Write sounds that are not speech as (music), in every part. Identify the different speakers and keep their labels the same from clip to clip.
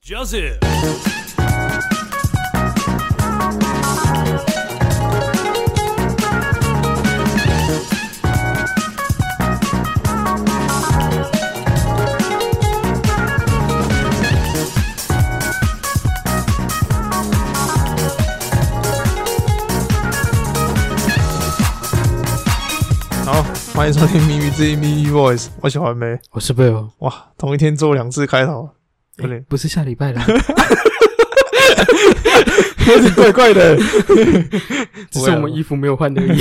Speaker 1: Joseph。
Speaker 2: 好，欢迎收听《咪咪之音咪咪 Voice》，我喜欢没？
Speaker 3: 我是贝尔，
Speaker 2: 哇，同一天做两次开头，有
Speaker 3: 欸
Speaker 2: 点
Speaker 3: 不是下礼拜了，
Speaker 2: 有点怪怪的。
Speaker 3: (laughs) 只是我们衣服没有换而已。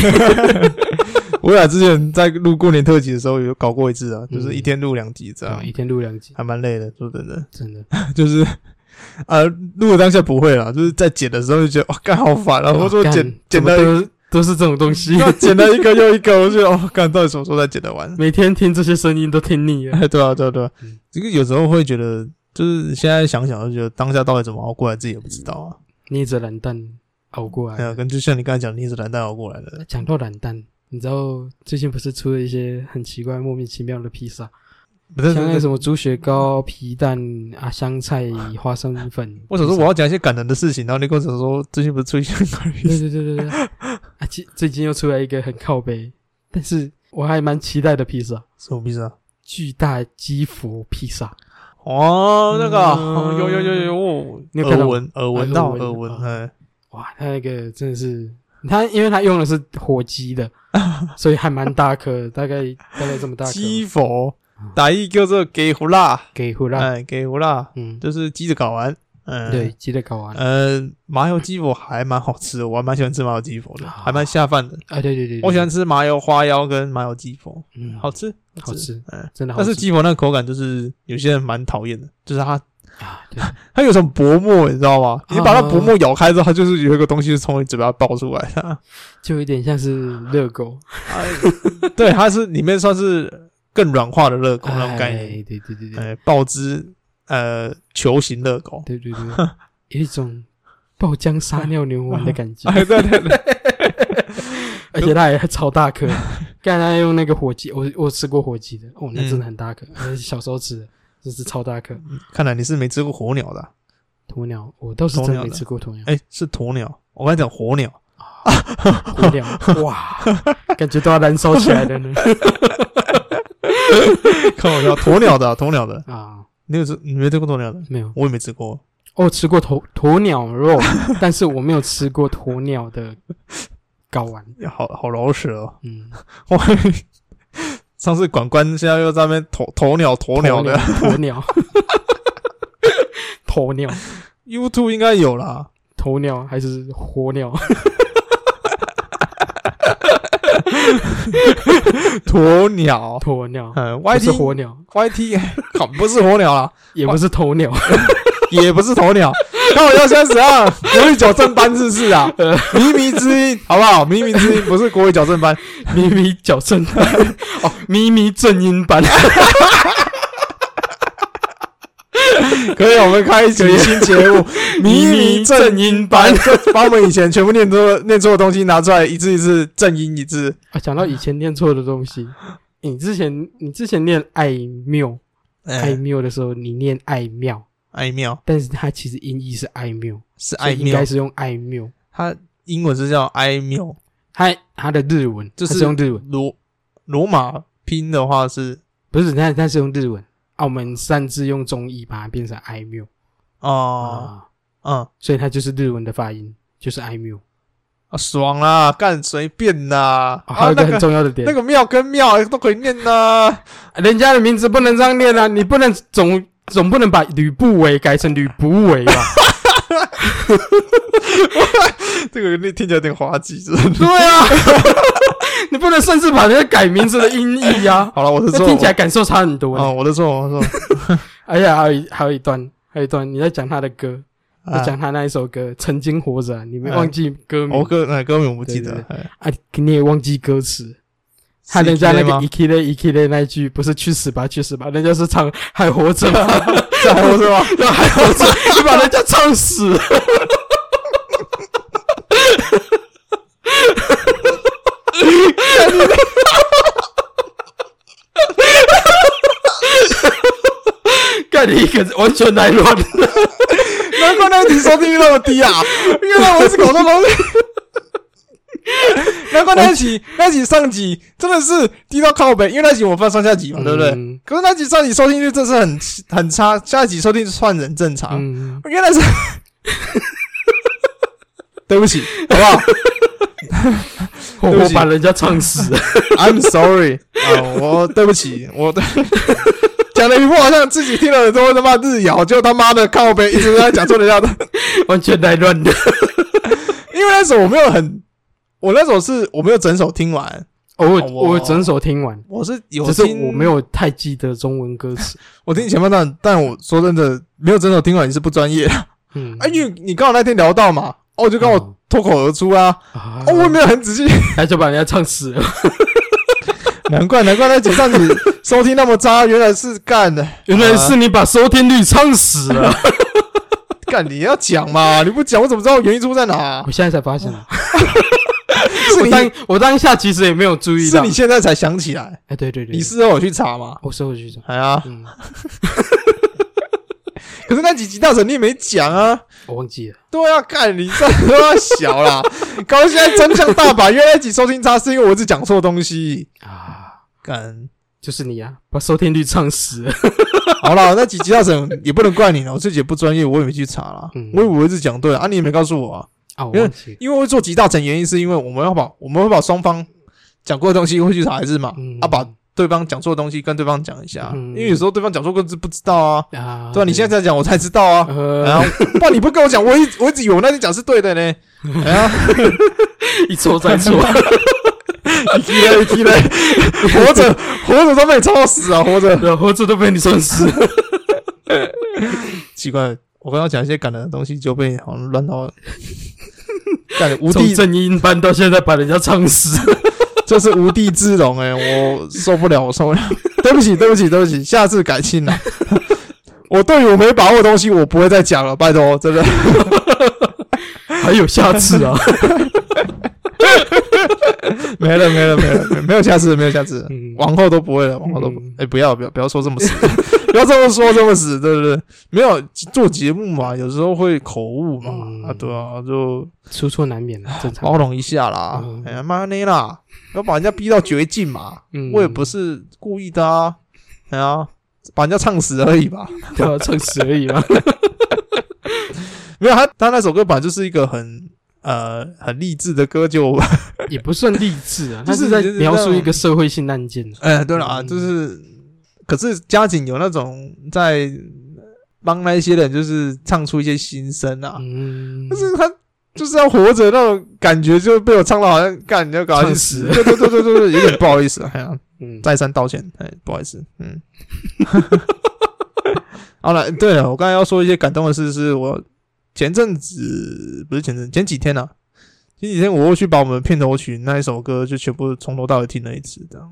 Speaker 2: (laughs) 我俩之前在录过年特辑的时候有搞过一次啊，就是
Speaker 3: 嗯
Speaker 2: 一天录两集这
Speaker 3: (laughs)
Speaker 2: 样
Speaker 3: 啊，一，天录两集，
Speaker 2: 还蛮累的。说真的， (laughs)
Speaker 3: 真的。
Speaker 2: 就是啊，录的当下不会啦，就是在剪的时候就觉得哇，干好烦啊！我
Speaker 3: 哦
Speaker 2: 说
Speaker 3: 干
Speaker 2: 剪
Speaker 3: 怎
Speaker 2: 剪
Speaker 3: 么
Speaker 2: 了一， (laughs)
Speaker 3: 都都是这种东西，
Speaker 2: 要剪了一个又一个，我就觉得哦，干到底什么时候才剪得完？
Speaker 3: (laughs) 每天听这些声音都听腻了。
Speaker 2: 哎， (laughs) 对啊，对啊，对啊
Speaker 3: 嗯，
Speaker 2: 这个有时候会觉得，就是现在想想就觉得当下到底怎么熬过来，自己也不知道啊。
Speaker 3: 捏着懒蛋熬过
Speaker 2: 哎呀，
Speaker 3: 来。
Speaker 2: 跟就像你刚才讲，你也是蓝带熬过来的。
Speaker 3: 讲到懒蛋，你知道最近不是出了一些很奇怪、莫名其妙的披萨，
Speaker 2: 不是
Speaker 3: 像
Speaker 2: 不
Speaker 3: 那个
Speaker 2: 是，
Speaker 3: 什么猪血糕、皮蛋啊、香菜、花生粉。
Speaker 2: 我想说我要讲一些感人的事情，然后你跟我讲说最近不是出 (laughs) 现
Speaker 3: 对对对对对。啊，最最近又出来一个很靠背，但是我还蛮期待的披萨，
Speaker 2: 什么意思啊？
Speaker 3: 巨大鸡佛披萨。
Speaker 2: 哦，那个啊
Speaker 3: 嗯
Speaker 2: 哦有有有有，哦
Speaker 3: 你有看到
Speaker 2: 耳闻耳闻到
Speaker 3: 哎
Speaker 2: 耳
Speaker 3: 耳
Speaker 2: 闻
Speaker 3: 闻，
Speaker 2: 哎，
Speaker 3: 哇，它那个真的是，它因为它用的是火鸡的，所以还蛮大颗，大概大概这么大颗。
Speaker 2: 鸡佛
Speaker 3: 啊
Speaker 2: 打一叫做给胡辣，
Speaker 3: 给胡辣，
Speaker 2: 哎，给胡辣
Speaker 3: 嗯，
Speaker 2: 就是鸡的睾丸，嗯，
Speaker 3: 对，，鸡的睾丸，
Speaker 2: 呃，麻油鸡佛还蛮好吃的，我还蛮喜欢吃麻油鸡佛的，
Speaker 3: 啊
Speaker 2: 还蛮下饭的。
Speaker 3: 啊，对对对，对
Speaker 2: 我喜欢，吃麻油花腰跟麻油鸡佛，
Speaker 3: 嗯，
Speaker 2: 好吃，
Speaker 3: 好，吃，
Speaker 2: 嗯。
Speaker 3: 真的好
Speaker 2: 但
Speaker 3: 吃。
Speaker 2: 是鸡佛那个口感就是有些人蛮讨厌的，就是它
Speaker 3: 啊，对，
Speaker 2: 它有什么薄膜，你知道吗？
Speaker 3: 啊
Speaker 2: 你把它薄膜咬开之后，它就是有一个东西是从你嘴巴爆出来 (laughs) 的。
Speaker 3: 就有点像是热狗
Speaker 2: 哎 (laughs) 对，它是里面算是更软化的热狗那种概念，
Speaker 3: 哎对对对对
Speaker 2: 哎，爆汁呃球形热狗。
Speaker 3: 对对对，有一种爆浆撒尿牛丸的感觉，
Speaker 2: 哎，对对对， (laughs)
Speaker 3: 而且它还超大颗。刚才用那个火鸡，我我吃过火鸡的，哦，那真
Speaker 2: 嗯
Speaker 3: 的很大颗，而且小时候吃的，这是超大颗。
Speaker 2: 看来你是没吃过火鸟的啊。
Speaker 3: 鸵鸟，我倒是
Speaker 2: 鸵
Speaker 3: 真
Speaker 2: 鸟
Speaker 3: 没
Speaker 2: 的
Speaker 3: 吃过鸵
Speaker 2: (laughs)
Speaker 3: 鸟。
Speaker 2: 哎，是鸵鸟，我刚才讲火鸟，
Speaker 3: 鸵鸟，哇，感觉都要燃烧起来了呢。
Speaker 2: 开玩笑，鸵鸟的啊，鸵鸟的，
Speaker 3: 啊，
Speaker 2: 你有吃？你没吃过鸵鸟的？
Speaker 3: 没有，
Speaker 2: 我也没吃过。
Speaker 3: 哦，吃过鸵鸵鸟肉，但是我没有吃过鸵鸟的睾丸。
Speaker 2: 好好老实哦，
Speaker 3: 嗯，
Speaker 2: 我 (laughs) 上次管官现在又在那边鸵鸵鸟鸵鸟的
Speaker 3: 鸵鸟，鸵鸟，
Speaker 2: ，YouTube 应该有啦。 (laughs)
Speaker 3: 鸵鸟还是火鸟？
Speaker 2: 鸵鸟，
Speaker 3: 鸵鸟
Speaker 2: 嗯
Speaker 3: 不是
Speaker 2: ，YT
Speaker 3: 火鸟，
Speaker 2: (laughs) YT，靠，不是鸵鸟啊，
Speaker 3: 也不是鸵鸟，
Speaker 2: 也不是鸵鸟， (laughs) 看我要先啊怎样？ (laughs) 国语矫正班是不是啊？靡靡之音，好不好？靡靡之音不是国语矫正班，
Speaker 3: 咪咪矫正班，哦，咪咪正音班。
Speaker 2: (laughs) 可以，我们开一集新节
Speaker 3: (laughs)
Speaker 2: 目，靡靡正音班， (laughs) 把我们以前全部念错念错的东西拿出来，一字一字正音一字。
Speaker 3: 啊，讲到以前念错的东西，你之前你之前念爱妙。爱
Speaker 2: 哎，
Speaker 3: 谬的时候，你念爱妙，
Speaker 2: 爱妙
Speaker 3: 但是它其实音译是爱谬，
Speaker 2: 是
Speaker 3: 所
Speaker 2: 爱
Speaker 3: 以应该
Speaker 2: 妙，
Speaker 3: 是用爱谬。
Speaker 2: 它英文是叫爱妙，
Speaker 3: 它它的日文
Speaker 2: 就是
Speaker 3: 它是用日文，
Speaker 2: 罗罗马拼的话是
Speaker 3: 不是它它是用日文。啊，我们擅自用中译把它变成爱谬
Speaker 2: 哦，
Speaker 3: 啊，
Speaker 2: 嗯。
Speaker 3: 所以它就是日文的发音，就是爱谬
Speaker 2: 啊，爽啦，干随便啦。
Speaker 3: 啊。还
Speaker 2: 啊，
Speaker 3: 有一
Speaker 2: 那
Speaker 3: 个很
Speaker 2: 个
Speaker 3: 重要的点
Speaker 2: 那，个庙跟庙都可以念呐、 (laughs)
Speaker 3: 人家的名字不能这样念啊，你不能总总不能把吕不韦改成吕不韦吧？
Speaker 2: 这个你听起来有点滑稽，真的。
Speaker 3: 对啊， (laughs) 你不能擅自把人家改名字的音译呀，
Speaker 2: 好了，我的
Speaker 3: 那
Speaker 2: 错。
Speaker 3: 听起来感受差很多
Speaker 2: 我
Speaker 3: 呢
Speaker 2: 啊、。我的错，我的
Speaker 3: (laughs)
Speaker 2: 错。
Speaker 3: 而且还有一还有一段，还有一段你在讲他的歌，
Speaker 2: 啊
Speaker 3: 在讲他那一首歌《曾经活着》，你没忘记歌名
Speaker 2: 我歌哎歌名我不记得
Speaker 3: 对。
Speaker 2: 哎
Speaker 3: 啊？你也忘记歌词。他人家那个
Speaker 2: CK
Speaker 3: “iki l iki l” 那一句不是“去死吧，去死吧”，人家是唱“还活
Speaker 2: (laughs)
Speaker 3: 着吗”，
Speaker 2: 这还不是
Speaker 3: (laughs)
Speaker 2: 吗？
Speaker 3: 然后还活着，你把人家唱死。干你！一个完全来乱，
Speaker 2: 难怪那一题收听率那么
Speaker 3: (laughs)
Speaker 2: 低啊！原来我是搞错东西。难怪那一集那一集上集真的是低到靠北，因为那集我们分上下集嘛，对不对？
Speaker 3: 嗯
Speaker 2: 可是那集上集收听率真是很很差，下一集收听算很正常。
Speaker 3: 嗯，
Speaker 2: 原来是，
Speaker 3: (laughs)
Speaker 2: 对不起，好不好
Speaker 3: 我
Speaker 2: (laughs) 对不
Speaker 3: 我
Speaker 2: 起
Speaker 3: 把人家
Speaker 2: (laughs)
Speaker 3: 唱死了，
Speaker 2: ？I'm sorry 啊、我对不起，我 (laughs) 的讲了一副好像自己听了很多他妈日谣，就他妈的靠北一直在讲错人家的。
Speaker 3: 完全来乱的。
Speaker 2: 因为那首我没有很，我那首是我没有整首听完，
Speaker 3: 我
Speaker 2: 哦
Speaker 3: 我整首听完，
Speaker 2: 我是有
Speaker 3: 只
Speaker 2: 听，
Speaker 3: 是我没，有太记得中文歌词。
Speaker 2: 我听前半段，但我说真的，没有整首听完也是不专业。
Speaker 3: 嗯，
Speaker 2: (laughs) 哎，因为你刚好那天聊到嘛，哦，我就刚
Speaker 3: 嗯
Speaker 2: 好脱口而出啊，
Speaker 3: 啊
Speaker 2: 哦，我没有很仔细，
Speaker 3: 那就把人家唱死了。
Speaker 2: (laughs) 难怪难怪那几上你收听那么渣，原来是干的，啊
Speaker 3: 原来是你把收听率唱死了。
Speaker 2: 干你要讲嘛，你不讲我怎么知道原因出在 (laughs) 哪？
Speaker 3: 我现在才发现啊， (laughs)
Speaker 2: 是
Speaker 3: 我
Speaker 2: 你
Speaker 3: 当我当下其实也没有注意
Speaker 2: 是
Speaker 3: 到
Speaker 2: 你。现在才想起来，
Speaker 3: 哎，对对对，
Speaker 2: 你事后有去查吗？
Speaker 3: 我收回去的。
Speaker 2: 哎呀，
Speaker 3: 嗯，
Speaker 2: 可是那几集大神你也没讲啊。
Speaker 3: 我忘记了。
Speaker 2: 对啊，干你这他妈小啦！ (laughs) 搞到现在真相大白，原来一起收听差是因为我只讲错东西。
Speaker 3: 啊，
Speaker 2: 干，
Speaker 3: 就是你啊，把收听率唱死了。
Speaker 2: 好啦，那几集大神也不能怪你了，哦我自己也不专业，我也没去查啦。
Speaker 3: 嗯
Speaker 2: 我以为我一直讲对啊，你也没告诉我啊。
Speaker 3: 啊，我
Speaker 2: 因为
Speaker 3: 忘记了。
Speaker 2: 因为会做集大成，原因是因为我们要把我们会把双方讲过的东西会去查一次嘛，
Speaker 3: 嗯
Speaker 2: 啊，把对方讲错的东西跟对方讲一下，啊
Speaker 3: 嗯
Speaker 2: 因为有时候对方讲错更是不知道啊，
Speaker 3: 啊，
Speaker 2: 对吧、你现在才讲，我才知道啊。然
Speaker 3: 呃
Speaker 2: 后，不然你不跟我讲，我一我一直以为我那天讲是对的呢。哎呀。
Speaker 3: 一错再
Speaker 2: (laughs)
Speaker 3: 错，
Speaker 2: 踢嘞踢嘞，活着活着都被你操死啊！活着
Speaker 3: 然后这都被你唱死。
Speaker 2: 奇怪，我刚刚讲一些感人的东西，就被你好像乱到感 (laughs) 觉无
Speaker 3: 从
Speaker 2: 地
Speaker 3: 正音班到现在把人家唱死。
Speaker 2: 这是无地自容哎、我受不了，我受不了，对不起对不起对不起，下次改进了。我对于我没把握的东西，我不会再讲了，拜托，真的。
Speaker 3: 还有下次
Speaker 2: (laughs)
Speaker 3: 啊！
Speaker 2: 没了没了没了，没没有下次，没有下次，
Speaker 3: 嗯
Speaker 2: 往后都不会了，往后都不
Speaker 3: 嗯，
Speaker 2: 哎、不要不要不要说这么死， (laughs) 不要这么说这么死，对不对？没有做节目嘛，有时候会口误嘛，
Speaker 3: 嗯
Speaker 2: 啊，对啊，就
Speaker 3: 出错难免啊的，正常。
Speaker 2: 包容一下啦
Speaker 3: 嗯，
Speaker 2: 哎呀妈呢啦，不要把人家逼到绝境嘛，
Speaker 3: 嗯
Speaker 2: 我也不是故意的啊，哎呀，把人家唱死而已吧，
Speaker 3: 对啊，唱死而已嘛。
Speaker 2: 没有他他那首歌本来就是一个很。呃，很励志的歌就，
Speaker 3: 也不算励志啊，
Speaker 2: (laughs) 就
Speaker 3: 他
Speaker 2: 是
Speaker 3: 是在
Speaker 2: 就是
Speaker 3: 描述
Speaker 2: 那种
Speaker 3: 一个社会性案件啊。
Speaker 2: 哎，对了啊，就是，可是家景有那种在帮那些人，就是唱出一些心声啊，
Speaker 3: 嗯，
Speaker 2: 但是他就是要活着那种感觉，就被我唱到好像干，你就搞他去死，
Speaker 3: 唱
Speaker 2: 对对对对对对，有点不好意思，哎呀，
Speaker 3: 嗯，
Speaker 2: 再三道歉，哎，不好意思，嗯。好了，对了，我刚才要说一些感动的事，是我前阵子不是前阵前几天啊，前几天我又去把我们片头曲那一首歌就全部从头到尾听了一次，这样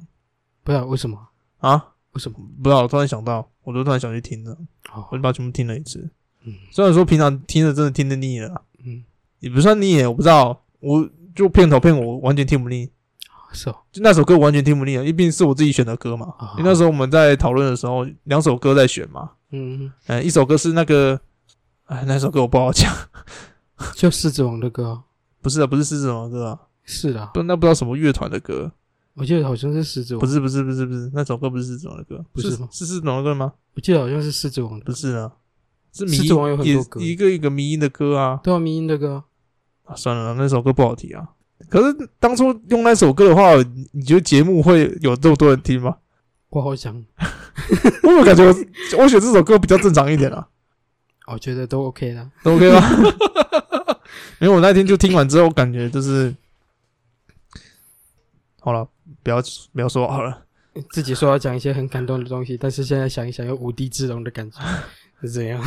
Speaker 3: 不知道为什么，
Speaker 2: 啊，
Speaker 3: 为什么？
Speaker 2: 不知道，我突然想到，我就突然想去听了，我
Speaker 3: 哦，
Speaker 2: 就把它全部听了一次。
Speaker 3: 嗯
Speaker 2: 虽然说平常听着真的听得腻了啊，
Speaker 3: 嗯，
Speaker 2: 也不算腻，我不知道，我就片头片我完全听不腻，
Speaker 3: 是哦，
Speaker 2: 就那首歌我完全听不腻了，因为毕竟是我自己选的歌嘛
Speaker 3: 啊。
Speaker 2: 因为那时候我们在讨论的时候，两首歌在选嘛，
Speaker 3: 嗯，
Speaker 2: 嗯，一首歌是那个，哎，那首歌我不好讲， (laughs)
Speaker 3: 就狮子王的歌哦，
Speaker 2: 不是啊，不是狮子王的歌啊，
Speaker 3: 是的啊，
Speaker 2: 不，那不知道什么乐团的歌，
Speaker 3: 我记得好像是狮子
Speaker 2: 不
Speaker 3: 王，
Speaker 2: 是，不是，不是，不是，那首歌不是狮子王的歌，
Speaker 3: 不是吗
Speaker 2: 是狮子王的歌吗？
Speaker 3: 我记得好像是狮子王的
Speaker 2: 不
Speaker 3: 歌，
Speaker 2: 是啊，是迷
Speaker 3: 狮子王有很
Speaker 2: 也
Speaker 3: 多歌，
Speaker 2: 一个一个迷音的歌啊。
Speaker 3: 对啊，迷音的歌啊，
Speaker 2: 啊，算了，那首歌不好听啊。可是当初用那首歌的话，你你觉得节目会有这么多人听吗？ (laughs)
Speaker 3: 我好想，
Speaker 2: 我有感觉我我选这首歌比较正常一点啊，
Speaker 3: 我觉得都 OK 啦。
Speaker 2: 都 (laughs) OK 吧？因为我那天就听完之后，感觉就是好了，不要不要说好了，
Speaker 3: 自己说要讲一些很感动的东西，但是现在想一想，又无地自容的
Speaker 2: (laughs)
Speaker 3: 感觉，是怎样？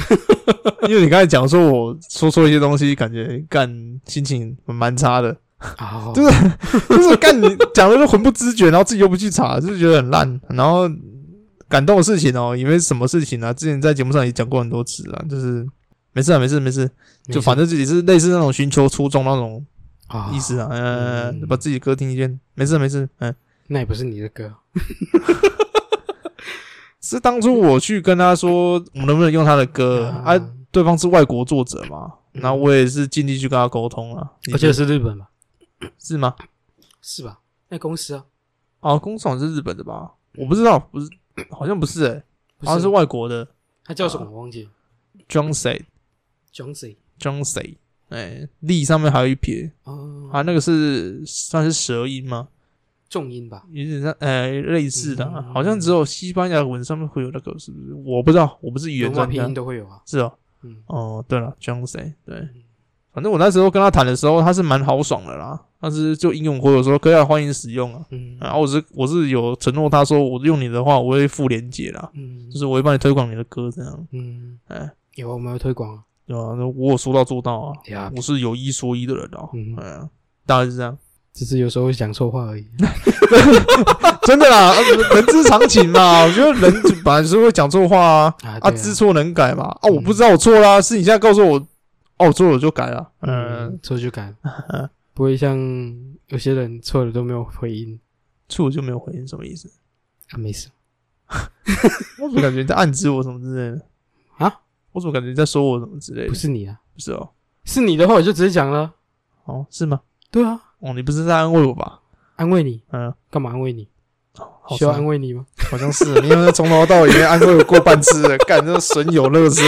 Speaker 2: 因为你刚才讲说我说错一些东西，感觉干心情蛮差的，
Speaker 3: 啊，
Speaker 2: 就是就是干你讲的都魂不知觉，然后自己又不去查，就是觉得很烂。然后感动的事情哦，因为什么事情啊？之前在节目上也讲过很多次啊，就是没事啊，没事没事，就反正自己是类似那种寻求初衷那种
Speaker 3: 啊
Speaker 2: 意思啊，呃
Speaker 3: 嗯，
Speaker 2: 把自己歌啊听一遍，没事没事，嗯，
Speaker 3: 那也不是你的歌，
Speaker 2: 是当初我去跟他说，我能不能用他的歌啊？对方是外国作者嘛，
Speaker 3: 嗯
Speaker 2: 然后我也是尽力去跟他沟通了。你
Speaker 3: 而且是日本吧？
Speaker 2: 是吗？
Speaker 3: 是吧？那公司啊，
Speaker 2: 哦，工厂是日本的吧？我不知道，不是，好像不是诶、
Speaker 3: 不
Speaker 2: 好像是啊
Speaker 3: 是
Speaker 2: 外国的
Speaker 3: 他叫什么？我忘记了。
Speaker 2: Johnson
Speaker 3: Johnson
Speaker 2: Johnson，哎、力上面还有一撇
Speaker 3: 哦，
Speaker 2: 啊，那个是算是舌音吗？
Speaker 3: 重音吧？
Speaker 2: 有点像呃类似的啊、
Speaker 3: 嗯
Speaker 2: 好像只有西班牙文上面会有那个，是不是？我不知道，我不是语
Speaker 3: 罗
Speaker 2: 言
Speaker 3: 马
Speaker 2: 专
Speaker 3: 拼音
Speaker 2: 家。
Speaker 3: 都会有啊。
Speaker 2: 是哦，
Speaker 3: 嗯，
Speaker 2: 哦，对了，Johnson，对，反正我那时候跟他谈的时候，他是蛮豪爽的啦，但是就英文回我说可以啊欢迎使用啊，
Speaker 3: 嗯
Speaker 2: 然后我是我是有承诺他说我用你的话我会附链接啦，
Speaker 3: 嗯
Speaker 2: 就是我会帮你推广你的歌这样，
Speaker 3: 嗯，
Speaker 2: 哎，
Speaker 3: 有我们有推广啊。嗯
Speaker 2: 对吧、我有说到做到啊，
Speaker 3: 呀，
Speaker 2: 我是有一说一的人啊，
Speaker 3: 嗯
Speaker 2: 哎呀，大概是这样，
Speaker 3: 只是有时候讲错话而已。
Speaker 2: 真的啦，啊 (laughs) 人之常情
Speaker 3: (laughs)
Speaker 2: 嘛，我觉得人就本来就是会讲错话啊，
Speaker 3: 啊
Speaker 2: 啊，
Speaker 3: 对
Speaker 2: 知错能改嘛，啊，
Speaker 3: 嗯
Speaker 2: 我不知道我错啦，是你现在告诉我，哦，我错了我就改了，嗯啊
Speaker 3: 嗯，，错就
Speaker 2: (laughs)
Speaker 3: 改，不会像有些人错了都没有回音
Speaker 2: 错我就没有回应，什么意思？
Speaker 3: 啊，没事。
Speaker 2: 我怎么感觉你在暗指我什么之类的
Speaker 3: 啊？
Speaker 2: 我怎么感觉你在说我什么之类的？
Speaker 3: 不是你啊，
Speaker 2: 不是哦，
Speaker 3: 是你的话我就直接讲了。
Speaker 2: 哦，是吗？
Speaker 3: 对啊，
Speaker 2: 哦，你不是在安慰我吧？
Speaker 3: 安慰你，
Speaker 2: 嗯，
Speaker 3: 干嘛安慰你？
Speaker 2: 好啊
Speaker 3: 需要
Speaker 2: 像
Speaker 3: 安慰你吗？
Speaker 2: 好像是，你有没有从头到尾没安慰我过半次了？ (laughs) 干，这损友乐事。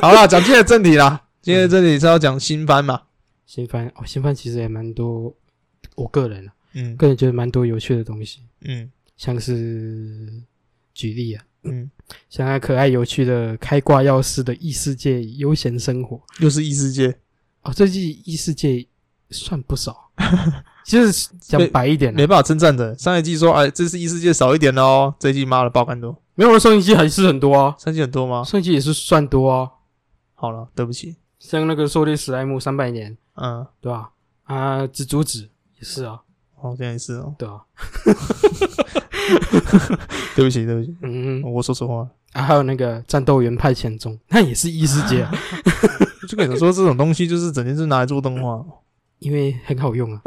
Speaker 2: 好啦，讲今天的正题啦，今天的正题是要讲新番嘛？
Speaker 3: 新番哦，新番其实也蛮多，我个人啊，
Speaker 2: 嗯
Speaker 3: 个人觉得蛮多有趣的东西，
Speaker 2: 嗯
Speaker 3: 像是举例啊，
Speaker 2: 嗯，
Speaker 3: 像那可爱有趣的开挂药师的异世界悠闲生活
Speaker 2: 又是异世界，
Speaker 3: 哦，最近异世界算不少， (laughs) 就是讲
Speaker 2: 没
Speaker 3: 白一点啊
Speaker 2: 没办法称赞的。上一季说，哎，这是异世界少一点哦，这一季妈的爆肝多，
Speaker 3: 没有，上一季还是很多啊，
Speaker 2: 上一季很多吗？
Speaker 3: 上一季也是算多啊，
Speaker 2: 好了，对不起，
Speaker 3: 像那个狩猎史莱姆三百年，
Speaker 2: 嗯，
Speaker 3: 对吧、啊？蜘蛛子也是啊，
Speaker 2: 好像也是哦，
Speaker 3: 对啊，
Speaker 2: 对不起，对不起，
Speaker 3: 嗯，
Speaker 2: 我说错话了。
Speaker 3: 啊，还有那个战斗员派遣中，那也是异世
Speaker 2: (laughs)
Speaker 3: 界、啊，
Speaker 2: 就跟你说，这种东西就是整天是拿来做动画。
Speaker 3: 嗯因为很好用啊，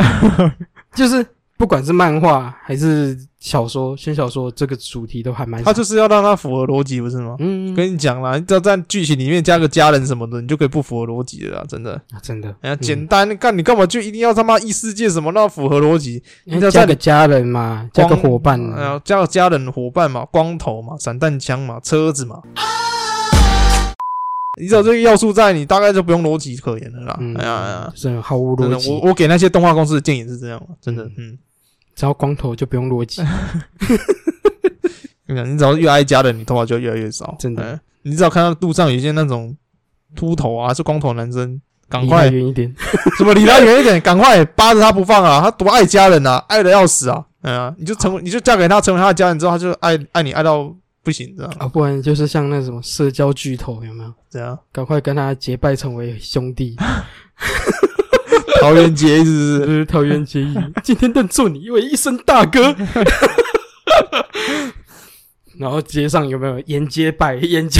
Speaker 3: 就是不管是漫画还是小说，新小说这个主题都还蛮
Speaker 2: 他就是要让它符合逻辑，不是吗？
Speaker 3: 嗯，
Speaker 2: 跟你讲啦，你只要在剧情里面加个家人什么的，你就可以不符合逻辑了啦，真的。
Speaker 3: 啊真的，
Speaker 2: 哎呀，简单，干你干嘛就一定要他妈异世界什么那符合逻辑？
Speaker 3: 嗯
Speaker 2: 要
Speaker 3: 加
Speaker 2: 在
Speaker 3: 个家人嘛，加个
Speaker 2: 光
Speaker 3: 伙伴
Speaker 2: 哎
Speaker 3: 啊，
Speaker 2: 呀，加个家人伙伴嘛，光头嘛，散弹枪嘛，车子嘛。你只要这个要素在，你大概就不用逻辑可言了啦。
Speaker 3: 嗯，
Speaker 2: 哎呀哎呀，
Speaker 3: 就是毫无
Speaker 2: 真
Speaker 3: 逻
Speaker 2: 的，
Speaker 3: 辑，
Speaker 2: 我我给那些动画公司的建议是这样嘛，真的
Speaker 3: 嗯，
Speaker 2: 嗯，
Speaker 3: 只要光头就不用逻辑，
Speaker 2: 跟你讲，你只要越爱家人，你头发就越来越少。
Speaker 3: 真的
Speaker 2: 哎，你只要看到路上有一些那种秃头啊，是光头男生， (laughs) 赶
Speaker 3: 离他
Speaker 2: 快
Speaker 3: 远一点，
Speaker 2: 什么离他远一点， (laughs) 赶快扒着他不放啊！他多爱家人啊，爱的要死啊！嗯啊，你就成为，你就嫁给他，成为他的家人之后，他就爱爱你爱到不行，这样
Speaker 3: 啊，不然就是像那什么社交巨头有没有？
Speaker 2: 这样。
Speaker 3: 赶快跟他结拜成为
Speaker 2: (laughs)
Speaker 3: 兄弟，
Speaker 2: 桃园结义是不？
Speaker 3: (laughs) 就是是桃园结义。今天认错你为一声大哥。
Speaker 2: (laughs)
Speaker 3: 然后街上有没有沿街拜？ (laughs) 沿街，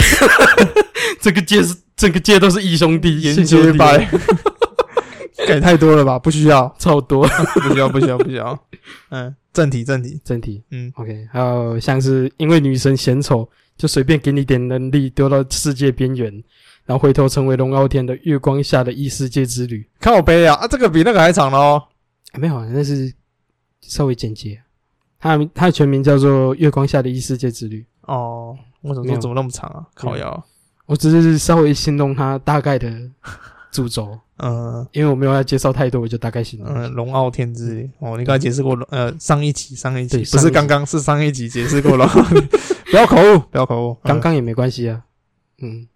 Speaker 3: 这个街是整个街都是义兄弟，
Speaker 2: 沿
Speaker 3: 信兄
Speaker 2: 街
Speaker 3: 弟
Speaker 2: 拜， (laughs) 给太多了吧？不需要，
Speaker 3: 超多。 (laughs)
Speaker 2: 不需要，不需要，不需要。嗯，正题正题，
Speaker 3: 整体，
Speaker 2: 嗯
Speaker 3: ，OK，还有像是因为女神嫌丑，就随便给你点能力，丢到世界边缘，然后回头成为龙傲天的月光下的异世界之旅。
Speaker 2: 靠背啊啊，这个比那个还长哦喽。
Speaker 3: 啊、没有，啊，那是稍微简洁。它的它的全名叫做《月光下的异世界之旅》，
Speaker 2: 哦，我想
Speaker 3: 没
Speaker 2: 说
Speaker 3: 有嗯
Speaker 2: 怎么那么长啊？靠腰，
Speaker 3: 我只是稍微形容它大概的主轴， (laughs)
Speaker 2: 嗯
Speaker 3: 因为我没有要介绍太多，我就大概形容。
Speaker 2: 嗯，龙傲天之力。哦，你刚才解释过龙，呃，上一集上一集
Speaker 3: 对
Speaker 2: 不
Speaker 3: 上
Speaker 2: 是
Speaker 3: 一集
Speaker 2: 刚刚是上一集解释过了， (laughs) 不要口误，不要口误，
Speaker 3: 刚
Speaker 2: 嗯
Speaker 3: 刚也没关系啊，嗯，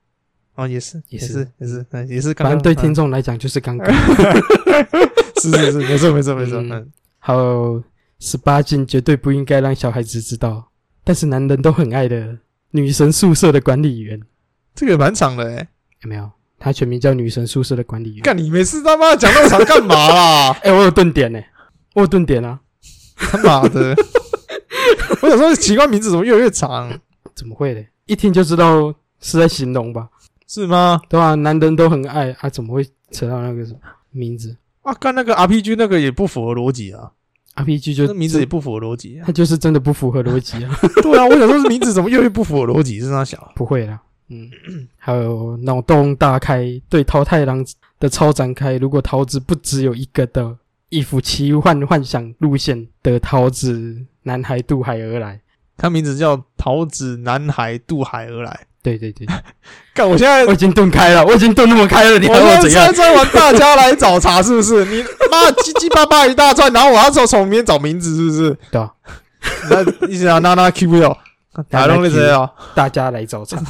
Speaker 2: 哦，也是，也
Speaker 3: 也
Speaker 2: 是
Speaker 3: 是，
Speaker 2: 也是，嗯，也是刚
Speaker 3: 反
Speaker 2: 刚。
Speaker 3: 正
Speaker 2: 嗯
Speaker 3: 对听众来讲就是刚刚。
Speaker 2: (laughs) 是是是，没错没错没错，
Speaker 3: 嗯
Speaker 2: 嗯，
Speaker 3: 还有十八禁绝对不应该让小孩子知道，但是男人都很爱的女神宿舍的管理员
Speaker 2: 这个也蛮长的哎，
Speaker 3: 有没有？它全名叫女神宿舍的管理员。
Speaker 2: 干你没事他妈讲那么长干嘛啦？
Speaker 3: 哎、我有顿点呢、我有顿点啊，
Speaker 2: 他妈的！ (laughs) 我想说奇怪名字怎么越来越长，
Speaker 3: 怎么会嘞？一听就知道是在形容吧。
Speaker 2: 是吗？
Speaker 3: 对啊，男人都很爱啊，怎么会扯到那个什么名字
Speaker 2: 啊，干那个 RPG 那个也不符合逻辑啊，
Speaker 3: RPG 就
Speaker 2: 这名字也不符合逻辑啊。
Speaker 3: 它就是真的不符合逻辑啊！
Speaker 2: (laughs) 对啊，我想说这名字怎么越来越不符合逻辑？是那小
Speaker 3: 不会啦，嗯， (clears throat) 还有脑洞大开，对桃太郎的超展开。如果桃子不只有一个的，一幅奇幻幻想路线的桃子男孩渡海而来。
Speaker 2: 他名字叫桃子男孩渡海而来。
Speaker 3: 对对对，
Speaker 2: 干，我现在
Speaker 3: (laughs) 我已经顿开了，我已经顿那么开 (laughs) 了，你还
Speaker 2: 我
Speaker 3: 要我
Speaker 2: 现
Speaker 3: 怎
Speaker 2: 在
Speaker 3: 样？
Speaker 2: 在玩大家来找茬，是不是？你妈七七八八一大串，然后我要从从里面找名字，是不是？
Speaker 3: 对啊，
Speaker 2: 那一直拿娜娜 Q 不了，打龙的谁啊？
Speaker 3: 大家来找 (laughs) 茬。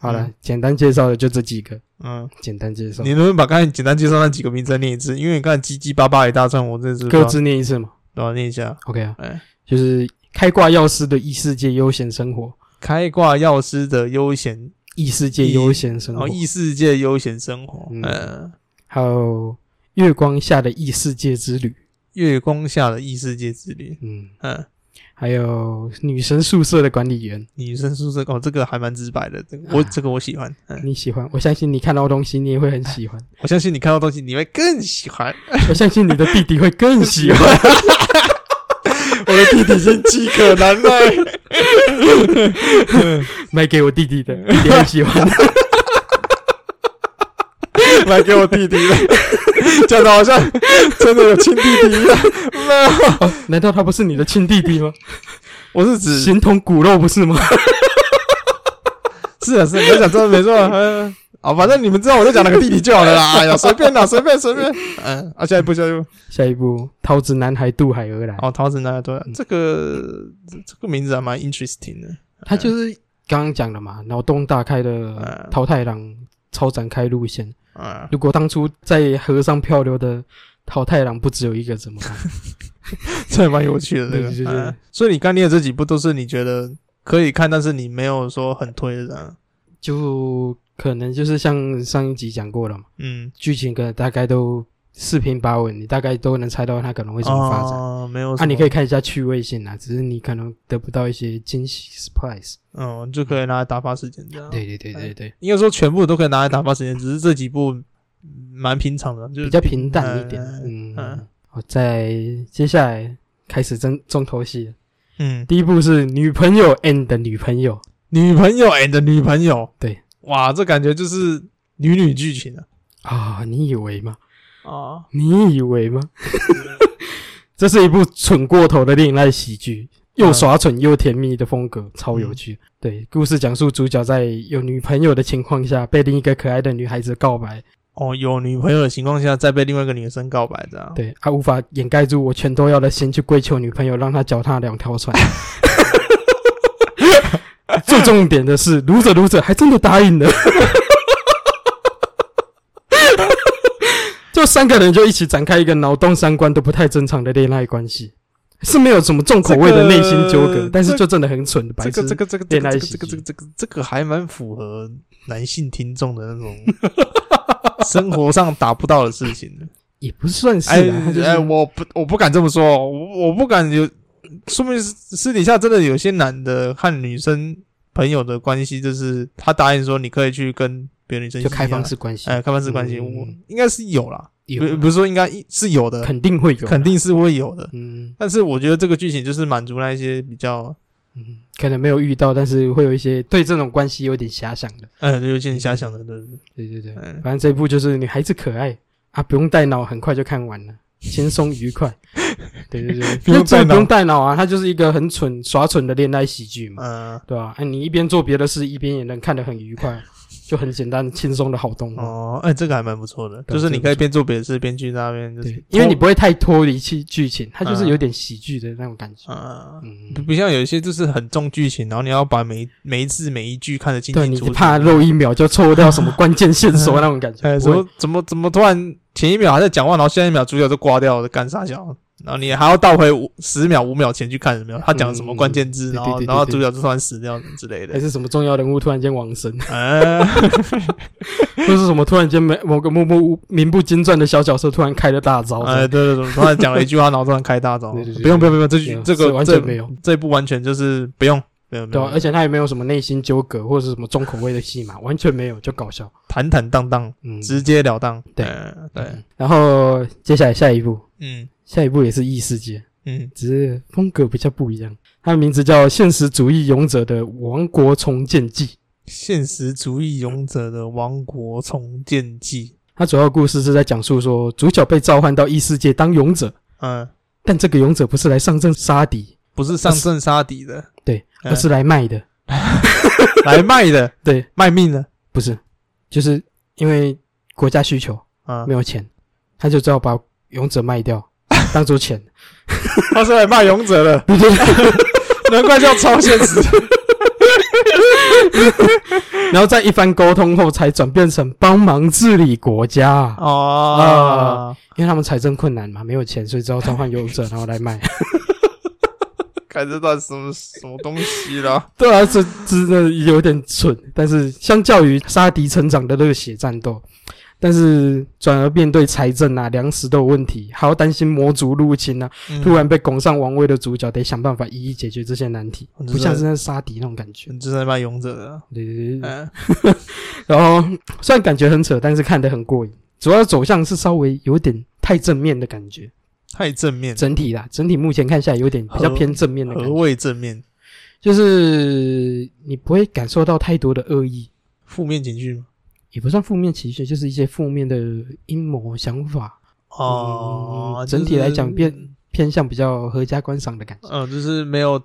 Speaker 3: 好了，简单介绍的就这几个，
Speaker 2: 嗯，
Speaker 3: 简单介绍
Speaker 2: 你，能不能把刚才简单介绍那几个名字再念一次？因为你刚才七七八八一大串，我真是不知道
Speaker 3: 各自念一次嘛。
Speaker 2: 对啊，念一下。
Speaker 3: OK 啊
Speaker 2: 哎，
Speaker 3: 就是开挂药师的异世界悠闲生活，
Speaker 2: 开挂药师的悠闲，
Speaker 3: 异世界悠闲生
Speaker 2: 然
Speaker 3: 活
Speaker 2: 后，哦异世界悠闲生活，
Speaker 3: 嗯
Speaker 2: 嗯，
Speaker 3: 还有月光下的异世界之旅，
Speaker 2: 月光下的异世界之旅，
Speaker 3: 嗯，
Speaker 2: 嗯，
Speaker 3: 还有女神宿舍的管理员。
Speaker 2: 女生宿舍哦，这个还蛮直白的，这个我
Speaker 3: 啊
Speaker 2: 这个我喜欢，嗯，
Speaker 3: 你喜欢，我相信你看到东西，你也会很喜
Speaker 2: (laughs)
Speaker 3: 欢。
Speaker 2: 我相信你看到东西你会更喜欢，
Speaker 3: 我相信你的弟弟会更
Speaker 2: (laughs)
Speaker 3: 喜欢。
Speaker 2: 我的弟弟是饥渴难耐，
Speaker 3: 买给我弟弟的，
Speaker 2: 哎
Speaker 3: 弟弟很喜欢。 (laughs)
Speaker 2: 买给我弟弟了，讲的好像真的有亲弟弟一样，
Speaker 3: 哦，难道他不是你的亲弟弟吗？
Speaker 2: 我 (laughs) 是指
Speaker 3: 形同骨肉不是
Speaker 2: (laughs)
Speaker 3: 吗？
Speaker 2: 是啊是啊，你讲真的没错， (laughs) 嗯。啊，反正你们知道我在讲哪个弟弟就好了啦。哎呀，随便啦，随便随便。 (laughs) 嗯，啊，下一步下一步。
Speaker 3: 下一步，桃子男孩渡海而来。
Speaker 2: 哦，桃子男孩对，这个这个名字还蛮 interesting 的。
Speaker 3: 他就是刚刚讲的嘛，脑洞大开的
Speaker 2: 嗯
Speaker 3: 桃太郎超展开路线。
Speaker 2: 啊，
Speaker 3: 如果当初在河上漂流的桃太郎不只有一个，怎么办？
Speaker 2: (laughs) 这也蛮有趣的。这个，
Speaker 3: 对对对
Speaker 2: 嗯所以你刚念的这几部都是你觉得可以看，但是你没有说很推的这样。
Speaker 3: 就可能就是像上一集讲过了嘛，
Speaker 2: 嗯，
Speaker 3: 剧情可能大概都四平八稳，你大概都能猜到它可能会怎么发展。
Speaker 2: 哦、没有什
Speaker 3: 那、
Speaker 2: 么。
Speaker 3: 你可以看一下趣味性啊，只是你可能得不到一些惊喜 surprise。
Speaker 2: 嗯，就可以拿来打发时间这样。，
Speaker 3: 对对对
Speaker 2: 嗯对
Speaker 3: 对对，
Speaker 2: 应该说全部都可以拿来打发时间，只是这几部嗯蛮平常的，就是
Speaker 3: 比较平淡一点。
Speaker 2: 嗯
Speaker 3: 嗯，
Speaker 2: 嗯
Speaker 3: 好，再接下来开始真重头戏了。
Speaker 2: 嗯，
Speaker 3: 第一部是女朋友 and 女朋友，
Speaker 2: 女朋友 and 女朋友，
Speaker 3: 对，
Speaker 2: 哇，这感觉就是女女剧情啊。
Speaker 3: 啊，你以为吗？
Speaker 2: 啊，
Speaker 3: 你以为吗？ (laughs) 这是一部蠢过头的恋爱喜剧，又耍蠢又甜蜜的风格，超有趣。对，故事讲述主角在有女朋友的情况下，被另一个可爱的女孩子告白。
Speaker 2: 哦，有女朋友的情况下再被另外一个女生告白这样。
Speaker 3: 对，他、无法掩盖住我全都要的心，去跪求女朋友让她脚踏两
Speaker 2: (laughs)
Speaker 3: 条船。最重点的是，撸着撸着还真的答应了，
Speaker 2: (laughs)
Speaker 3: 就三个人就一起展开一个脑洞三观都不太正常的恋爱关系，是没有什么重口味的内心纠葛，
Speaker 2: 这个
Speaker 3: 但是就真的很蠢的白
Speaker 2: 这个这
Speaker 3: 痴。
Speaker 2: 个这个这
Speaker 3: 恋爱
Speaker 2: 个
Speaker 3: 喜
Speaker 2: 这个这
Speaker 3: 剧
Speaker 2: 个这个这个还蛮符合男性听众的
Speaker 3: (laughs)
Speaker 2: 那种生活上达不到的事情的。
Speaker 3: 也不算是
Speaker 2: 哎
Speaker 3: 啦，他就是
Speaker 2: 哎，我不我不敢这么说，我我不敢有，说明私私底下真的有些男的和女生朋友的关系，就是他答应说你可以去跟别的女生
Speaker 3: 就开放
Speaker 2: 式，
Speaker 3: 式关系，
Speaker 2: 哎，开放式关系，
Speaker 3: 嗯
Speaker 2: 我应该是有啦，
Speaker 3: 有
Speaker 2: 不不是说应该是有的，
Speaker 3: 肯定会有啦，
Speaker 2: 肯定是会有的。
Speaker 3: 嗯
Speaker 2: 但是我觉得这个剧情就是满足那一些比较，
Speaker 3: 嗯，可能没有遇到，但是会有一些对这种关系有点遐想的。
Speaker 2: 呃，有点遐想的，对不对？
Speaker 3: 对对对，
Speaker 2: 嗯
Speaker 3: 反正这部就是女孩子可爱啊，不用带脑，很快就看完 (laughs) 了，轻松愉快。对对对，
Speaker 2: 不用带脑
Speaker 3: 真的 (laughs) 不用带脑啊，它就是一个很蠢耍蠢的恋爱喜剧嘛，
Speaker 2: 嗯，
Speaker 3: 对吧、啊？你一边做别的事，一边也能看得很愉快， (laughs) 就很简单轻松的好动画。
Speaker 2: 哦，哎、这个还蛮不错的，
Speaker 3: 对
Speaker 2: 就是
Speaker 3: 这
Speaker 2: 你可
Speaker 3: 个
Speaker 2: 以
Speaker 3: 不错
Speaker 2: 边做别的事边去那边，就是
Speaker 3: 对，因为你
Speaker 2: 不
Speaker 3: 不会太脱离剧剧情，它就是有点喜剧的那种感觉。
Speaker 2: 啊、
Speaker 3: 嗯
Speaker 2: 不，不像有一些就是很重剧情，然后你要把每一每一次每一句看得清
Speaker 3: 对
Speaker 2: 清
Speaker 3: 你
Speaker 2: 楚楚。
Speaker 3: 怕漏一秒就错掉什么关键线索那种感觉。 (laughs)
Speaker 2: 哎，
Speaker 3: 不
Speaker 2: 怎
Speaker 3: 会
Speaker 2: 么怎么怎么突然前一秒还在讲话，然后下一秒主角就挂掉了，干啥小？然后你还要倒回五十秒、五秒前去看有没有他讲了什么关键字，
Speaker 3: 嗯
Speaker 2: 然后
Speaker 3: 对对对
Speaker 2: 然后
Speaker 3: 对
Speaker 2: 主角就突然死掉之类
Speaker 3: 还
Speaker 2: 的。
Speaker 3: 是什么重要人物突然间往生， (laughs)
Speaker 2: 哎，
Speaker 3: 或是什么突然间没某个默默无名不经传的小角色突然开了大招，
Speaker 2: 哎，对对对，突然讲了一句话，然后突然开大招。
Speaker 3: 对对对
Speaker 2: 不用不用不用，这句
Speaker 3: 没有
Speaker 2: 这
Speaker 3: 是
Speaker 2: 个
Speaker 3: 完
Speaker 2: 这
Speaker 3: 全没有。
Speaker 2: 这一部完全就是不用没有没
Speaker 3: 对
Speaker 2: 有
Speaker 3: 啊，，而且他也没有什么内心纠葛或者是什么重口味的戏码，完全没有，就搞笑。
Speaker 2: 坦坦荡荡，
Speaker 3: 嗯，
Speaker 2: 直截了当。
Speaker 3: 对
Speaker 2: 呃对，
Speaker 3: 嗯然后接下来下一部，
Speaker 2: 嗯
Speaker 3: 下一部也是异世界，
Speaker 2: 嗯，
Speaker 3: 只是风格比较不一样。它的名字叫《现实主义勇者的王国重建记》。
Speaker 2: 现实主义勇者的王国重建记。
Speaker 3: 它主要故事是在讲述说，主角被召唤到异世界当勇者，
Speaker 2: 嗯，
Speaker 3: 但这个勇者不是来上阵杀敌，
Speaker 2: 不是上阵杀敌的，
Speaker 3: 对，
Speaker 2: 嗯
Speaker 3: 而是来卖的。
Speaker 2: 来卖的，
Speaker 3: 对，
Speaker 2: 卖命的。
Speaker 3: 不是，就是因为国家需求
Speaker 2: 啊
Speaker 3: 没，有钱，他就只好把勇者
Speaker 2: (laughs)
Speaker 3: 卖掉当做钱。
Speaker 2: 他是来卖勇者的，
Speaker 3: 对对对
Speaker 2: 难怪叫超现实。
Speaker 3: 然后在一番沟通后，才转变成帮忙治理国家，
Speaker 2: (laughs) 哦，
Speaker 3: 因为他们财政困难嘛，没有钱，所以只好召唤勇者然后来卖。
Speaker 2: 看这段什么什么东西 (laughs) 啦？
Speaker 3: 对啊，这真的有点蠢，但是相较于杀敌成长的热血战斗，但是转而面对财政啊、粮食都有问题，还要担心魔族入侵啊，
Speaker 2: 嗯
Speaker 3: 突然被拱上王位的主角得想办法一一解决这些难题，
Speaker 2: 我知道
Speaker 3: 不像是在杀敌那种感觉。
Speaker 2: 就是在卖勇者的，啊
Speaker 3: 对对对对，
Speaker 2: 嗯
Speaker 3: 然后虽然感觉很扯，但是看得很过瘾。主要走向是稍微有点太正面的感觉，
Speaker 2: 太正面。
Speaker 3: 整体啦，整体目前看下来有点比较
Speaker 2: 何
Speaker 3: 偏正面的感
Speaker 2: 何
Speaker 3: 觉，
Speaker 2: 谓正面？
Speaker 3: 就是你不会感受到太多的恶意，
Speaker 2: 负面情绪吗？
Speaker 3: 也不算负面情绪，就是一些负面的阴谋想法，
Speaker 2: 哦
Speaker 3: 嗯，整体来
Speaker 2: 就
Speaker 3: 讲
Speaker 2: 是
Speaker 3: 变偏向比较合家观赏的感觉。
Speaker 2: 嗯，就是没有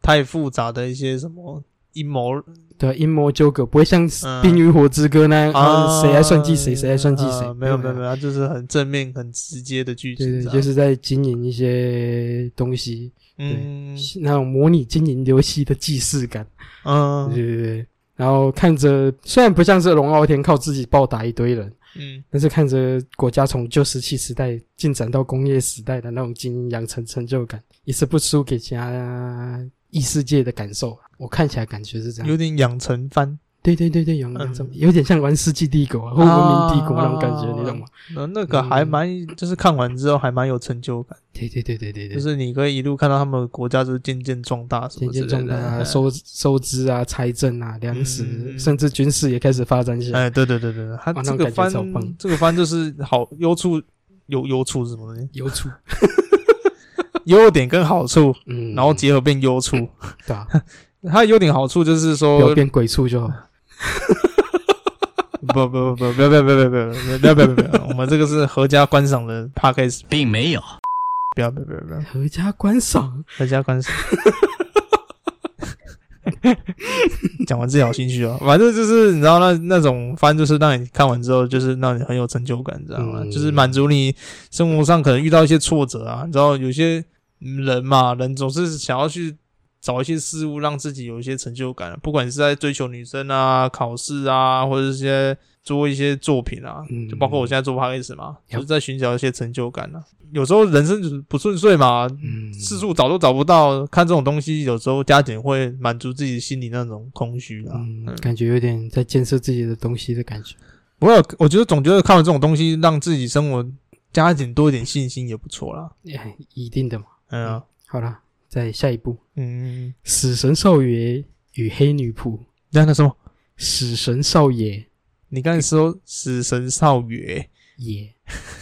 Speaker 2: 太复杂的一些什么阴谋
Speaker 3: 对，啊阴谋纠葛不会像
Speaker 2: 嗯
Speaker 3: 《冰与火之歌》那
Speaker 2: (laughs)
Speaker 3: 样，啊谁来算计谁，谁来算计谁
Speaker 2: 啊，没有没有没
Speaker 3: 有。
Speaker 2: 有，它就是很正面、很直接的剧
Speaker 3: 对
Speaker 2: 情
Speaker 3: 对，
Speaker 2: 这样，
Speaker 3: 就是在经营一些东西，
Speaker 2: 嗯
Speaker 3: 那种模拟经营游戏的既视感。对
Speaker 2: 嗯
Speaker 3: 对对对。然后看着，虽然不像是龙傲天靠自己暴打一堆人，
Speaker 2: 嗯，
Speaker 3: 但是看着国家从旧石器时代进展到工业时代的那种经营养成成就感，也是不输给其他异世界的感受。啊我看起来感觉是这
Speaker 2: 有
Speaker 3: 样，
Speaker 2: 点养成番，
Speaker 3: 对对对对，有
Speaker 2: 嗯哦
Speaker 3: 有什么有点像玩《世纪帝国》啊或《文明帝国》那种感觉，你懂吗？
Speaker 2: 那那个还
Speaker 3: 嗯
Speaker 2: 蛮，就是看完之后还蛮有成就感，
Speaker 3: 对对对对对
Speaker 2: 就
Speaker 3: 对，
Speaker 2: 是你可以一路看到他们的国家就是渐渐壮大什
Speaker 3: 渐
Speaker 2: 么之
Speaker 3: 渐
Speaker 2: 类
Speaker 3: 壮
Speaker 2: 的，
Speaker 3: 大啊，
Speaker 2: 哎
Speaker 3: 收收支啊、财政啊、
Speaker 2: 嗯
Speaker 3: 粮
Speaker 2: 嗯
Speaker 3: 食，
Speaker 2: 嗯
Speaker 3: 甚至军事也开始发展起来。
Speaker 2: 哎，对对对对，他
Speaker 3: 哇那
Speaker 2: 这
Speaker 3: 种
Speaker 2: 个
Speaker 3: 感觉
Speaker 2: 番
Speaker 3: 超棒
Speaker 2: 这个番就是好优处有优处是什么东西，(laughs)
Speaker 3: 有处，
Speaker 2: 优点跟好处，
Speaker 3: 嗯，
Speaker 2: 然后结合变优处。
Speaker 3: 对啊，
Speaker 2: 它的优点好处就是
Speaker 3: 不要
Speaker 2: 说，
Speaker 3: 变鬼畜就好。
Speaker 2: 不不不不不要不要不要不要不要不要不要不要，我们这个是合家观赏的 p a c k a g e
Speaker 1: 并没有。
Speaker 2: 不要不要不要不要
Speaker 3: 合家观赏，
Speaker 2: 合家观 (laughs) 赏。讲完自己好心虚哦，反正就是你知道那那种番，就是让你看完之后，就是让你很有成就感，知道吗？
Speaker 3: 嗯
Speaker 2: 就是满足你生活上可能遇到一些挫折啊，你知道有些人嘛，人总是想要去找一些事物让自己有一些成就感，啊不管你是在追求女生啊、考试啊，或者是一些做一些作品啊，
Speaker 3: 嗯
Speaker 2: 就包括我现在做 p o d c a s 嘛，
Speaker 3: Yep
Speaker 2: 就是在寻找一些成就感啊。有时候人生就是不顺遂嘛，
Speaker 3: 嗯，
Speaker 2: 四处找都找不到，看这种东西，有时候加减会满足自己心里那种空虚啊。
Speaker 3: 嗯
Speaker 2: 嗯，
Speaker 3: 感觉有点在建设自己的东西的感觉。
Speaker 2: 不过我觉得总觉得看完这种东西，让自己生活加减多一点信心也不错啦。
Speaker 3: 哎，一定的嘛。
Speaker 2: 嗯啊
Speaker 3: 好啦，再下一步，《
Speaker 2: 嗯，
Speaker 3: 死神少爷与黑女仆》。
Speaker 2: 那那什么，
Speaker 3: 死神少爷
Speaker 2: 你刚才说死神少爷，
Speaker 3: 也，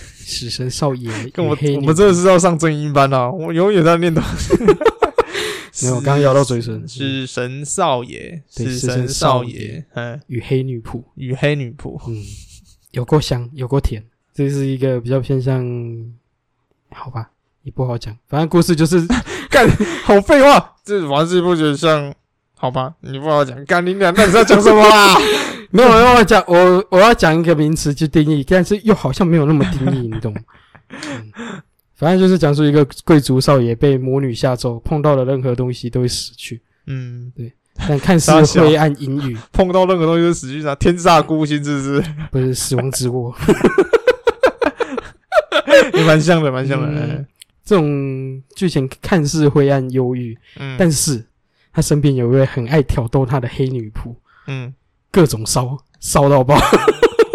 Speaker 3: 死神少爷
Speaker 2: (laughs)
Speaker 3: 与
Speaker 2: 跟我
Speaker 3: 黑
Speaker 2: 我
Speaker 3: 女
Speaker 2: 们
Speaker 3: 仆。
Speaker 2: 真的是要上正音班啊！我永远在念
Speaker 3: (laughs)
Speaker 2: 叨。
Speaker 3: 没有，我刚刚咬到嘴唇。
Speaker 2: 死神少爷，
Speaker 3: 对
Speaker 2: 死
Speaker 3: 死神
Speaker 2: 神少
Speaker 3: 少爷
Speaker 2: 爷，嗯，
Speaker 3: 与黑女仆，
Speaker 2: 与黑女仆，
Speaker 3: 嗯，有够香，有够甜。这是一个比较偏向，好吧，也不好讲。反正故事就是
Speaker 2: 好废话，这玩这部觉得像，好吧，你不好讲，干你俩，那你在讲什么啊？
Speaker 3: (laughs) 没有，让我讲，我我要讲一个名词去定义，但是又好像没有那么定义，你懂吗？嗯反正就是讲述一个贵族少爷被魔女下咒，碰到的任何东西都会死去，
Speaker 2: (laughs) 嗯，
Speaker 3: 但看似
Speaker 2: 傻笑
Speaker 3: 灰暗阴
Speaker 2: (laughs)
Speaker 3: 郁，
Speaker 2: 碰到任何东西就死去啥，天煞孤星是不是？
Speaker 3: 不是死亡之握。
Speaker 2: 也蛮像的，蛮像的。哎
Speaker 3: 嗯这种剧情看似灰暗忧郁，
Speaker 2: 嗯，
Speaker 3: 但是他身边有一位很爱挑逗他的黑女仆，
Speaker 2: 嗯，
Speaker 3: 各种烧烧到爆。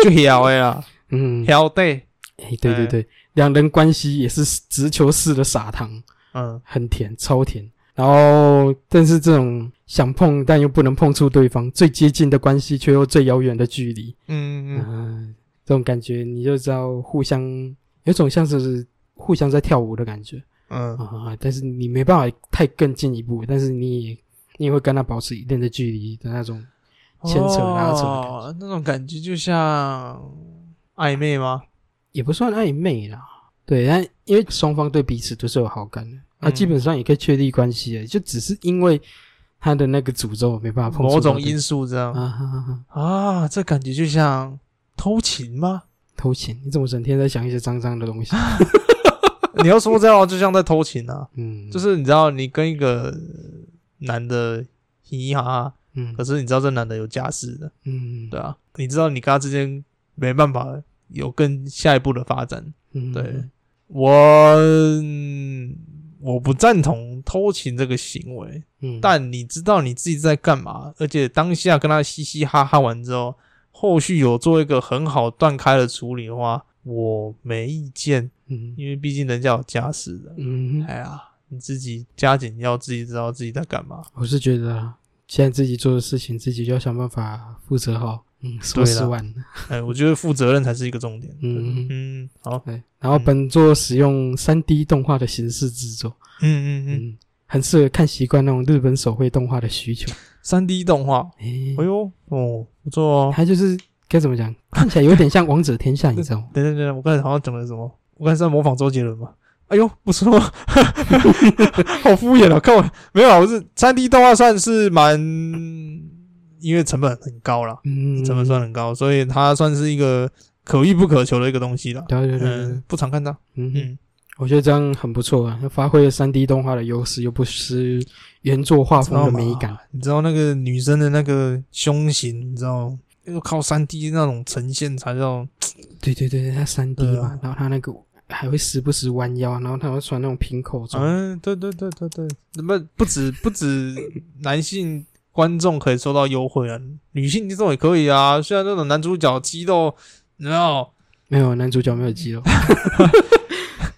Speaker 2: 就摇的啦， (laughs)
Speaker 3: 嗯，
Speaker 2: 摇对，
Speaker 3: 哎对对对，两人关系也是直球式的撒糖，
Speaker 2: 嗯
Speaker 3: 很甜，超甜。然后，但是这种想碰但又不能碰触对方，最接近的关系却又最遥远的距离，
Speaker 2: 嗯嗯
Speaker 3: 嗯，这种感觉你就知道互相有种像是互相在跳舞的感觉
Speaker 2: 嗯嗯
Speaker 3: 啊、但是你没办法太更进一步，但是你也你也会跟他保持一定的距离的那种牵扯拉扯的感觉，
Speaker 2: 嗯哦那种感觉就像暧昧吗？
Speaker 3: 也不算暧昧啦。对，但因为双方对彼此都是有好感的，啊，
Speaker 2: 嗯
Speaker 3: 基本上也可以确立关系了，就只是因为他的那个诅咒没办法啊碰触
Speaker 2: 某
Speaker 3: 到
Speaker 2: 种
Speaker 3: 对
Speaker 2: 因素这样
Speaker 3: 啊哈哈哈，
Speaker 2: 啊，这感觉就像偷情吗？ (laughs)
Speaker 3: 偷情，你怎么整天在想一些脏脏的东西？
Speaker 2: 你要说这样，就像在偷情啊。
Speaker 3: 嗯，
Speaker 2: 就是你知道，你跟一个男的嘻嘻哈哈，
Speaker 3: 嗯
Speaker 2: 可是你知道这男的有家室的，
Speaker 3: 嗯
Speaker 2: 对啊，你知道你跟他之间没办法有更下一步的发展。
Speaker 3: 嗯
Speaker 2: 对我嗯我不赞同偷情这个行为，
Speaker 3: 嗯，
Speaker 2: 但你知道你自己在干嘛，而且当下跟他嘻嘻哈哈完之后，后续有做一个很好断开的处理的话，我没意见，
Speaker 3: 嗯
Speaker 2: 因为毕竟人家有家室的。
Speaker 3: 嗯，
Speaker 2: 哎呀，你自己加紧要自己知道自己在干嘛。
Speaker 3: 我是觉得啊现在自己做的事情，自己就要想办法负责好，嗯，说
Speaker 2: 对啦
Speaker 3: 十万，
Speaker 2: 哎，我觉得负责任才是一个重点。
Speaker 3: 嗯
Speaker 2: 嗯，好，
Speaker 3: 对，然后本作使用三 D 动画的形式制作，
Speaker 2: 嗯嗯嗯，
Speaker 3: 嗯，很适合看习惯那种日本手绘动画的需求，
Speaker 2: 三 D 动画，
Speaker 3: 诶
Speaker 2: 哎呦，哦，不错
Speaker 3: (laughs)
Speaker 2: 哦。
Speaker 3: 它就是该怎么讲，看起来有点像《王者天下》，你知道吗？
Speaker 2: 等等等等，我刚才好像讲了什么？我刚才是在模仿周杰伦嘛？哎呦，不错， (laughs) 好敷衍哦！看我没有啊，我是三 D 动画算是蛮，因为成本很高啦，
Speaker 3: 嗯，
Speaker 2: 成本算很高，所以它算是一个可遇不可求的一个东西啦。
Speaker 3: 对对对对对
Speaker 2: 嗯，，不常看到。
Speaker 3: 嗯哼
Speaker 2: 嗯，
Speaker 3: 我觉得这样很不错啊，发挥了三 D 动画的优势，又不失原作画
Speaker 2: 知
Speaker 3: 风
Speaker 2: 道
Speaker 3: 的
Speaker 2: 吗
Speaker 3: 美感。
Speaker 2: 你知道那个女生的那个胸型，你知道，要靠三 D 那种呈现才叫，
Speaker 3: 对对对，它三 D
Speaker 2: 对啊
Speaker 3: 嘛，然后它那个还会时不时弯腰，啊然后它会穿那种平口装。
Speaker 2: 嗯，对对对对对，那么不止不止男性观众可以收到优惠啊，女性听众也可以啊。虽然那种男主角肌肉，你知道，
Speaker 3: 没有男主角没有
Speaker 2: (laughs)
Speaker 3: 肌肉，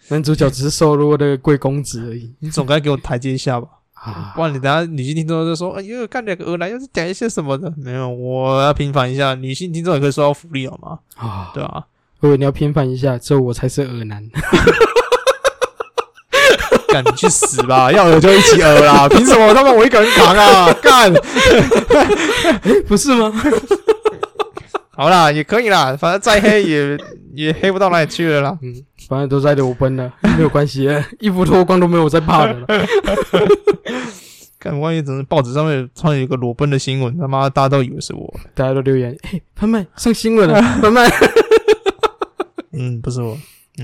Speaker 3: 男主角只是瘦弱的贵公子而已
Speaker 2: 你总该给我台阶下吧，
Speaker 3: 啊
Speaker 2: 不。然你等下女性听众就说，哎呦，干两个鹅男又是讲一些什么的，没有，我要平反一下，女性听众也可以收到福利好吗？
Speaker 3: 啊，
Speaker 2: 对啊，
Speaker 3: 如果你要偏袒一下，只有我才是恶男。 (laughs)
Speaker 2: 干你去死吧！要有就一起讹啦，凭什么他们我一个人扛啊？干，
Speaker 3: 不是吗？
Speaker 2: 好啦，也可以啦，反正再黑也也黑不到哪里去了啦。
Speaker 3: 嗯，反正都在裸奔了，没有关
Speaker 2: (laughs)
Speaker 3: 系，衣服脱光都没有我在怕的了。
Speaker 2: 干，万一怎么报纸上面突然有一个裸奔的新闻，他妈大家都以为是 (laughs) 我，
Speaker 3: 大家都留言，嘿，潘潘上新
Speaker 2: (laughs)
Speaker 3: 闻了，潘潘。
Speaker 2: 嗯，不是我，
Speaker 3: 啊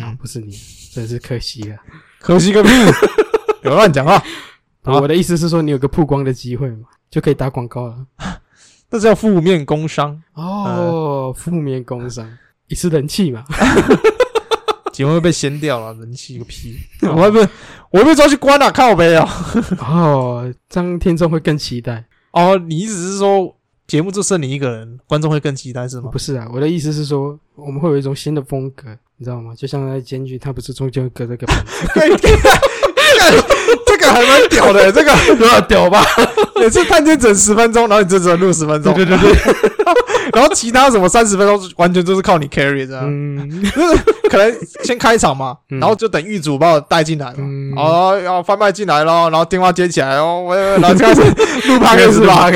Speaker 2: 嗯，，
Speaker 3: 不是你，真是可惜啊了。
Speaker 2: 可惜 (laughs) 个屁，有乱讲话，好
Speaker 3: 我的意思是说，你有个曝光的机会嘛，就可以打广告了。
Speaker 2: 这叫负面工伤，
Speaker 3: 哦，负面工伤 (laughs) 也是人气嘛。
Speaker 2: 节目会被掀掉了，人气个屁，我会被我会被抓去关了、靠背哦。
Speaker 3: 哦，这样听众会更期待。
Speaker 2: 哦，你意思是说节目就剩你一个人，观众会更期待是吗
Speaker 3: 不？是啊，我的意思是说，我们会有一种新的风格，你知道吗？就像在监狱，它不是中间隔着个板子
Speaker 2: (laughs) 干干这个还蛮屌的，这个有点屌吧？ (laughs) 每次探监整十分钟，然后你就只能录十分钟，对对对 (laughs) 然后其他什么三十分钟，完全就是靠你 carry 这样。
Speaker 3: (laughs) 嗯，
Speaker 2: 可能先开场嘛，
Speaker 3: 嗯
Speaker 2: 然后就等狱主把我带进来
Speaker 3: 嗯
Speaker 2: 嘛，哦，要贩卖进来咯，然后电话接起来哦，喂喂，然后就
Speaker 3: (laughs)
Speaker 2: 开始录 p o d 是吧？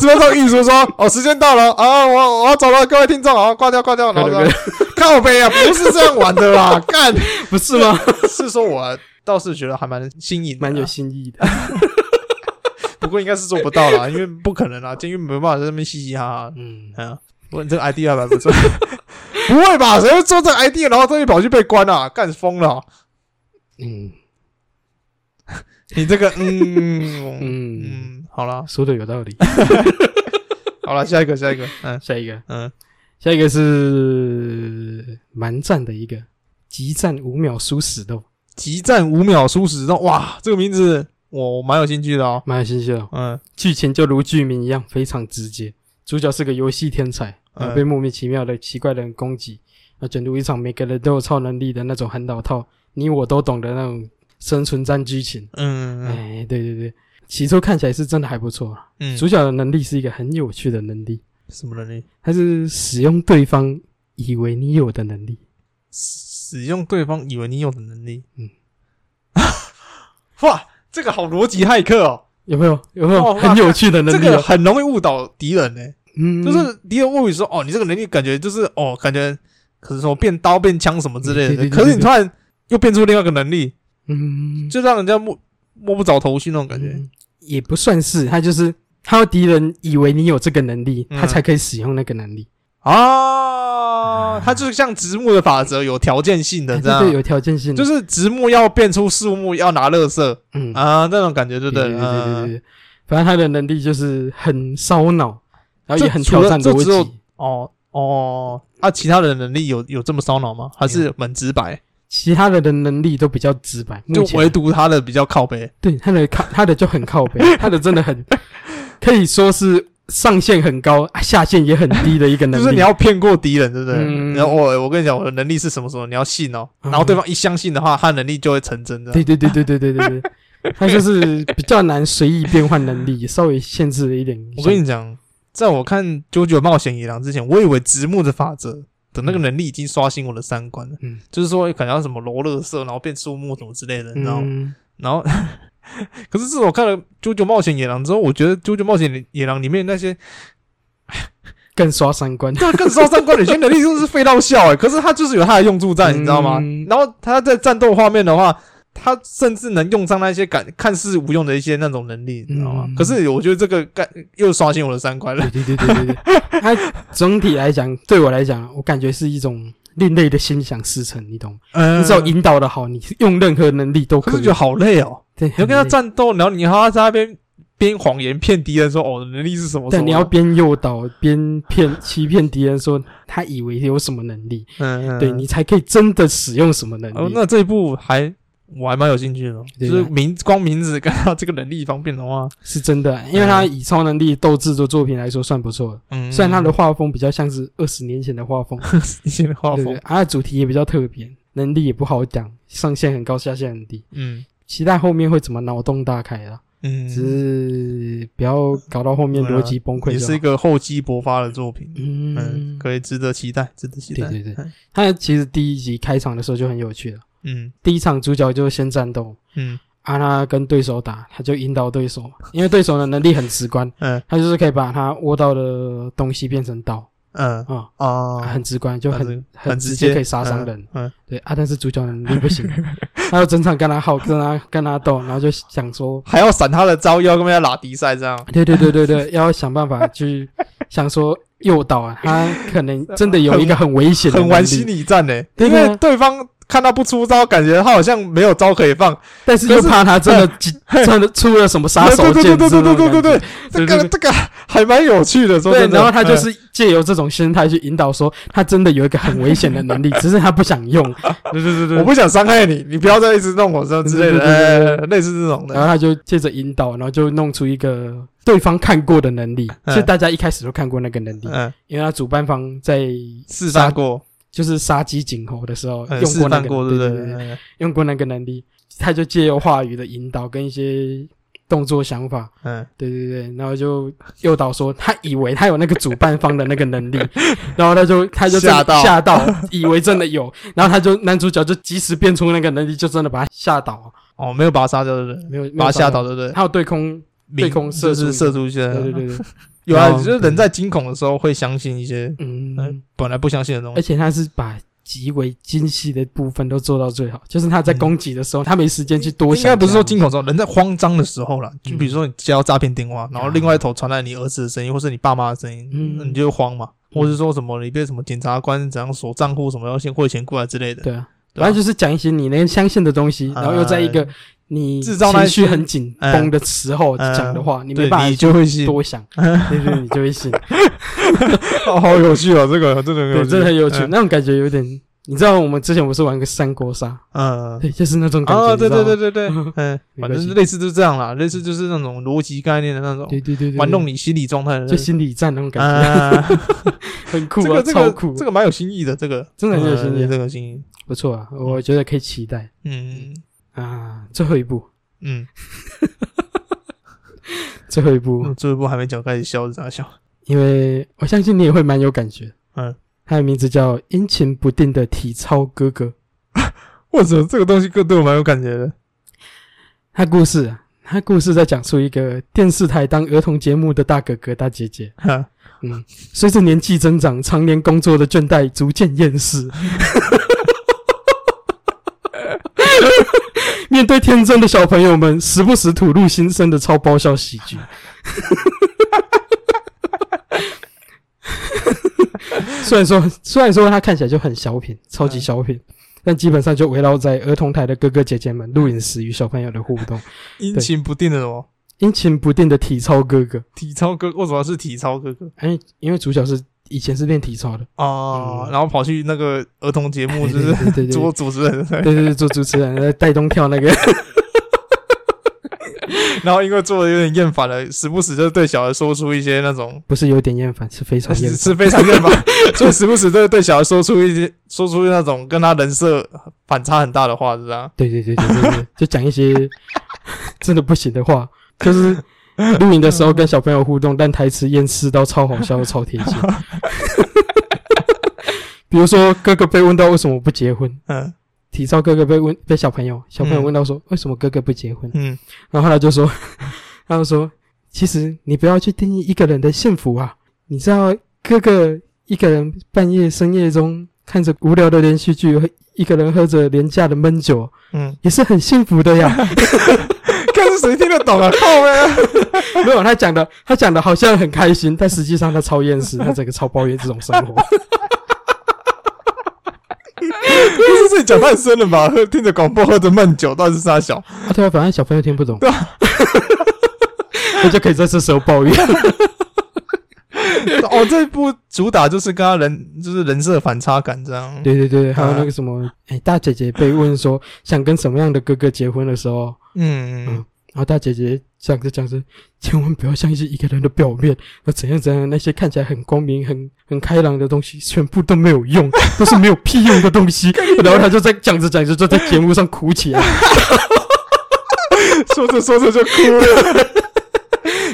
Speaker 2: 十分钟，狱主说：“哦，时间到了啊，我我要走了，各位听众，哦，挂掉，挂掉。”然后
Speaker 3: 对对
Speaker 2: 说靠背啊，不是这样玩的
Speaker 3: (laughs)
Speaker 2: 啦，干
Speaker 3: 不是吗？
Speaker 2: 是说我倒是觉得还蛮新颖的啦，
Speaker 3: 蛮有新意 (laughs) 的。
Speaker 2: 不过应该是做不到啦， (laughs) 因为不可能啦，啊监狱没办法在那边嘻嘻哈哈。
Speaker 3: 嗯，
Speaker 2: 嗯，我这个 idea 还不错， (laughs) 不会吧？谁会做这个 idea，然后特意跑去被关啊？干疯了哦！
Speaker 3: 嗯
Speaker 2: 你这
Speaker 3: (laughs)
Speaker 2: 个，嗯嗯
Speaker 3: 嗯，
Speaker 2: 嗯，好了，
Speaker 3: 说的有道理。
Speaker 2: 好了，下一个，下一个，嗯
Speaker 3: 下一 (laughs) 个，
Speaker 2: 嗯，
Speaker 3: 下一个是蛮赞的一个，极战五秒输死斗，
Speaker 2: 极战五秒输十中，哇，这个名字我蛮有兴趣的哦。
Speaker 3: 蛮有新鲜的哦。
Speaker 2: 嗯，
Speaker 3: 剧情就如剧名一样，非常直接。主角是个游戏天才，
Speaker 2: 哎
Speaker 3: 然后被莫名其妙的奇怪的人啊攻击，那卷入一场每个人都有超能力的那种很老套，你我都懂的那种生存战剧情。
Speaker 2: 嗯
Speaker 3: 哎，对对对，起初看起来是真的还不错啊。
Speaker 2: 嗯，
Speaker 3: 主角的能力是一个很有趣的能力，
Speaker 2: 什么能力？
Speaker 3: 它是使用对方以为你有的能力。
Speaker 2: 使用对方以为你有的能力。
Speaker 3: 嗯，
Speaker 2: (laughs) 哇，这个好逻辑骇客哦，
Speaker 3: 有没有？有没
Speaker 2: 哦
Speaker 3: 有
Speaker 2: 哇
Speaker 3: 很有趣的能
Speaker 2: 这
Speaker 3: 力
Speaker 2: 个
Speaker 3: 哦？
Speaker 2: 很容易误导敌人呢、
Speaker 3: 嗯，
Speaker 2: 就是敌人误以为说，哦，你这个能力感觉就是哦，感觉可是说变刀变枪什么之类
Speaker 3: 对
Speaker 2: 的，
Speaker 3: 对对
Speaker 2: 可是你突然又变出另外一个能力，
Speaker 3: 嗯，
Speaker 2: 就让人家摸摸不着头绪那种感觉。
Speaker 3: 嗯也不算是，他就是他要敌人以为你有这个能力，
Speaker 2: 嗯
Speaker 3: 他才可以使用那个能力。
Speaker 2: 啊，
Speaker 3: 啊
Speaker 2: 它就是像直木的法则，有条件性的
Speaker 3: 哎
Speaker 2: 这
Speaker 3: 对对，
Speaker 2: 样，
Speaker 3: 有条件性的，
Speaker 2: 啊就是直木要变出树木要拿乐色
Speaker 3: 嗯，
Speaker 2: 啊，那种感觉，对
Speaker 3: 对
Speaker 2: 不
Speaker 3: 对
Speaker 2: 对？
Speaker 3: 对对对
Speaker 2: 嗯
Speaker 3: 对，反正他的能力就是很烧脑，然后
Speaker 2: 这
Speaker 3: 也很
Speaker 2: 除了
Speaker 3: 挑战
Speaker 2: 这
Speaker 3: 逻
Speaker 2: 只有
Speaker 3: 辑。
Speaker 2: 哦哦，啊，其他的能力有有这么烧脑吗？还
Speaker 3: 没
Speaker 2: 是蛮直白？
Speaker 3: 其他人的能力都比较直白，目
Speaker 2: 就
Speaker 3: 前
Speaker 2: 唯独他的比较靠背。
Speaker 3: 对他的靠他的就很靠
Speaker 2: (laughs)
Speaker 3: 北，他的真的很可以说是上限很高，啊下限也很低的一个能
Speaker 2: 就
Speaker 3: 力。
Speaker 2: 是你要骗过敌人，对不对？
Speaker 3: 嗯
Speaker 2: 然后我我跟你讲，我的能力是什么什么，你要信哦。
Speaker 3: 嗯
Speaker 2: 然后对方一相信的话，他的能力就会成真的。
Speaker 3: 对对对对对对对对，他就是比较难随意变换能力，稍微限制了一点。
Speaker 2: (laughs) 我跟你讲，在我看《九九冒险野狼》之前，我以为直木的法则的那个能力已经刷新我的三观了。
Speaker 3: 嗯
Speaker 2: 就是说可能要什么罗勒色，然后变树木什么之类的，你知道吗？
Speaker 3: 嗯
Speaker 2: 然后，可是自从我看了《九九冒险野狼》之后，我觉得《九九冒险野狼》里面那些
Speaker 3: 更刷三观。
Speaker 2: 这更烧三观的有些能力就是废到笑哎、可是他就是有他的用处在，
Speaker 3: 嗯
Speaker 2: 你知道吗？然后他在战斗画面的话，他甚至能用上那些感看似无用的一些那种能力，你知道吗？
Speaker 3: 嗯
Speaker 2: 可是我觉得这个干又刷新我的三观了
Speaker 3: 对。对对对
Speaker 2: (laughs)
Speaker 3: 对对，它总体来讲，对我来讲，我感觉是一种另类的心想事成，你懂吗？
Speaker 2: 嗯 (laughs)
Speaker 3: 你只要引导的好，你用任何能力都
Speaker 2: 可
Speaker 3: 可
Speaker 2: 是
Speaker 3: 以
Speaker 2: 觉得。好累哦，
Speaker 3: 对，
Speaker 2: 你要跟他
Speaker 3: 很累，
Speaker 2: 战斗，然后你还要在那边编谎言骗敌人说哦能力是什么什
Speaker 3: 但
Speaker 2: 么，
Speaker 3: 你要边诱导边骗欺骗敌人，说他以为有什么能力，
Speaker 2: 嗯嗯
Speaker 3: 对你才可以真的使用什么能
Speaker 2: 哦，
Speaker 3: 力。
Speaker 2: 那这一部还我还蛮有兴趣的哦，就
Speaker 3: 对
Speaker 2: 是
Speaker 3: 那
Speaker 2: 名光名字看到这个能力方面的话，
Speaker 3: 是真的，因为他以超能力斗智的作品来说算不错的。
Speaker 2: 嗯，
Speaker 3: 虽然他的画风比较像是二十年前的画风，
Speaker 2: 一些 (laughs) 画
Speaker 3: 对
Speaker 2: 风
Speaker 3: 对，，啊，它的主题也比较特别，能力也不好讲，上限很高，下限很低。
Speaker 2: 嗯
Speaker 3: 期待后面会怎么脑洞大开啦。
Speaker 2: 嗯，
Speaker 3: 只是不要搞到后面逻辑崩溃
Speaker 2: 啊也
Speaker 3: 就是
Speaker 2: 一
Speaker 3: 好。
Speaker 2: 个厚积薄发的作品，嗯，
Speaker 3: 嗯，
Speaker 2: 可以值得期待，值得期待。
Speaker 3: 对对对
Speaker 2: 嗯，
Speaker 3: 他其实第一集开场的时候就很有趣了。
Speaker 2: 嗯
Speaker 3: 第一场主角就先战斗，
Speaker 2: 嗯
Speaker 3: 啊，他跟对手打，他就引导对手嘛，因为对手的能力很直观，
Speaker 2: 嗯
Speaker 3: 他就是可以把他握到的东西变成刀
Speaker 2: 嗯
Speaker 3: 啊、
Speaker 2: 哦，
Speaker 3: 啊很直观，就很
Speaker 2: 很
Speaker 3: 直
Speaker 2: 接
Speaker 3: 接可以杀伤人。
Speaker 2: 嗯，
Speaker 3: 对啊，但是主角的能力不行， (laughs) 他就整场跟他耗，跟他跟他斗，然后就想说，
Speaker 2: 还要闪他的招，又要跟人家拉迪赛这样。
Speaker 3: 对对对对对， (laughs) 要想办法去想说诱导啊，他可能真的有一个很危险的
Speaker 2: 很
Speaker 3: 能力，
Speaker 2: 玩心理战呢，
Speaker 3: 对
Speaker 2: 因
Speaker 3: 对啊
Speaker 2: 为对方看他不出招，感觉他好像没有招可以放。
Speaker 3: 但是又怕他真的真的出了什么杀手
Speaker 2: 对
Speaker 3: 锏，
Speaker 2: 对对对对对对
Speaker 3: 对
Speaker 2: 对，这个这个还蛮有趣的，说
Speaker 3: 对，
Speaker 2: 真的。
Speaker 3: 然后他就
Speaker 2: 嗯
Speaker 3: 是借由这种心态去引导说，他真的有一个很危险的
Speaker 2: (laughs)
Speaker 3: 能力，只是他不想用，对对对对
Speaker 2: 我。不想伤害你，你不要再一直弄我这样之类的，
Speaker 3: 对对对对
Speaker 2: 哎类似这种
Speaker 3: 然
Speaker 2: 的。
Speaker 3: 后他就借着引导，然后就弄出一个对方看过的能力，
Speaker 2: 嗯
Speaker 3: 所以大家一开始都看过那个能力，
Speaker 2: 嗯，
Speaker 3: 因为他主办方在
Speaker 2: 示范过，
Speaker 3: 就是杀鸡儆猴的时候
Speaker 2: 嗯
Speaker 3: 用
Speaker 2: 示
Speaker 3: 过那
Speaker 2: 范
Speaker 3: 个，
Speaker 2: 过，
Speaker 3: 对
Speaker 2: 对不
Speaker 3: 对对，
Speaker 2: 对？
Speaker 3: 用过那个能力，他就借由话语的引导跟一些动作想法， (laughs)
Speaker 2: 嗯，
Speaker 3: 对对对，然后就诱导说他以为他有那个主办方的那个能力， (laughs) 然后他就他就真的
Speaker 2: 吓到
Speaker 3: 吓到，以为真的有， (laughs) 然后他就男主角就及时变出那个能力，就真的把他吓倒，
Speaker 2: 哦，没有把他杀掉，对不对？
Speaker 3: 没有没有
Speaker 2: 把他吓呃倒，
Speaker 3: 的，
Speaker 2: 对不对？
Speaker 3: 他有对空，对
Speaker 2: 明
Speaker 3: 空
Speaker 2: 就
Speaker 3: 射
Speaker 2: 是
Speaker 3: 出
Speaker 2: 射出去
Speaker 3: 对
Speaker 2: 的，
Speaker 3: 对对
Speaker 2: (laughs)
Speaker 3: 对，
Speaker 2: 有啊
Speaker 3: 然，后
Speaker 2: 就是人在惊恐的时候会相信一些
Speaker 3: 嗯
Speaker 2: 嗯，本来不相信的东
Speaker 3: 而
Speaker 2: 西。
Speaker 3: 且他是把。极为精细的部分都做到最好，就是他在攻击的时候，他没时间去多
Speaker 2: 应
Speaker 3: 想。
Speaker 2: 该不是说惊恐的时候，人在慌张的时候啦，就
Speaker 3: 嗯
Speaker 2: 比如说你接到诈骗电话，然后
Speaker 3: 啊
Speaker 2: 另外一头传来你儿子的声音，或是你爸妈的声音，
Speaker 3: 嗯
Speaker 2: 你就会慌嘛。或是说什么你被什么检察官怎样锁账户什么要先汇钱过来之类的，
Speaker 3: 对啊，
Speaker 2: 对啊
Speaker 3: 反正就是讲一些你能相信的东西，
Speaker 2: 啊
Speaker 3: 然后又在一个你
Speaker 2: 制造那
Speaker 3: 情绪
Speaker 2: 些
Speaker 3: 很紧
Speaker 2: 嗯
Speaker 3: 绷的时候
Speaker 2: 嗯
Speaker 3: 讲的话，你没
Speaker 2: 对
Speaker 3: 办
Speaker 2: 你
Speaker 3: 法
Speaker 2: 就会信。(laughs)
Speaker 3: 多想，对对，你就会信，
Speaker 2: 哦， (laughs) 好有趣哦，这个真的很有
Speaker 3: 对，
Speaker 2: 趣，
Speaker 3: 真的很有趣，
Speaker 2: 嗯
Speaker 3: 那种感觉有点，你知道我们之前不是玩个三国杀，
Speaker 2: 嗯，
Speaker 3: 对，就是那种感觉，
Speaker 2: 啊，对对对
Speaker 3: 对
Speaker 2: 对对，
Speaker 3: (laughs)
Speaker 2: 嗯，
Speaker 3: 没
Speaker 2: 反
Speaker 3: 关
Speaker 2: 正
Speaker 3: 系
Speaker 2: 是类似就是这样啦，类似就是那种逻辑概念的那种，
Speaker 3: 对对对对，
Speaker 2: 玩弄
Speaker 3: 你
Speaker 2: 你心理状态的那
Speaker 3: 就
Speaker 2: 种
Speaker 3: 心理战那种感
Speaker 2: 啊，
Speaker 3: 觉，很 (laughs) 酷
Speaker 2: 这
Speaker 3: 啊，
Speaker 2: 个这
Speaker 3: 超
Speaker 2: 个
Speaker 3: 酷
Speaker 2: 这，个蛮有新意的，这个
Speaker 3: 真的很有新意啊
Speaker 2: 嗯这个新意，
Speaker 3: 不错啊，我觉得可以期待。
Speaker 2: 嗯，
Speaker 3: 啊，最后一部，
Speaker 2: 嗯，
Speaker 3: 最后一部，
Speaker 2: 我这一部还没讲，开始笑是咋笑？
Speaker 3: 因为我相信你也会蛮有感觉。
Speaker 2: 嗯，
Speaker 3: 它的名字叫《阴晴不定的体操哥哥》。
Speaker 2: 为什么这个东西更对我蛮有感觉 (laughs) 的？
Speaker 3: 他故事啊，他故事在讲述一个电视台当儿童节目的大哥哥大姐姐，
Speaker 2: 哈，
Speaker 3: 随着年纪增长，常年工作的倦怠逐渐厌世。 (laughs) 面对天真的小朋友们，时不时吐露心声的超爆笑喜剧。 (laughs) 虽然说，虽然说它看起来就很小品，超级小品，但基本上就围绕在儿童台的哥哥姐姐们录影时与小朋友的互动，
Speaker 2: 阴晴不定的什么
Speaker 3: 阴晴不定的体操哥哥。
Speaker 2: 体操哥，为什么是体操哥哥
Speaker 3: 哎，因为主角是以前是练体操的，
Speaker 2: 啊？
Speaker 3: 嗯
Speaker 2: 然后跑去那个儿童节目，就是
Speaker 3: 对对对
Speaker 2: 做主持人， (laughs)
Speaker 3: 对对对，做主持人呃带动跳那个，
Speaker 2: 然后因为做的有点厌烦了，时不时就对小孩说出一些那种
Speaker 3: 不是有点厌烦，是非常
Speaker 2: 是
Speaker 3: 厌烦。
Speaker 2: 是非常厌 (laughs) 烦，所以时不时对对小孩说出一些说出那种跟他人设反差很大的话，是啊吧？
Speaker 3: 对对对对对对，就讲一些真的不行的话，就是录影的时候跟小朋友互动，但台词厌世到超好笑、超贴心。比如说，哥哥被问到为什么不结婚，
Speaker 2: 嗯
Speaker 3: 体操哥哥被问被小朋友小朋友
Speaker 2: 嗯
Speaker 3: 问到说、为什么哥哥不结婚，
Speaker 2: 嗯，
Speaker 3: 然后他就说， (laughs) 他就说，其实你不要去定义一个人的幸福啊，你知道哥哥一个人半夜深夜中看着无聊的连续剧，喝一个人喝着廉价的闷酒，
Speaker 2: 嗯，
Speaker 3: 也是很幸福的呀。
Speaker 2: 看是谁听得懂啊？靠呗！
Speaker 3: 没有，他讲的他讲的好像很开心，但实际上他超厌世，他整个超抱怨这种生活。
Speaker 2: (laughs) 不是自己讲太深了吧？喝听着广播喝着闷酒，到底是啥小？
Speaker 3: 啊，对啊，反正小朋友听不懂， (laughs) 他就可以在这时候抱怨。
Speaker 2: (laughs) 哦，这部主打就是跟他人就是人设反差感这样。
Speaker 3: 对对对，还有那个什么，哎，大姐姐被问说想跟什么样的哥哥结婚的时候， (laughs)
Speaker 2: 嗯，
Speaker 3: 然后大姐姐讲着讲着，千万不要相信一个人的表面，那怎样怎样，那些看起来很光明、很很开朗的东西，全部都没有用，都是没有屁用的东西。然后她就在讲着讲着，就在节目上哭起来，
Speaker 2: 说着说着就哭了。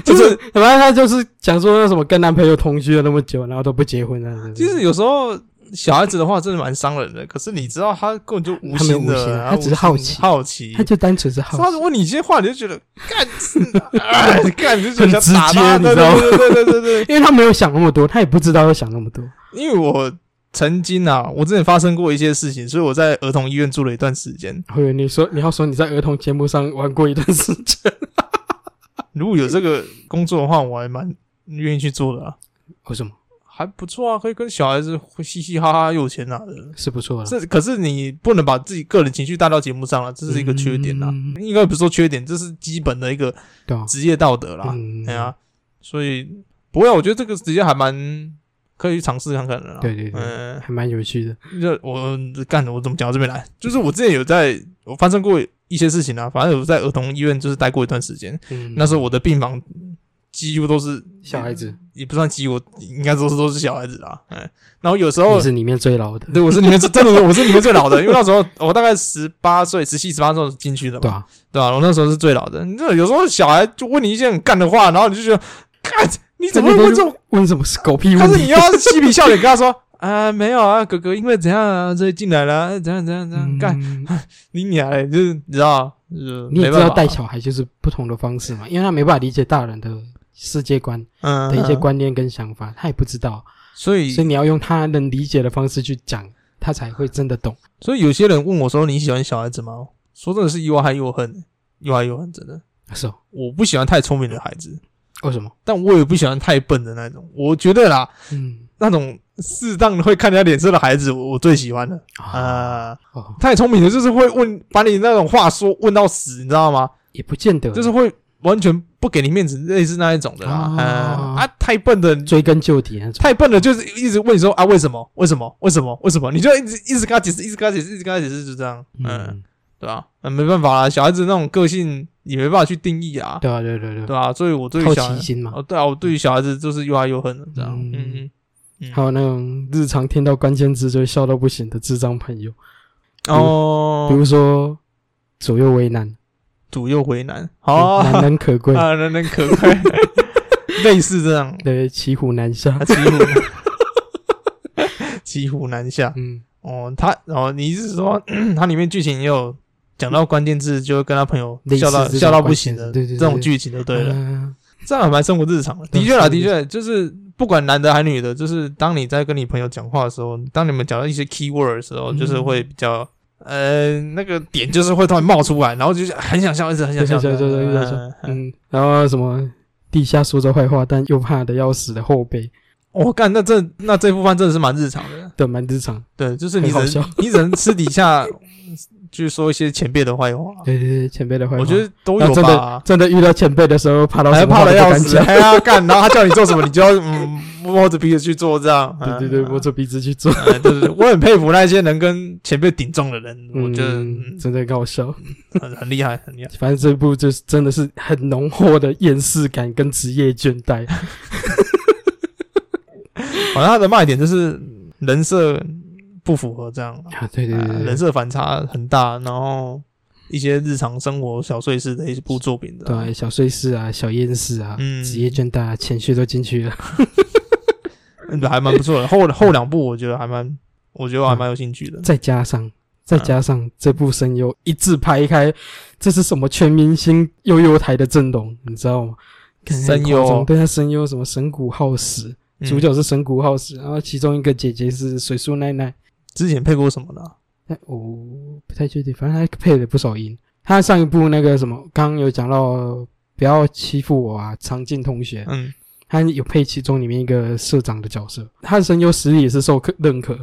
Speaker 3: 就是反正她就是讲说那什么跟男朋友同居了那么久，然后都不结婚啊。
Speaker 2: (laughs) 其实有时候小孩子的话真的蛮伤人的，可是你知道他根本就无
Speaker 3: 他没有
Speaker 2: 心
Speaker 3: 无心
Speaker 2: 的，啊
Speaker 3: 他只是好奇
Speaker 2: 好奇。
Speaker 3: 她就单纯是好
Speaker 2: 他
Speaker 3: 奇，
Speaker 2: 问你一些话，你就觉得干，
Speaker 3: (laughs)
Speaker 2: 哎 (laughs) 干就觉得想打他，
Speaker 3: 很直
Speaker 2: 对
Speaker 3: 接你知道吗
Speaker 2: 对对对对对对。
Speaker 3: 因为她没有想那么多，她也不知道要想那么多。
Speaker 2: 因为我曾经啊，我之前发生过一些事情，所以我在儿童医院住了一段时间。
Speaker 3: 或者你说你要说你在儿童节目上玩过一段时间，
Speaker 2: 如果有这个工作的话，我还蛮愿意去做的啊，
Speaker 3: 为什么
Speaker 2: 还不错啊，可以跟小孩子嘻嘻哈哈，又有钱拿的。
Speaker 3: 是不错了？
Speaker 2: 这可是你不能把自己个人情绪带到节目上了，这是一个缺点啦。
Speaker 3: 嗯
Speaker 2: 应该不是说缺点，这是基本的一个
Speaker 3: 对啊，
Speaker 2: 职业道德啦。
Speaker 3: 嗯
Speaker 2: 哎呀、所以不会啊，我觉得这个职业还蛮可以去尝试看看的啦。
Speaker 3: 对对对
Speaker 2: 嗯、
Speaker 3: 还蛮有趣的。
Speaker 2: 就我干，我怎么讲到这边来？就是我之前有在，我发生过一些事情啊，反正有在儿童医院就是待过一段时间，
Speaker 3: 嗯，
Speaker 2: 那时候我的病房几乎都是
Speaker 3: 小孩子，
Speaker 2: 也不算几乎，应该都是都是小孩子啦。哎、然后有时候
Speaker 3: 你是里面最老的，
Speaker 2: (laughs) 对，我是里面最真的是，我是里面最老的，因为那时候我大概十八岁、十七、十八岁进去的
Speaker 3: 对
Speaker 2: 嘛，
Speaker 3: 啊，
Speaker 2: 对吧、我那时候是最老的。你这有时候小孩就问你一些很干的话，然后你就觉得，干，你怎么会问这种？
Speaker 3: 问什么是狗屁
Speaker 2: 但
Speaker 3: 问
Speaker 2: 是你
Speaker 3: 题？
Speaker 2: 要嬉皮笑脸跟他说。啊、没有啊，哥哥，因为怎样啊，所以进来了、啊，怎样怎样怎样，
Speaker 3: (laughs)
Speaker 2: 干、
Speaker 3: 嗯
Speaker 2: 你娘嘞，就是你知道，就是
Speaker 3: 你
Speaker 2: 没
Speaker 3: 也知
Speaker 2: 办
Speaker 3: 道
Speaker 2: 法
Speaker 3: 带小孩就是不同的方式嘛，因为他没办法理解大人的世界观
Speaker 2: 嗯
Speaker 3: 的一些，
Speaker 2: 嗯
Speaker 3: 观念跟想法，他也不知道，
Speaker 2: 所以
Speaker 3: 所以你要用他能理解的方式去讲，他才会真的懂。
Speaker 2: 所以有些人问我说你喜欢小孩子吗？说真的是又爱又恨，又爱又恨，真的，
Speaker 3: 是、哦、
Speaker 2: 我不喜欢太聪明的孩子，
Speaker 3: 为什么？
Speaker 2: 但我也不喜欢太笨的那种，我觉得啦，
Speaker 3: 嗯
Speaker 2: 那种适当的会看人家脸色的孩子，我我最喜欢了啊、
Speaker 3: 哦，
Speaker 2: 太聪明的，就是会问，把你那种话说问到死，你知道吗？
Speaker 3: 也不见得，
Speaker 2: 就是会完全不给你面子，类似那一种的啦。
Speaker 3: 哦
Speaker 2: 嗯啊，太笨的，
Speaker 3: 追根究底啊那种。
Speaker 2: 太笨的，就是一直问你说啊，为什么？为什么？为什么？为什么？你就一直一直跟他解释，一直跟他解释，一直跟他解释，就这样。嗯，
Speaker 3: 嗯，
Speaker 2: 对吧、啊？没办法啦，小孩子那种个性也没办法去定义啊，
Speaker 3: 对啊，对对
Speaker 2: 对
Speaker 3: 对，
Speaker 2: 吧、啊？所以我对于
Speaker 3: 好
Speaker 2: 小孩
Speaker 3: 奇，心嘛。
Speaker 2: 哦，对啊，我对于小孩子就是又爱又恨的这样。
Speaker 3: 嗯
Speaker 2: 嗯嗯。嗯
Speaker 3: 还有那种日常听到关键字就会笑到不行的智障朋友，
Speaker 2: 哦，
Speaker 3: 比如说左右为难，
Speaker 2: 左右为难，哦，
Speaker 3: 难能可贵，
Speaker 2: 啊，人人可贵，
Speaker 3: (laughs)
Speaker 2: 类似这样，
Speaker 3: 对，骑虎难下
Speaker 2: 他。骑虎，骑虎难下。
Speaker 3: 嗯，
Speaker 2: 哦，他哦，你是说 (clears throat) 它里面剧情也有讲到关键字，就会跟他朋友
Speaker 3: 类似
Speaker 2: 笑到
Speaker 3: 这种
Speaker 2: 笑到不
Speaker 3: 关
Speaker 2: 行
Speaker 3: 键
Speaker 2: 的
Speaker 3: 字对对对
Speaker 2: 这种剧情就对了，
Speaker 3: 嗯
Speaker 2: 这样还蛮生活日常的。
Speaker 3: 对
Speaker 2: 的确啦，
Speaker 3: 生活
Speaker 2: 的
Speaker 3: 日
Speaker 2: 确就是不管男的还女的，就是当你在跟你朋友讲话的时候，当你们讲到一些 key word 的时候，
Speaker 3: 嗯
Speaker 2: 就是会比较。呃，那个点就是会突然冒出来，然后就是很想笑，一直很想
Speaker 3: 对
Speaker 2: 笑，
Speaker 3: 对对对对对
Speaker 2: 嗯嗯
Speaker 3: 嗯，然后什么地下说着坏话，但又怕的要死的后辈，
Speaker 2: 我哦干，那这那这部分真的是蛮日常的，
Speaker 3: 对，蛮日常。
Speaker 2: 对，就是你只
Speaker 3: 很好
Speaker 2: 能你只能私底下 (laughs) 去说一些前辈的坏话，
Speaker 3: 对对对，前辈的坏话，
Speaker 2: 我觉 (laughs) 得都
Speaker 3: 然
Speaker 2: 有
Speaker 3: 后真
Speaker 2: 吧
Speaker 3: 的。真的遇到前辈的时候，怕到
Speaker 2: 还
Speaker 3: 什么
Speaker 2: 怕
Speaker 3: 话
Speaker 2: 的
Speaker 3: 都不
Speaker 2: 要
Speaker 3: 敢
Speaker 2: 死，
Speaker 3: 讲
Speaker 2: 还要干，然后他叫你做什么，你就要嗯摸着鼻子去做这样。嗯
Speaker 3: 对对对，摸着鼻子去做，
Speaker 2: 嗯对对对，我很佩服那些能跟前辈顶撞的人，我觉得
Speaker 3: 嗯
Speaker 2: 嗯
Speaker 3: 真的很搞笑。
Speaker 2: 很很厉害，很厉害。
Speaker 3: 反正这部就是真的是很浓厚的厌世感跟职业倦
Speaker 2: (laughs)
Speaker 3: 怠，
Speaker 2: 好像他的卖点就是人设不符合这样，
Speaker 3: 啊对对
Speaker 2: 啊
Speaker 3: 对
Speaker 2: 人
Speaker 3: 对，
Speaker 2: 设反差很大，然后一些日常生活小碎事的一部作品的。
Speaker 3: 对小碎事啊，小厌世啊，
Speaker 2: 嗯
Speaker 3: 职业倦怠啊，情绪都进去了。
Speaker 2: 嗯还蛮不错的。后后两部我觉得还蛮，我觉得我还蛮有兴趣的。
Speaker 3: 再加
Speaker 2: 嗯
Speaker 3: 上再加上这部声优一字排开，这是什么全明星悠悠台的阵容，你知道吗？看
Speaker 2: 声优
Speaker 3: 很夸张对他声优什么神谷浩史，
Speaker 2: 嗯
Speaker 3: 主角是神谷浩史，然后其中一个姐姐是水树奈奈，
Speaker 2: 之前配过什么啊呢？
Speaker 3: 但我、不太确定，反正他配了不少音。他上一部那个什么，刚刚有讲到不要欺负我啊，长进同学，
Speaker 2: 嗯，
Speaker 3: 他有配其中里面一个社长的角色，他的声优实力也是受可认可。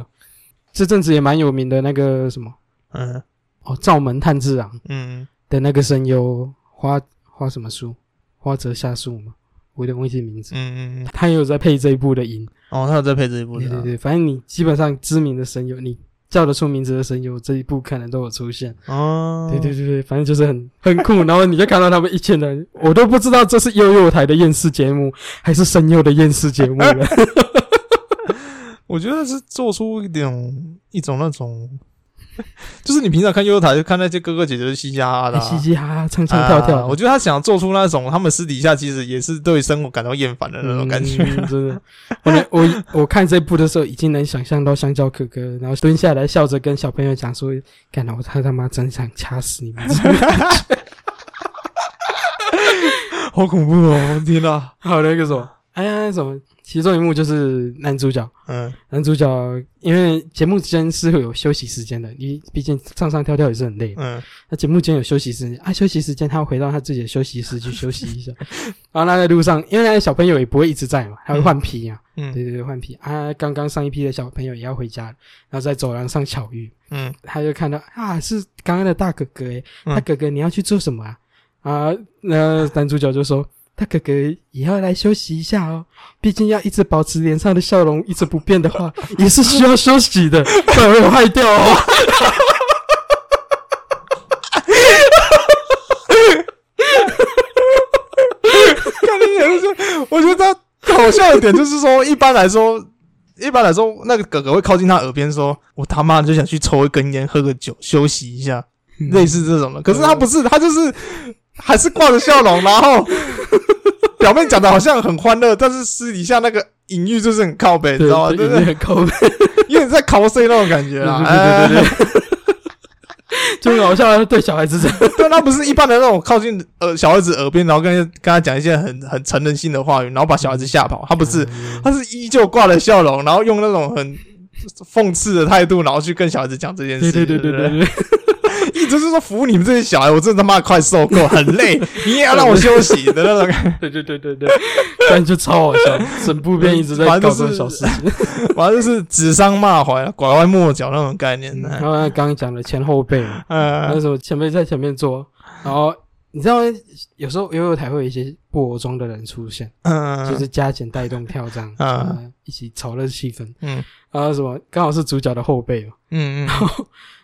Speaker 3: 这阵子也蛮有名的那个什么
Speaker 2: 嗯
Speaker 3: 哦，灶门炭治郎
Speaker 2: 嗯，
Speaker 3: 的那个声优花花什么树，花泽下树嘛，我有点忘记名字。
Speaker 2: 嗯嗯，嗯
Speaker 3: 他也有在配这一部的音，
Speaker 2: 哦，他有在配这一部
Speaker 3: 对
Speaker 2: 的
Speaker 3: 对
Speaker 2: 啊，
Speaker 3: 对，反正你基本上知名的声优，你叫得出名字的声优，这一部可能都有出现。
Speaker 2: 哦，
Speaker 3: 对对对对，反正就是很 (laughs) 很酷。然后你就看到他们一群人，我都不知道这是幼幼台的厌世节目，还是声优的厌世
Speaker 2: (laughs)
Speaker 3: 节目了。
Speaker 2: 我觉得是做出一种一种那种， (laughs) 就是你平常看优台就看那些哥哥姐姐是嘻嘻哈哈的啊，
Speaker 3: 哎嘻嘻哈哈，唱唱跳跳
Speaker 2: 啊
Speaker 3: 的，
Speaker 2: 我觉得他想做出那种他们私底下其实也是对生活感到厌烦的那种感觉。
Speaker 3: 嗯真的。我能我我看这部的时候，已经能想象到香蕉哥哥，然后蹲下来笑着跟小朋友讲说：“干了，我他他妈真想掐死
Speaker 2: (laughs)
Speaker 3: 你们！”
Speaker 2: (laughs) 好恐怖哦！天哪，
Speaker 3: 好的，那个什么，哎呀，什么？其中一幕就是男主角，
Speaker 2: 嗯
Speaker 3: 男主角因为节目之间是会有休息时间的，你毕竟上上跳跳也是
Speaker 2: (laughs)
Speaker 3: 很累的。
Speaker 2: 嗯，
Speaker 3: 那节目间有休息时间啊，休息时间他要回到他自己的休息室去休息一下。然后那在路上，因为那个小朋友也不会一直在嘛，他会换皮啊嘛，
Speaker 2: 嗯
Speaker 3: 对对对，换皮啊。刚刚上一批的小朋友也要回家了，然后在走廊上巧遇，
Speaker 2: 嗯
Speaker 3: 他就看到啊，是刚刚的大哥哥诶，
Speaker 2: 嗯
Speaker 3: 大哥哥你要去做什么啊？啊，那男主角就说。大哥哥也要来休息一下哦，毕竟要一直保持脸上的笑容一直不变
Speaker 2: (laughs)
Speaker 3: 的话，也是需要休息的，不然会坏掉哦。
Speaker 2: 看你也是，我觉得他好笑的点就是说，一般来说，一般来说，那个哥哥会靠近他耳边说：“我他妈就想去抽一根烟，喝个酒，休息一下。”
Speaker 3: 嗯
Speaker 2: 类似这种的。可是他不是，他就是还是挂着笑容，然
Speaker 3: (laughs)
Speaker 2: 后表面讲的好像很欢乐，但是私底下那个隐喻就是很靠北，你
Speaker 3: 对，
Speaker 2: 知道吗？
Speaker 3: 对
Speaker 2: 对不
Speaker 3: 对，
Speaker 2: 对？
Speaker 3: 很抠门。
Speaker 2: 有点在 cos 那种感觉啦。
Speaker 3: 对对
Speaker 2: 哎
Speaker 3: 对对
Speaker 2: (laughs)
Speaker 3: (laughs) 对，就很好笑，啊对小孩子这样。
Speaker 2: 但他不是一般的那种靠近呃小孩子耳边，然后跟跟他讲一些很很成人性的话语，然后把小孩子吓跑。他不是，他是依旧挂着笑容，然后用那种很讽刺的态度，然后去跟小孩子讲这件
Speaker 3: 对
Speaker 2: 事。
Speaker 3: 对对
Speaker 2: (laughs) 对
Speaker 3: 对
Speaker 2: 不
Speaker 3: 对对，
Speaker 2: 一直是说服务你们这些小孩，我真的他妈快受够，很累，你也要让我休息的那种感
Speaker 3: 对对对对对， (laughs) 但就超好笑，整部片一直在搞这种小事情。 (laughs)
Speaker 2: 觉，反正就是指桑骂槐、拐弯抹角那种概念。
Speaker 3: 然后刚刚讲的前后辈嘛，那
Speaker 2: 嗯
Speaker 3: 时候前辈在前面坐，然后你知道有时候悠悠台会有一些布偶装的人出现，
Speaker 2: 嗯，
Speaker 3: 就是加减带动跳这样，
Speaker 2: 嗯
Speaker 3: 呃一起炒热气氛。
Speaker 2: 嗯
Speaker 3: 然后什么刚好是主角的后辈嘛，
Speaker 2: 嗯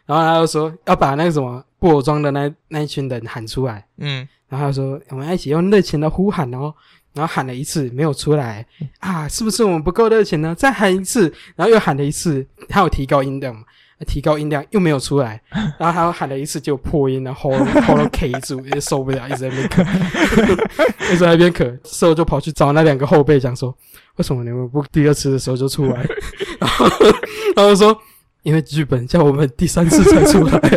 Speaker 3: 然后他就说要把那个什么布偶装的那那一群人喊出来。
Speaker 2: 嗯
Speaker 3: 然后他说我们要一起用热情的呼喊哦，然后喊了一次没有出来啊，是不是我们不够热情呢？再喊一次，然后又喊了一次，他有提高音量嘛？提高音量又没有出来，然后他喊了一次就破音，然后喉咙喉咙 K 住，也受不了，一直在那边咳，一直在那边咳，之后就跑去找那两个后辈讲说，为什么你们不第二次的时候就出来？然后然后说，因为剧本叫我们第三次才出来、啊，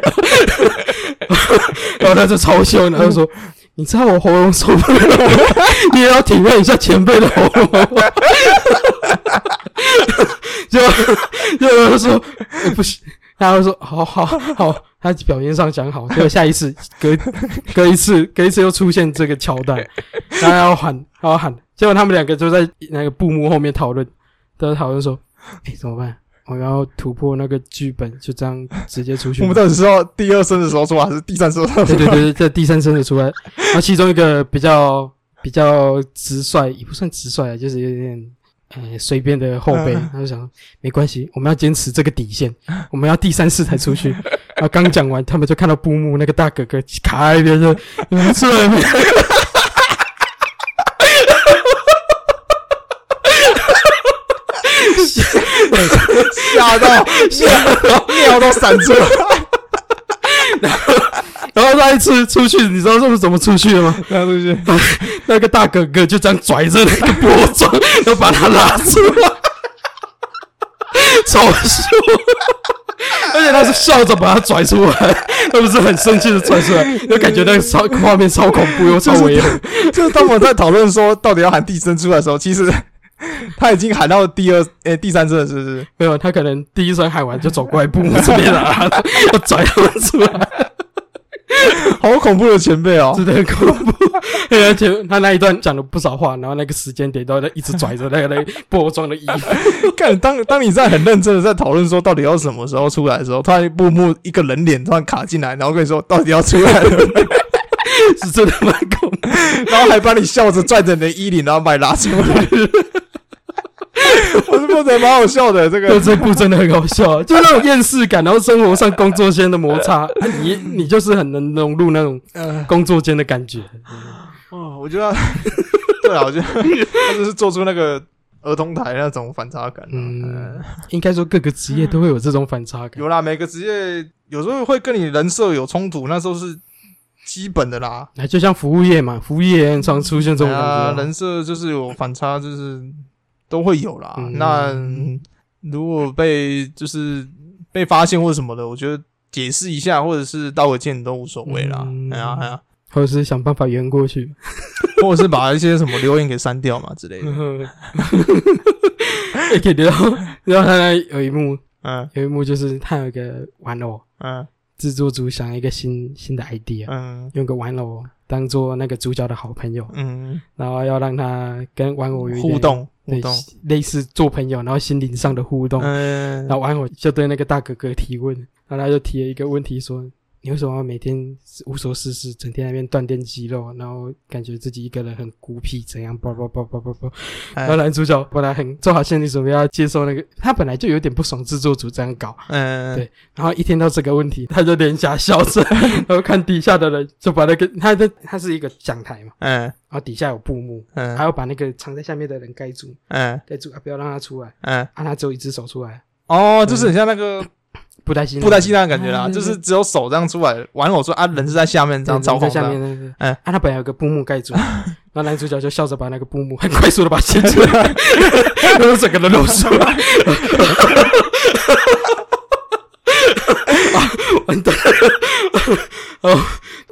Speaker 3: 然后他就超凶，然后说。你知道我喉咙受不了，你也要体谅一下前辈的喉咙好不好。就就他说、呃不行，他就说好好好，他表面上讲好，结果下一次隔隔一次隔一次又出现这个桥段，然后要喊他要喊，结果他们两个就在那个布幕后面讨论，都在讨论说，哎、怎么办？我们要突破那个剧本，就这样直接出去
Speaker 2: 我
Speaker 3: 吗。
Speaker 2: 们到底是要第二声的时候出来，还是第三声的时候出
Speaker 3: (laughs) 对
Speaker 2: 来？
Speaker 3: 对对，对在第三声的出来，然后其中一个比较比较直率，也不算直率啊，就是有点呃随便的后辈，
Speaker 2: 嗯
Speaker 3: 他就想没关系，我们要坚持这个底线，我们要第三次才出去。然后刚讲完，他们就看到布幕那个大哥哥卡在那边说：“你们出 (laughs) 来没？”
Speaker 2: 吓到
Speaker 3: 吓到
Speaker 2: 尿都闪出来。
Speaker 3: 然后那一次出去，你知道他们怎么出去的吗？
Speaker 2: 然后出去，
Speaker 3: 那个大哥哥就这样拽着那个波 (laughs) 装，然后把他拉出来，超凶！而且他是笑着把他拽出来，他不是很生气的拽出来，就感觉那个超画面超恐怖又超危险。
Speaker 2: 就是当我们在讨论说到底要喊第三声出来的时候，其实他已经喊到第二诶、第三声了，是不是？
Speaker 3: 没有，他可能第一声喊完就走过来，不这边拉，要拽他们出来，
Speaker 2: 好恐怖的前辈哦、
Speaker 3: 真的很恐怖。而且他那一段讲了不少话，然后那个时间点都在一直拽着那个那个波装的衣服。
Speaker 2: 看，当当你在很认真的在讨论说到底要什么时候出来的时候，突然一幕幕一个人脸突然卡进来，然后跟你说到底要出来了，
Speaker 3: 是真的蛮恐怖。
Speaker 2: 然后还把你笑着拽着你的衣领，然后把你拉出来。 (laughs) 我是不得蛮好笑的，这
Speaker 3: (laughs) 对
Speaker 2: 个
Speaker 3: 这部真的很搞
Speaker 2: (laughs)
Speaker 3: 笑，就那种厌世感，然后生活上工作间的摩擦，啊你你就是很能融入那种
Speaker 2: 呃，
Speaker 3: 工作间的感觉。
Speaker 2: 哦，我觉得他，对啊，我觉得他就是做出那个儿童台那种反差感、嗯
Speaker 3: 嗯，应该说各个职业都会有这种反差感。
Speaker 2: 有啦，每个职业有时候会跟你人设有冲突，那时候是基本的啦。
Speaker 3: 那就像服务业嘛，服务业很常出现这种
Speaker 2: 啊，
Speaker 3: 感觉。
Speaker 2: 人设就是有反差，就是都会有啦。
Speaker 3: 嗯
Speaker 2: 那嗯如果被就是被发现或什么的，我觉得解释一下或者是道个歉都无所谓啦。
Speaker 3: 嗯
Speaker 2: 哎呀哎呀，
Speaker 3: 或者是想办法圆过去，
Speaker 2: (laughs) 或者是把一些什么留言给删掉嘛之类
Speaker 3: (laughs)
Speaker 2: 的。
Speaker 3: 也可以聊。然后他那有一幕，
Speaker 2: 嗯
Speaker 3: 有一幕就是他有一个玩偶
Speaker 2: 嗯
Speaker 3: 制作组想了一个新新的 idea，、
Speaker 2: 嗯
Speaker 3: 用个玩偶当做那个主角的好朋友，
Speaker 2: 嗯，
Speaker 3: 然后要让他跟玩偶有一点
Speaker 2: 互动互
Speaker 3: 对
Speaker 2: 动，
Speaker 3: 类似做朋友，然后心灵上的互动。
Speaker 2: 嗯
Speaker 3: 然，后玩偶就对那个大哥哥提问，然后他就提了一个问题说：“你为什么每天无所事事，整天在那边锻炼肌肉，然后感觉自己一个人很孤僻，怎样？”叭叭叭叭叭叭。
Speaker 2: 哎
Speaker 3: 然后男主角本来很做好心理准备要接受那个，他本来就有点不爽制作组这样搞，
Speaker 2: 嗯，
Speaker 3: 对然后一听到这个问题，他就脸颊笑
Speaker 2: (laughs)
Speaker 3: 着，然后看底下的人就把那个他的他是一个讲台嘛，
Speaker 2: 嗯
Speaker 3: 然后底下有布幕，
Speaker 2: 嗯
Speaker 3: 还要把那个藏在下面的人盖住，
Speaker 2: 嗯
Speaker 3: 盖住啊，不要让他出来。
Speaker 2: 嗯，
Speaker 3: 啊，他只有一只手出来，
Speaker 2: 哦，就是很像那个
Speaker 3: 布袋戏那
Speaker 2: 布
Speaker 3: 个，
Speaker 2: 袋戏那样的感觉啦，
Speaker 3: 嗯
Speaker 2: 就是只有手这样出来，玩偶说啊，人是在下面这样
Speaker 3: 对
Speaker 2: 操
Speaker 3: 在
Speaker 2: 控
Speaker 3: 下面
Speaker 2: 的，
Speaker 3: 那个，
Speaker 2: 嗯
Speaker 3: 啊，他本来有个布幕盖 (laughs) 住，然后男主角就笑着把那个布幕很 (laughs) 快速的把它掀起来， (laughs) 然后整个人露出来，啊
Speaker 2: (laughs)
Speaker 3: 完蛋了！哦，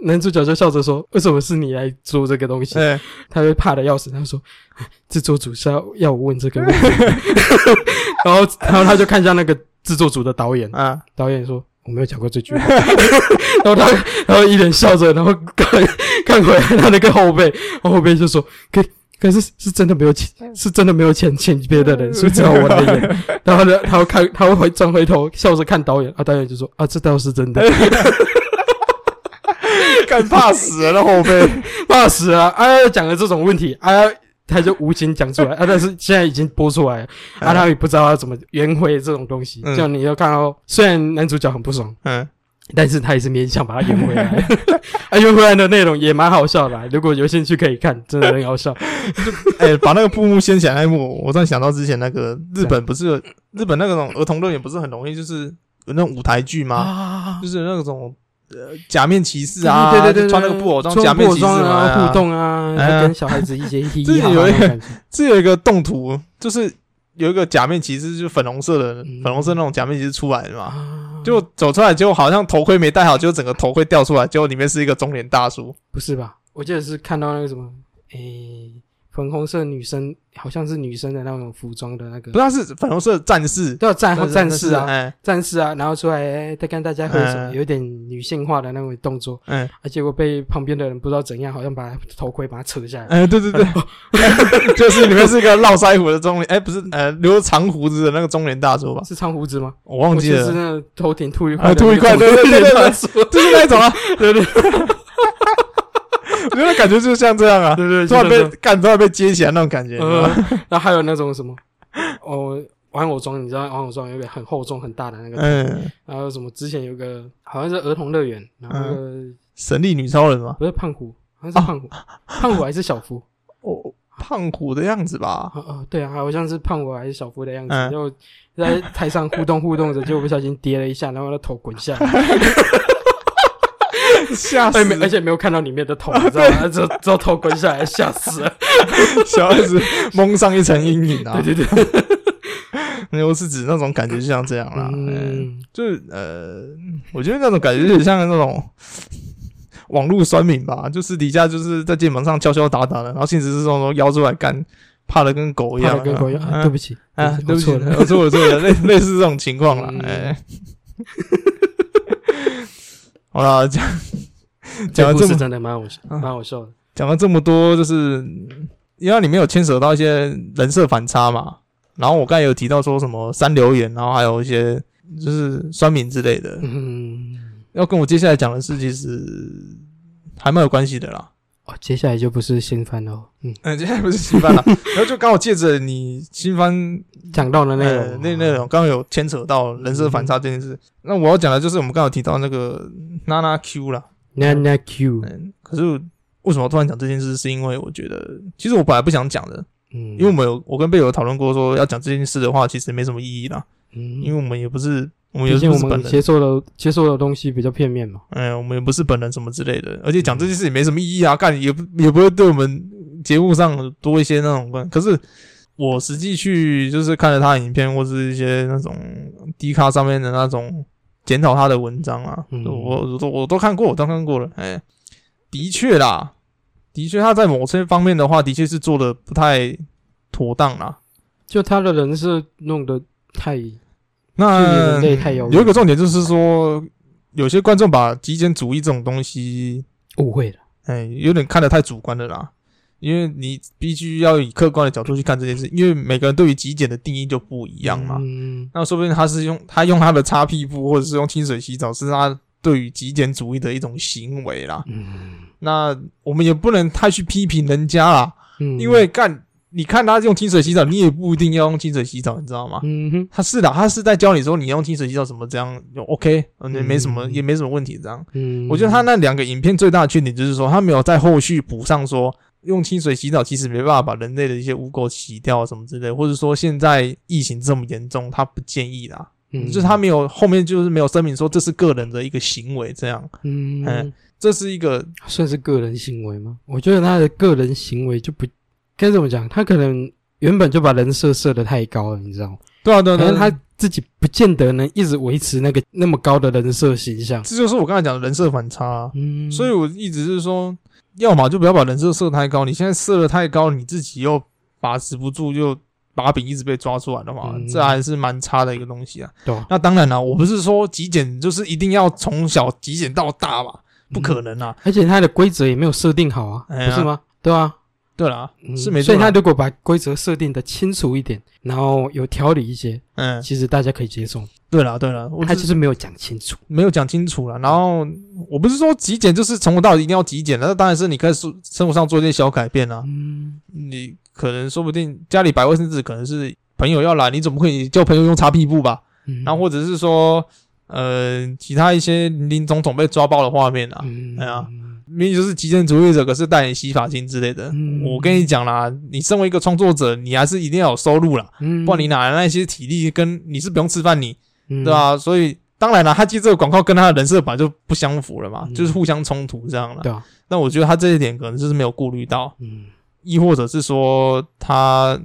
Speaker 3: 男主角就笑着说：“为什么是你来做这个东西？”
Speaker 2: 嗯
Speaker 3: 他就怕的要死，他说：“ (laughs) 制作组是要要我问这个问题。” (laughs) 然后，然后他就看向那个制作组的导演，
Speaker 2: 啊。
Speaker 3: 导演说我没有讲过这句话，然后他然后一脸笑着，然后看看回来他那个后背，后背就说可可是是真的没有钱，是真的没有钱请别的人，所以只好我来演。然后呢，他会看，他会回转回头笑着看导演，啊，导演就说啊，这倒是真的，
Speaker 2: 干怕死了那后背，
Speaker 3: 怕死了，啊，讲了这种问题，啊。他就无情讲出来啊，但是现在已经播出来了，啊，他也不知道要怎么圆回这种东西。
Speaker 2: 嗯
Speaker 3: 就你要看到，虽然男主角很不爽，
Speaker 2: (laughs) 嗯，
Speaker 3: 但是他也是勉强把它圆回来，啊，圆回来的内容也蛮好笑的啊、如果有兴趣可以看，真的很好笑。
Speaker 2: 哎、把那个布幕掀起来那一幕，我突然想到之前那个日本不是有日本那个种儿童乐园不是很容易就是有那种舞台剧吗？
Speaker 3: 啊嗯
Speaker 2: 就，是那种呃假面骑士啊，
Speaker 3: 对对对，对
Speaker 2: 就穿那个布偶装
Speaker 3: 穿
Speaker 2: 假面
Speaker 3: 布偶
Speaker 2: 骑士
Speaker 3: 装
Speaker 2: 嘛，
Speaker 3: 啊，互。动啊，
Speaker 2: 哎呀
Speaker 3: 跟小孩子一些嘻
Speaker 2: 这
Speaker 3: 嘻哈哈
Speaker 2: 有一
Speaker 3: 那种感觉。
Speaker 2: 这有一个动图，就是有一个假面骑士，就是粉红色的、
Speaker 3: 嗯
Speaker 2: 粉红色那种假面骑士出来的嘛，
Speaker 3: 啊，
Speaker 2: 就走出来，结果好像头盔没戴好，结果整个头盔掉出来，结果里面是一个中年大叔。
Speaker 3: 不是吧？我记得是看到那个什么，诶、粉红色女生好像是女生的那种服装的那个
Speaker 2: 不是，，他是粉红色战士，
Speaker 3: 都有战战士啊，
Speaker 2: 哎
Speaker 3: 战士啊，然后出来诶在跟大家挥手，
Speaker 2: 嗯
Speaker 3: 有点女性化的那种动作，
Speaker 2: 嗯
Speaker 3: 啊，结果被旁边的人不知道怎样，好像把头盔把它扯下来，
Speaker 2: 哎，对对对， (laughs) 就是里面是一个络腮胡的中年，哎，不是，呃，留长胡子的那个中年大叔吧？
Speaker 3: 是长胡子吗？
Speaker 2: 我忘记
Speaker 3: 我记得是
Speaker 2: 了，
Speaker 3: 那个头顶秃一块
Speaker 2: 啊，
Speaker 3: 的那
Speaker 2: 秃
Speaker 3: 个
Speaker 2: 一块，
Speaker 3: 中
Speaker 2: 对对对对对，
Speaker 3: 对
Speaker 2: 就是那一种啊，(laughs)
Speaker 3: 对对
Speaker 2: 我觉得感觉就像这样啊，
Speaker 3: 对 (laughs)
Speaker 2: (laughs)
Speaker 3: 对，
Speaker 2: 突然被
Speaker 3: 就
Speaker 2: 干，突然被接起来那种感觉。
Speaker 3: 那种，呃，然后还有那种什么，哦，玩偶装，你知道玩偶装有一个很厚重很大的那个，
Speaker 2: 嗯，
Speaker 3: 然后什么之前有个好像是儿童乐园，然后那个、
Speaker 2: 嗯神力女超人嘛，
Speaker 3: 不是胖虎，好像是胖虎，
Speaker 2: 啊
Speaker 3: (laughs) 胖虎还是小夫
Speaker 2: 哦，胖虎的样子吧
Speaker 3: 啊？，哦，对啊，好像是胖虎还是小夫的样子，
Speaker 2: 嗯
Speaker 3: 然后在台上互动互动着，结果不小心跌了一下，然后他头滚下
Speaker 2: (laughs)
Speaker 3: 来，
Speaker 2: (laughs) 吓
Speaker 3: 而
Speaker 2: 死
Speaker 3: 且！没而且没有看到里面的头，你知道吗？只有只有头滚下来，吓死了。
Speaker 2: 小孩子蒙上一层阴影啊
Speaker 3: 对，对对，
Speaker 2: 我是指那种感觉就像这样啦。嗯，
Speaker 3: 嗯，
Speaker 2: 就是呃，我觉得那种感觉有点像那种网络酸民吧，就私底下就是在键盘上敲敲打打的，然后现实是那种邀出来干，怕的跟狗一
Speaker 3: 怕
Speaker 2: 样
Speaker 3: 了
Speaker 2: 啊，
Speaker 3: 跟狗一样，啊对不起，
Speaker 2: 啊，对
Speaker 3: 我
Speaker 2: 不起，
Speaker 3: 错了。
Speaker 2: 我错了，错了，类 (laughs) 类似这种情况啦
Speaker 3: 嗯。
Speaker 2: 哎， (laughs) 好啦，讲讲
Speaker 3: 这
Speaker 2: 了
Speaker 3: 故
Speaker 2: 这
Speaker 3: 事
Speaker 2: 么
Speaker 3: 真的蛮好笑，
Speaker 2: 啊
Speaker 3: 蛮好笑的。
Speaker 2: 讲了这么多，就是因为里面有牵扯到一些人设反差嘛。然后我刚才有提到说什么三留言，然后还有一些就是酸民之类的，
Speaker 3: 嗯，
Speaker 2: 要跟我接下来讲的事其实还蛮有关系的啦。
Speaker 3: 哦，接下来就不是新番了哦。嗯，
Speaker 2: (laughs) 嗯，接下来不是新番啦，然后就刚好借着你新番
Speaker 3: 讲到了内
Speaker 2: 呃
Speaker 3: 容，
Speaker 2: 那内容，刚刚有牵扯到人设反差这件事。那我要讲的就是我们刚好提到那个娜娜 Q 啦，
Speaker 3: 那那 Q，
Speaker 2: 嗯，可是为什么我突然讲这件事？是因为我觉得其实我本来不想讲的，
Speaker 3: 嗯，
Speaker 2: 因为我们有我跟贝友讨论过说要讲这件事的话，其实没什么意义啦，
Speaker 3: 嗯
Speaker 2: 因为我们也不是我们
Speaker 3: 毕
Speaker 2: 也
Speaker 3: 竟
Speaker 2: 不
Speaker 3: 我
Speaker 2: 是本
Speaker 3: 们
Speaker 2: 人，
Speaker 3: 接受的接受的东西比较片面嘛。
Speaker 2: 哎，我们也不是本人什么之类的，而且讲这件事也没什么意义啊，干也不也不会对我们节目上多一些那种关。可是我实际去就是看了他的影片或是一些那种低咖上面的那种检讨他的文章啊，
Speaker 3: 嗯
Speaker 2: 我我都我都看过，我都看过了，哎，的确啦，的确他在某些方面的话，的确是做的不太妥当啦。
Speaker 3: 就他的人设弄得太距离
Speaker 2: 那
Speaker 3: 人类太遥远，
Speaker 2: 有一个重点就是说，有些观众把极简主义这种东西，
Speaker 3: 误会了。
Speaker 2: 哎，有点看得太主观了啦。因为你必须要以客观的角度去看这件事，因为每个人对于极简的定义就不一
Speaker 3: 一
Speaker 2: 样嘛。
Speaker 3: 嗯，
Speaker 2: 那说不定他是用他用他的擦屁股，或者是用清水洗澡，是他对于极简主义的一种行为啦。
Speaker 3: 嗯
Speaker 2: 那我们也不能太去批评人家啦，
Speaker 3: 嗯
Speaker 2: 因为干你看他用清水洗澡，你也不一定要用清水洗澡，你知道吗？
Speaker 3: 嗯哼，
Speaker 2: 他是的，他是在教你说你用清水洗澡怎么这样就 OK，嗯，
Speaker 3: 嗯
Speaker 2: 没什么，也没什么问题。这样，
Speaker 3: 嗯，
Speaker 2: 我觉得他那两个影片最大的缺点就是说，他没有在后续补上说用清水洗澡其实没办法把人类的一些污垢洗掉什么之类，或者说现在疫情这么严重，他不建议啦，
Speaker 3: 嗯
Speaker 2: 就是他没有后面就是没有声明说这是个人的一个行为，这样，
Speaker 3: 嗯
Speaker 2: 哎这是一个
Speaker 3: 算是个人行为吗？我觉得他的个人行为就不该怎么讲，他可能原本就把人设设得太高了，你知道吗？
Speaker 2: 对啊对啊，
Speaker 3: 可
Speaker 2: 对啊
Speaker 3: 能他自己不见得能一直维持那个那么高的人设形象。
Speaker 2: 这就是我刚才讲的人设反差啊、
Speaker 3: 嗯，
Speaker 2: 所以我一直是说，要么就不要把人设设太高，你现在设的太高，你自己又把持不住，又把柄一直被抓出来的话，
Speaker 3: 嗯
Speaker 2: 这还是蛮差的一个东西啊。
Speaker 3: 对啊
Speaker 2: 那当然了、我不是说极简就是一定要从小极简到大吧，
Speaker 3: 嗯
Speaker 2: 不可能啊。
Speaker 3: 而且他的规则也没有设定好啊，
Speaker 2: 哎呀
Speaker 3: 不是吗？对啊，
Speaker 2: 对啦，
Speaker 3: 嗯
Speaker 2: 是没错啊
Speaker 3: 所以他
Speaker 2: 啦。
Speaker 3: 如果把规则设定的清楚一点，然后有条理一些，
Speaker 2: 嗯，
Speaker 3: 其实大家可以接受。
Speaker 2: 对啦，对啦，我
Speaker 3: 他
Speaker 2: 只
Speaker 3: 就是是没有讲清楚。
Speaker 2: 没有讲清楚啦。然后我不是说极简就是从头到尾一定要极简的，那当然是你可以说生活上做一些小改变啊。
Speaker 3: 嗯，
Speaker 2: 你可能说不定家里摆卫生纸可能是朋友要来，你总不可以叫朋友用擦屁股吧？
Speaker 3: 嗯
Speaker 2: 然后或者是说，呃，其他一些林林总总被抓包的画面啊，
Speaker 3: 嗯，
Speaker 2: 哎呀明明就是极简主义者，可是带你洗发精之类的。
Speaker 3: 嗯
Speaker 2: 我跟你讲啦，你身为一个创作者，你还是一定要有收入啦，
Speaker 3: 嗯，
Speaker 2: 不然你哪来那些体力跟你是不用吃饭你，
Speaker 3: 嗯
Speaker 2: 对吧、所以当然了，他接这个广告跟他的人设本来就不相符了嘛，
Speaker 3: 嗯
Speaker 2: 就是互相冲突这样了。
Speaker 3: 对啊，
Speaker 2: 那我觉得他这一点可能就是没有顾虑到，
Speaker 3: 嗯
Speaker 2: 亦或者是说他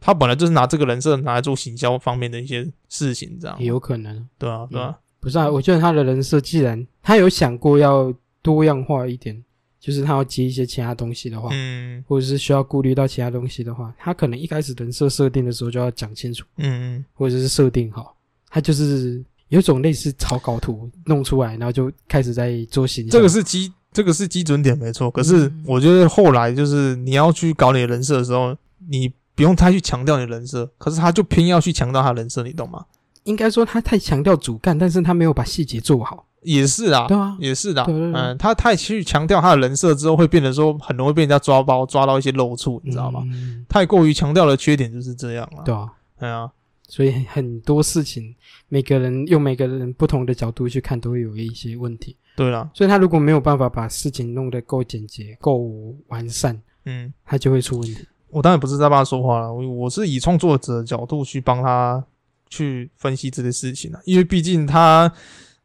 Speaker 2: 他本来就是拿这个人设拿来做行销方面的一些事情，这样
Speaker 3: 也有可能。
Speaker 2: 对啊，对啊，
Speaker 3: 不是啊，我觉得他的人设既然他有想过要多样化一点，就是他要接一些其他东西的话，
Speaker 2: 嗯
Speaker 3: 或者是需要顾虑到其他东西的话，他可能一开始人设设定的时候就要讲清楚，
Speaker 2: 嗯
Speaker 3: 或者是设定好。他就是有一种类似草稿图弄出来，然后就开始在做形
Speaker 2: 嗯，
Speaker 3: 象。
Speaker 2: 这个是基这个是基准点没错，可是
Speaker 3: 嗯
Speaker 2: 我觉得后来就是你要去搞你的人设的时候，你不用太去强调你的人设，可是他就偏要去强调他的人设，你懂吗？
Speaker 3: 应该说他太强调主干，但是他没有把细节做好。
Speaker 2: 也是啊，
Speaker 3: 对啊，
Speaker 2: 也是的，
Speaker 3: 对对对
Speaker 2: 嗯，他太去强调他的人设之后，会变得说很容易被人家抓包，抓到一些漏处，你知道吗？
Speaker 3: 嗯
Speaker 2: 太过于强调的缺点就是这样了、
Speaker 3: 对啊，
Speaker 2: 对啊，
Speaker 3: 所以很多事情，每个人用每个人不同的角度去看，都会有一些问题。
Speaker 2: 对啦，
Speaker 3: 所以他如果没有办法把事情弄得够简洁、够完善，
Speaker 2: 嗯，
Speaker 3: 他就会出问题。
Speaker 2: 我当然不是在帮他说话了，我我是以创作者的角度去帮他去分析这些事情啊，因为毕竟他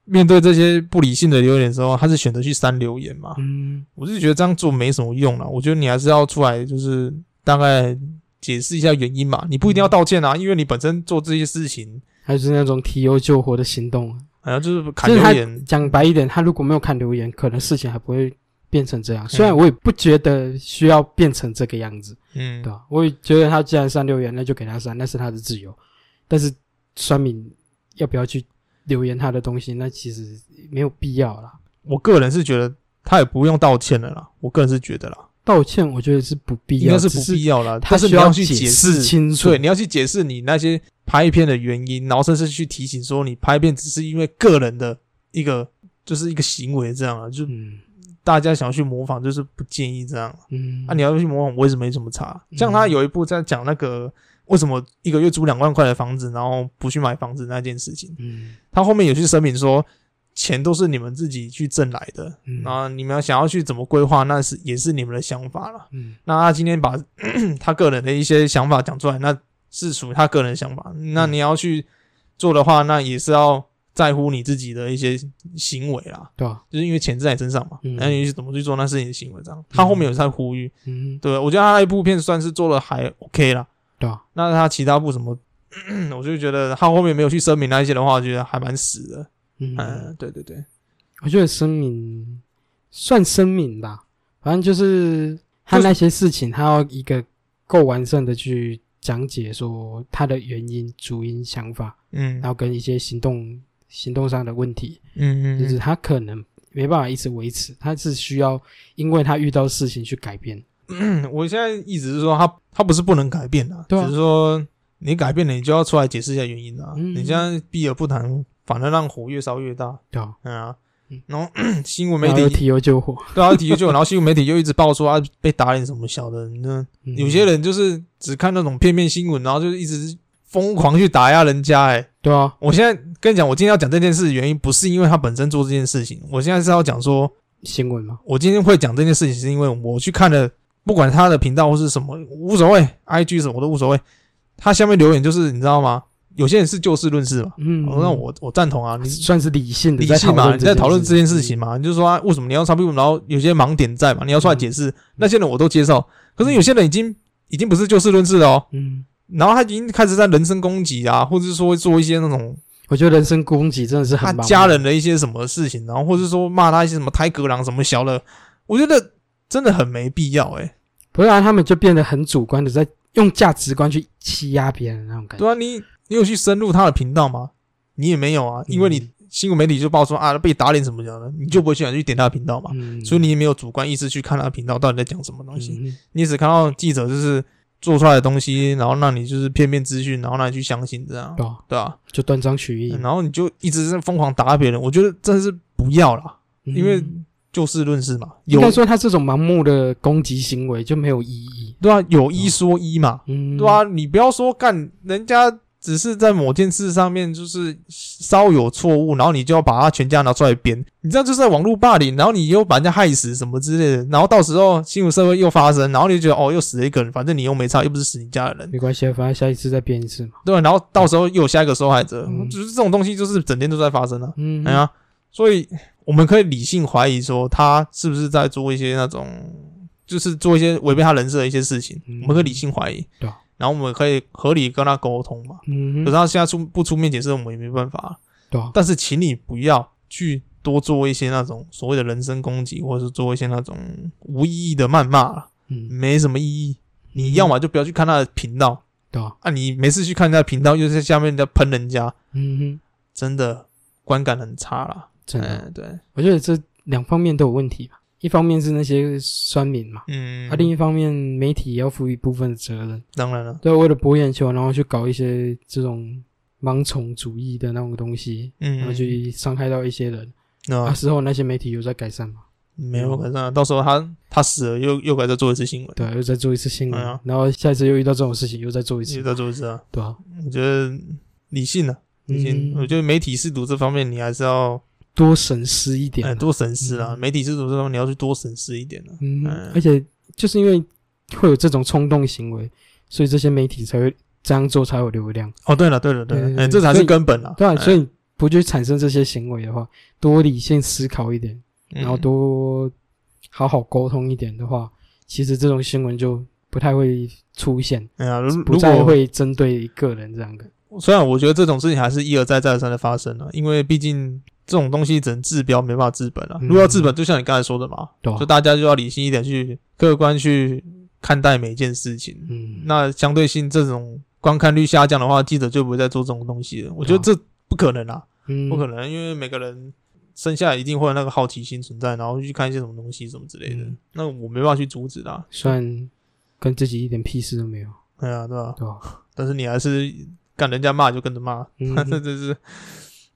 Speaker 2: 面对这些不理性的留言的时候，他是选择去删留言嘛，
Speaker 3: 嗯，
Speaker 2: 我是觉得这样做没什么用了，我觉得你还是要出来，就是大概解释一下原因嘛，你不一定要道歉啊，因为你本身做这些事情。
Speaker 3: 还有就是那种提油救火的行动啊。
Speaker 2: 好像就是砍
Speaker 3: 就是
Speaker 2: 留
Speaker 3: 他
Speaker 2: 言，
Speaker 3: 讲白一点，他如果没有看留言，可能事情还不会变成这样。虽然我也不觉得需要变成这个样子，
Speaker 2: 嗯，
Speaker 3: 对吧、我也觉得他既然删留言，那就给他删，那是他的自由。但是酸敏要不要去留言他的东西，那其实没有必要啦。
Speaker 2: 我个人是觉得他也不用道歉了啦，我个人是觉得啦，
Speaker 3: 道歉，我觉得是不必
Speaker 2: 应
Speaker 3: 要，
Speaker 2: 该是
Speaker 3: 只
Speaker 2: 不必要啦，
Speaker 3: 他
Speaker 2: 但是
Speaker 3: 需
Speaker 2: 你要去
Speaker 3: 解
Speaker 2: 解释
Speaker 3: 清楚
Speaker 2: 对，。你要去解释你那些拍片的原因，然后甚至去提醒说你拍片只是因为个人的一个就是一个行为这样啊，就
Speaker 3: 嗯
Speaker 2: 大家想要去模仿，就是不建议这样啊。
Speaker 3: 嗯，
Speaker 2: 啊，你要去模仿，为什么没什么差？像他
Speaker 3: 嗯
Speaker 2: 有一部在讲那个为什么一个月租两万块的房子，然后不去买房子那件事情，
Speaker 3: 嗯
Speaker 2: 他后面有去声明说，钱都是你们自己去挣来的，
Speaker 3: 嗯
Speaker 2: 啊，你们要想要去怎么规划，那是也是你们的想法了。
Speaker 3: 嗯
Speaker 2: 那他今天把 (clears throat) 他个人的一些想法讲出来，那是属于他个人的想法。
Speaker 3: 嗯
Speaker 2: 那你要去做的话，那也是要在乎你自己的一些行为啦，
Speaker 3: 对吧、
Speaker 2: 就是因为钱在你身上嘛，
Speaker 3: 嗯
Speaker 2: 那你去怎么去做，那是你的行为。这样，他后面有在呼吁，
Speaker 3: 嗯，
Speaker 2: 对我觉得他那一部片算是做的还 OK 啦。
Speaker 3: 对吧、
Speaker 2: 那他其他部什么， (clears throat) 我就觉得他后面没有去声明那一些的话，我觉得还蛮死的。
Speaker 3: 嗯，
Speaker 2: 嗯，对对对，
Speaker 3: 我觉得声明算声明吧，反正就是他那些事情，他要一个够完善的去讲解说他的原因、主因、想法，
Speaker 2: 嗯
Speaker 3: 然后跟一些行动行动上的问题，
Speaker 2: 嗯
Speaker 3: 就是
Speaker 2: 嗯，
Speaker 3: 他可能没办法一直维持，他是需要因为他遇到事情去改变。
Speaker 2: 嗯 (laughs) 我现在一直是说他他不是不能改变的，
Speaker 3: 对啊
Speaker 2: 只是说你改变了，你就要出来解释一下原因啊。
Speaker 3: 嗯
Speaker 2: 你这样避而不谈，反而让火越烧越大。
Speaker 3: 对啊，
Speaker 2: 嗯啊
Speaker 3: 嗯，
Speaker 2: 然后 (coughs) 新闻媒
Speaker 3: 然后又
Speaker 2: 体
Speaker 3: 提油救火，
Speaker 2: 对啊，提就然后新闻媒体又一直爆说啊被打脸什么小的，那
Speaker 3: 嗯
Speaker 2: 有些人就是只看那种片面新闻，然后就一直疯狂去打压人家，哎，
Speaker 3: 对啊，
Speaker 2: 我现在跟你讲，我今天要讲这件事的原因，不是因为他本身做这件事情，我现在是要讲说，
Speaker 3: 新闻嘛，
Speaker 2: 我今天会讲这件事情，是因为我去看了，不管他的频道或是什么，无所谓，IG 什么都无所谓。他下面留言就是你知道吗？有些人是就事论事嘛，
Speaker 3: 嗯，
Speaker 2: 哦那我我赞同啊，你
Speaker 3: 算是理性的
Speaker 2: 理性嘛，你在讨论这件事情
Speaker 3: 嘛，
Speaker 2: 嘛，你就说、啊、为什么你要 XP，然后有些盲点在嘛，你要出来解释，那些人我都接受，可是有些人已经已经不是就事论事了哦，
Speaker 3: 嗯。
Speaker 2: 然后他已经开始在人身攻击啊，或者是说做一些那种
Speaker 3: 我觉得人身攻击真的是
Speaker 2: 他
Speaker 3: 很忙
Speaker 2: 家人的一些什么事情，然后或者说骂他一些什么胎格狼什么小的，我觉得真的很没必要哎、
Speaker 3: 不然他们就变得很主观的，在用价值观去欺压别人的那种感觉。
Speaker 2: 对啊，你你有去深入他的频道吗？你也没有
Speaker 3: 嗯
Speaker 2: 啊，因为你新闻媒体就报说啊被打脸什么样的，你就不会去想去点他的频道嘛，
Speaker 3: 嗯，
Speaker 2: 所以你也没有主观意识去看他的频道到底在讲什么东西，
Speaker 3: 嗯
Speaker 2: 你只看到记者就是做出来的东西，然后让你就是片面资讯，然后让你去相信这样，
Speaker 3: 对啊，
Speaker 2: 对吧、
Speaker 3: 就断章取义
Speaker 2: 嗯，然后你就一直在疯狂打别人，我觉得真的是不要啦，因为
Speaker 3: 嗯
Speaker 2: 就事论事嘛，
Speaker 3: 应
Speaker 2: 有
Speaker 3: 该说他这种盲目的攻击行为就没有意义。
Speaker 2: 对啊，有一说一嘛，
Speaker 3: 嗯，
Speaker 2: 对啊，你不要说干人家只是在某件事上面就是稍有错误，然后你就要把他全家拿出来编，你这样就是在网络霸凌，然后你又把人家害死什么之类的，然后到时候新闻社会又发生，然后你就觉得哦又死了一个人，反正你又没差，又不是死你家的人，
Speaker 3: 没关系啊，反正下一次再编一次嘛。
Speaker 2: 对吧？啊然后到时候又有下一个受害者，
Speaker 3: 嗯
Speaker 2: 就是这种东西就是整天都在发生啊。
Speaker 3: 嗯，
Speaker 2: 哎呀，所以我们可以理性怀疑说，他是不是在做一些那种，就是做一些违背他人设的一些事情，
Speaker 3: 嗯
Speaker 2: 我们可以理性怀疑。
Speaker 3: 对啊
Speaker 2: 然后我们可以合理跟他沟通嘛。
Speaker 3: 嗯
Speaker 2: 可是
Speaker 3: 哼，
Speaker 2: 他现在出不出面解释，我们也没办法。
Speaker 3: 对啊，
Speaker 2: 但是，请你不要去多做一些那种所谓的人身攻击，或者是做一些那种无意义的谩骂啦，
Speaker 3: 嗯，
Speaker 2: 没什么意义。你要么就不要去看他的频道
Speaker 3: 对啊，
Speaker 2: 啊，你没事去看他的频道，又在下面在喷人家，
Speaker 3: 嗯哼，
Speaker 2: 真的观感很差啦。
Speaker 3: 真的，
Speaker 2: 嗯，对，
Speaker 3: 我觉得这两方面都有问题吧。一方面是那些酸民嘛，
Speaker 2: 嗯，
Speaker 3: 啊，另一方面媒体也要负一部分的责任，
Speaker 2: 当然了，
Speaker 3: 对，啊为了博眼球，然后去搞一些这种盲从主义的那种东西，
Speaker 2: 嗯，
Speaker 3: 然后去伤害到一些人。
Speaker 2: 那、
Speaker 3: 啊，嗯事后那些媒体有在改善嘛？
Speaker 2: 没有改善啊，到时候他他死了又又该再做一次新闻，
Speaker 3: 对啊，又再做一次新闻，
Speaker 2: 哎呀
Speaker 3: 然后下一次又遇到这种事情，又再做一
Speaker 2: 又
Speaker 3: 次，
Speaker 2: 再做一次啊。
Speaker 3: 对啊，
Speaker 2: 我觉得理性啊，理性，我
Speaker 3: 嗯，
Speaker 2: 觉得媒体试读这方面你还是要
Speaker 3: 多审视一点
Speaker 2: 哎
Speaker 3: 啊，
Speaker 2: 多审视啊，
Speaker 3: 嗯
Speaker 2: 媒体试读这方面你要去多审视一点啊。
Speaker 3: 嗯
Speaker 2: 哎，
Speaker 3: 而且就是因为会有这种冲动行为，所以这些媒体才会这样做，才有流量。
Speaker 2: 哦，对了对了对
Speaker 3: 对
Speaker 2: 了，
Speaker 3: 对
Speaker 2: 哎，
Speaker 3: 对
Speaker 2: 这才
Speaker 3: 所
Speaker 2: 是
Speaker 3: 以
Speaker 2: 根本啊。
Speaker 3: 对啊，
Speaker 2: 哎
Speaker 3: 所以不去产生这些行为的话，多理性思考一点，然后
Speaker 2: 嗯
Speaker 3: 多好好沟通一点的话，其实这种新闻就不太会出现，
Speaker 2: 哎呀，如
Speaker 3: 不
Speaker 2: 如
Speaker 3: 再
Speaker 2: 果
Speaker 3: 会针对个人这样的。
Speaker 2: 虽然我觉得这种事情还是一而再再而三的发生啊，因为毕竟这种东西只能治标，没办法治本啊。
Speaker 3: 嗯
Speaker 2: 如果要治本，就像你刚才说的嘛，
Speaker 3: 对啊
Speaker 2: 就大家就要理性一点去客观去看待每一件事情。
Speaker 3: 嗯，
Speaker 2: 那相对性这种观看率下降的话，记者就不会再做这种东西了。我觉得这不可能啊，
Speaker 3: 哦嗯
Speaker 2: 不可能，因为每个人生下来一定会有那个好奇心存在，然后去看一些什么东西什么之类的。
Speaker 3: 嗯
Speaker 2: 那我没办法去阻止啦，
Speaker 3: 虽然跟自己一点屁事都没有，
Speaker 2: 哎呀，对吧？
Speaker 3: 对吧？
Speaker 2: 但是你还是干人家骂就跟着骂，
Speaker 3: 嗯
Speaker 2: (laughs) 这这是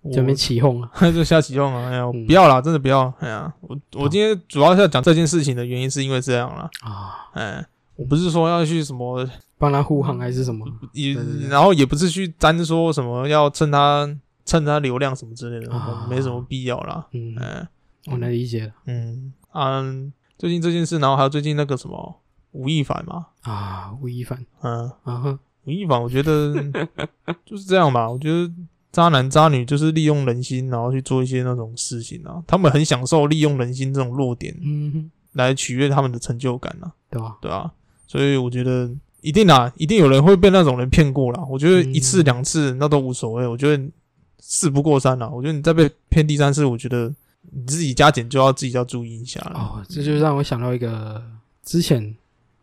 Speaker 2: 我 (laughs)
Speaker 3: 这边起哄啊，
Speaker 2: 就瞎起哄啊！哎呀，我
Speaker 3: 嗯
Speaker 2: 不要啦，真的不要！哎呀，我我今天主要是要讲这件事情的原因是因为这样啦。
Speaker 3: 啊，
Speaker 2: 哎，我不是说要去什么
Speaker 3: 帮他护航还是什么
Speaker 2: 也
Speaker 3: 对对对
Speaker 2: 然后也不是去沾说什么要趁他趁他流量什么之类的，
Speaker 3: 啊
Speaker 2: 没什么必要啦。
Speaker 3: 嗯，
Speaker 2: 嗯
Speaker 3: 我能理解了
Speaker 2: 嗯嗯，最近这件事，然后还有最近那个什么吴亦凡嘛，
Speaker 3: 啊，吴亦凡
Speaker 2: 嗯，
Speaker 3: 啊哈，
Speaker 2: 吴亦凡，我觉
Speaker 3: (laughs)
Speaker 2: 得就是这样吧。我觉得渣男渣女就是利用人心，然后去做一些那种事情啊，他们很享受利用人心这种弱点
Speaker 3: 嗯哼，
Speaker 2: 来取悦他们的成就感啊，
Speaker 3: 对吧？
Speaker 2: 对啊，所以我觉得一定啦，一定有人会被那种人骗过啦。我觉得一次
Speaker 3: 嗯
Speaker 2: 两次那都无所谓，我觉得事不过三啦。啊我觉得你再被骗第三次，我觉得你自己加减就要自己要注意一下了。
Speaker 3: 哦，这就让我想到一个之前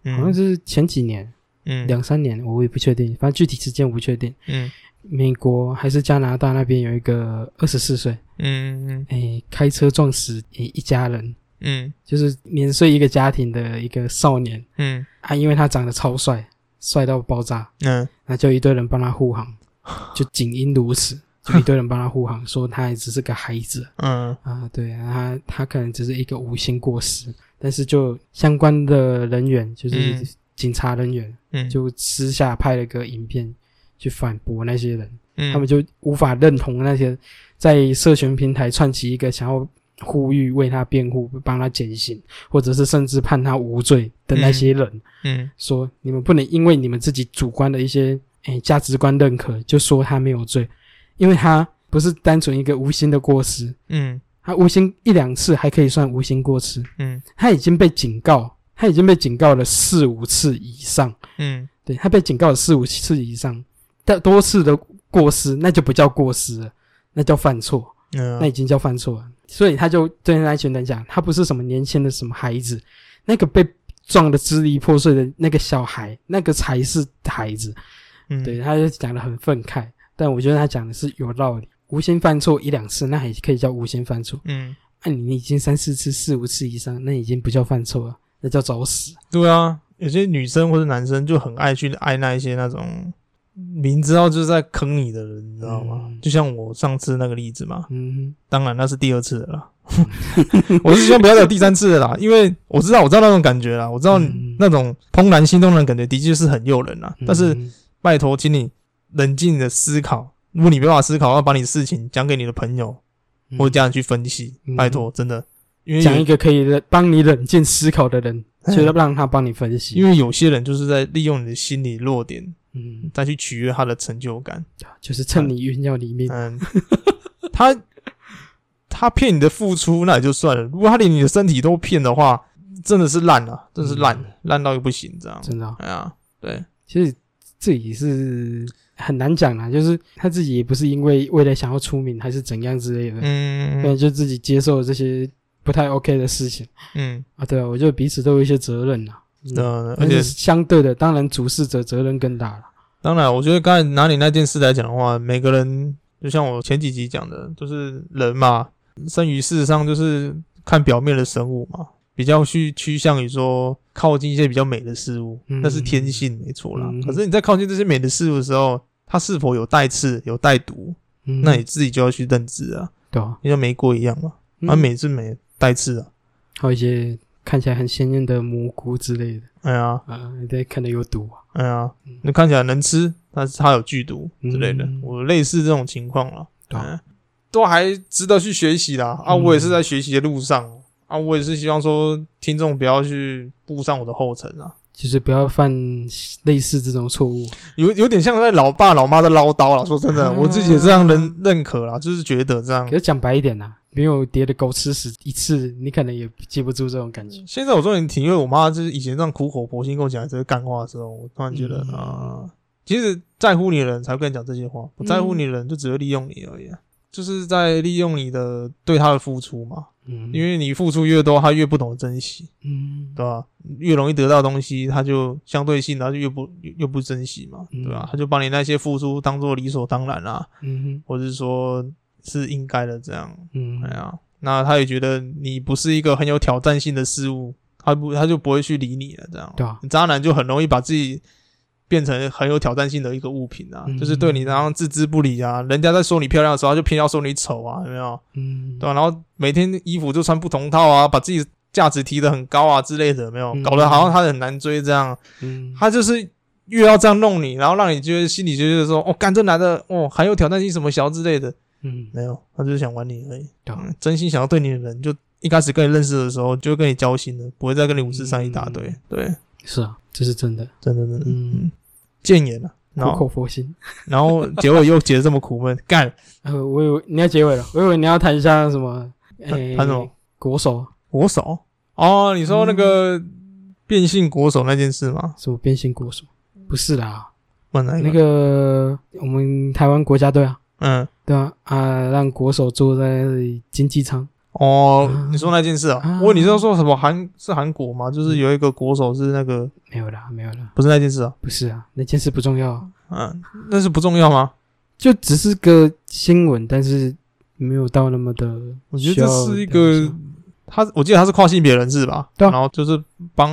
Speaker 3: 好像
Speaker 2: 嗯
Speaker 3: 是前几年
Speaker 2: 嗯
Speaker 3: 两三年，我也不确定，反正具体时间我不确定。
Speaker 2: 嗯
Speaker 3: 美国还是加拿大那边有一个二十四岁，
Speaker 2: 嗯
Speaker 3: 哎，开车撞死一一家人，
Speaker 2: 嗯
Speaker 3: 就是碾碎一个家庭的一个少年
Speaker 2: 嗯
Speaker 3: 啊，因为他长得超帅，帅到爆炸，
Speaker 2: 嗯
Speaker 3: 那就一堆人帮他护
Speaker 2: (laughs)
Speaker 3: 航，就仅因如此，就一堆人帮他护航，说他也只是个孩子
Speaker 2: 嗯
Speaker 3: 啊，对啊，他他可能只是一个无心过失，但是就相关的人员，就是
Speaker 2: 嗯
Speaker 3: 警察人员，
Speaker 2: 嗯，
Speaker 3: 就私下拍了个影片去反驳那些人，
Speaker 2: 嗯
Speaker 3: 他们就无法认同那些在社群平台串起一个想要呼吁为他辩护、帮他减刑，或者是甚至判他无罪的那些人，
Speaker 2: 嗯
Speaker 3: 说你们不能因为你们自己主观的一些诶价值观认可，就说他没有罪，因为他不是单纯一个无心的过失，
Speaker 2: 嗯
Speaker 3: 他无心一两次还可以算无心过失，
Speaker 2: 嗯
Speaker 3: 他已经被警告，他已经被警告了四五次以上。
Speaker 2: 嗯
Speaker 3: 对他被警告了四五次以上，但多次的过失，那就不叫过失了，那叫犯错，那已
Speaker 2: 嗯
Speaker 3: 经叫犯错了。所以他就对那群人讲，他不是什么年轻的什么孩子，那个被撞的支离破碎的那个小孩，那个才是孩子。
Speaker 2: 嗯，
Speaker 3: 对，他就讲的很愤慨，但我觉得他讲的是有道理。无心犯错一两次，那还可以叫无心犯错。
Speaker 2: 嗯，
Speaker 3: 那、你已经三四次、四五次以上，那已经不叫犯错了，那叫找死。
Speaker 2: 对啊，有些女生或者男生就很爱去爱那一些那种明知道就是在坑你的人，你知道吗？
Speaker 3: 嗯
Speaker 2: 就像我上次那个例子嘛，
Speaker 3: 嗯
Speaker 2: 当然那是第二次了
Speaker 3: (laughs)
Speaker 2: 啦，我是希望不要有第三次的啦，因为我知道我知道那种感觉啦，我知道
Speaker 3: 嗯
Speaker 2: 那种怦然心动的感觉的确是很诱人啦，
Speaker 3: 哼，
Speaker 2: 但是
Speaker 3: 嗯
Speaker 2: 拜托，请你冷静的思考。如果你没办法思考，要把你事情讲给你的朋友
Speaker 3: 嗯
Speaker 2: 或者家人去分析，
Speaker 3: 嗯
Speaker 2: 拜托，真的，因为
Speaker 3: 讲一个可以冷帮你冷静思考的人，
Speaker 2: 嗯
Speaker 3: 就让他帮你分析。
Speaker 2: 因为有些人就是在利用你的心理弱点，
Speaker 3: 嗯，
Speaker 2: 再去取悦他的成就感。
Speaker 3: 就是趁你晕要里面，
Speaker 2: 嗯，他他骗你的付出那也就算了，如果他连你的身体都骗的话，真的是烂了、真的是烂
Speaker 3: 嗯
Speaker 2: 烂、到又不行这样。
Speaker 3: 真的哦。
Speaker 2: 哎呀，对，
Speaker 3: 其实这也是很难讲啦，就是他自己也不是因为未来想要出名还是怎样之类的，对，
Speaker 2: 嗯
Speaker 3: 就自己接受了这些不太 OK 的事情
Speaker 2: 嗯，
Speaker 3: 啊。对啊，我觉得彼此都有一些责任啦。嗯
Speaker 2: 呃，而
Speaker 3: 但
Speaker 2: 且
Speaker 3: 是相对的，当然主事者责任更大了。
Speaker 2: 当然，我觉得刚才拿你那件事来讲的话，每个人就像我前几集讲的，就是人嘛，生于世上就是看表面的生物嘛，比较去趋向于说靠近一些比较美的事物，
Speaker 3: 嗯
Speaker 2: 那是天性没错啦。
Speaker 3: 嗯
Speaker 2: 可是你在靠近这些美的事物的时候，它是否有带刺、有带毒，
Speaker 3: 嗯，
Speaker 2: 那你自己就要去认知啊，
Speaker 3: 对啊，
Speaker 2: 就像玫瑰一样嘛，啊，
Speaker 3: 嗯
Speaker 2: 美是美，带刺啊，
Speaker 3: 还有一些看起来很鲜艳的蘑菇之类的，
Speaker 2: 哎呀，
Speaker 3: 啊，对，看的有毒啊。
Speaker 2: 哎呀
Speaker 3: 嗯，
Speaker 2: 那看起来能吃，但是它有剧毒之类的
Speaker 3: 嗯，
Speaker 2: 我类似这种情况啦。
Speaker 3: 对啊
Speaker 2: 嗯都还值得去学习啦。啊，
Speaker 3: 嗯
Speaker 2: 我也是在学习的路上啊，我也是希望说听众不要去步上我的后尘啊，
Speaker 3: 就是不要犯类似这种错误。
Speaker 2: 有有点像在老爸老妈的唠叨啦。说真的，
Speaker 3: 嗯
Speaker 2: 我自己也这样认认可啦，就是觉得这样
Speaker 3: 可。是讲白一点呐、啊没有叠的狗吃屎一次，你可能也记不住这种感觉。
Speaker 2: 现在我终于体会我妈就是以前这样苦口婆心跟我讲这些干话的时候，我突然觉得
Speaker 3: 嗯
Speaker 2: 啊、其实在乎你的人才会跟你讲这些话，不在乎你的人就只会利用你而已、啊，就是在利用你的对他的付出嘛。
Speaker 3: 嗯，
Speaker 2: 因为你付出越多，他越不懂得珍惜。
Speaker 3: 嗯，
Speaker 2: 对吧、越容易得到的东西，他就相对性，他就越不越越不珍惜嘛，
Speaker 3: 嗯
Speaker 2: 对吧、他就把你那些付出当做理所当然啦、
Speaker 3: 嗯
Speaker 2: 或者是说是应该的这样。
Speaker 3: 嗯
Speaker 2: 哎呀，那他也觉得你不是一个很有挑战性的事物，他不他就不会去理你了。这样，
Speaker 3: 对啊
Speaker 2: 渣男就很容易把自己变成很有挑战性的一个物品啊，
Speaker 3: 嗯
Speaker 2: 就是对你然后置之不理啊。人家在说你漂亮的时候，他就偏要说你丑啊，有没有？
Speaker 3: 嗯，
Speaker 2: 对啊吧、然后每天衣服就穿不同套啊，把自己价值提得很高啊之类的，有没有？
Speaker 3: 嗯
Speaker 2: 搞得好像他很难追这样。
Speaker 3: 嗯，
Speaker 2: 他就是越要这样弄你，然后让你觉得心里就觉得说，哦，干这男的，哦，还有挑战性什么小之类的，
Speaker 3: 嗯，
Speaker 2: 没有，他就是想玩你而已。
Speaker 3: 对啊
Speaker 2: 嗯真心想要对你的人，就一开始跟你认识的时候就会跟你交心了，不会再跟你五四三一大堆。
Speaker 3: 嗯
Speaker 2: 对，
Speaker 3: 是啊，这是真的，
Speaker 2: 真的真的，
Speaker 3: 嗯
Speaker 2: 嗯，谏言啊。然
Speaker 3: 苦
Speaker 2: 后，
Speaker 3: 口婆心。
Speaker 2: 然后结尾又结得这么苦闷，干
Speaker 3: 呃，我以为你要结尾了，我以为你要谈一下什么，哎，
Speaker 2: 谈什么
Speaker 3: 国手
Speaker 2: 国手哦？你
Speaker 3: 嗯
Speaker 2: 说那个变性国手那件事吗？
Speaker 3: 什么变性国手？不是啦，
Speaker 2: 问哪一
Speaker 3: 那个我们台湾国家队啊，
Speaker 2: 嗯，
Speaker 3: 对啊，啊，让国手坐在经济舱，
Speaker 2: 哦
Speaker 3: 啊，
Speaker 2: 你说那件事啊？
Speaker 3: 啊
Speaker 2: 我问你是要说什么韩是韩国吗？就是有一个国手是那个
Speaker 3: 没有啦，没有啦，
Speaker 2: 不是那件事啊？
Speaker 3: 不是啊，那件事不重要啊，
Speaker 2: 嗯，那是不重要吗？
Speaker 3: 就只是个新闻，但是没有到那么的。
Speaker 2: 我觉得这是一个他，我记得他是跨性别人士吧？
Speaker 3: 对啊
Speaker 2: 然后就是帮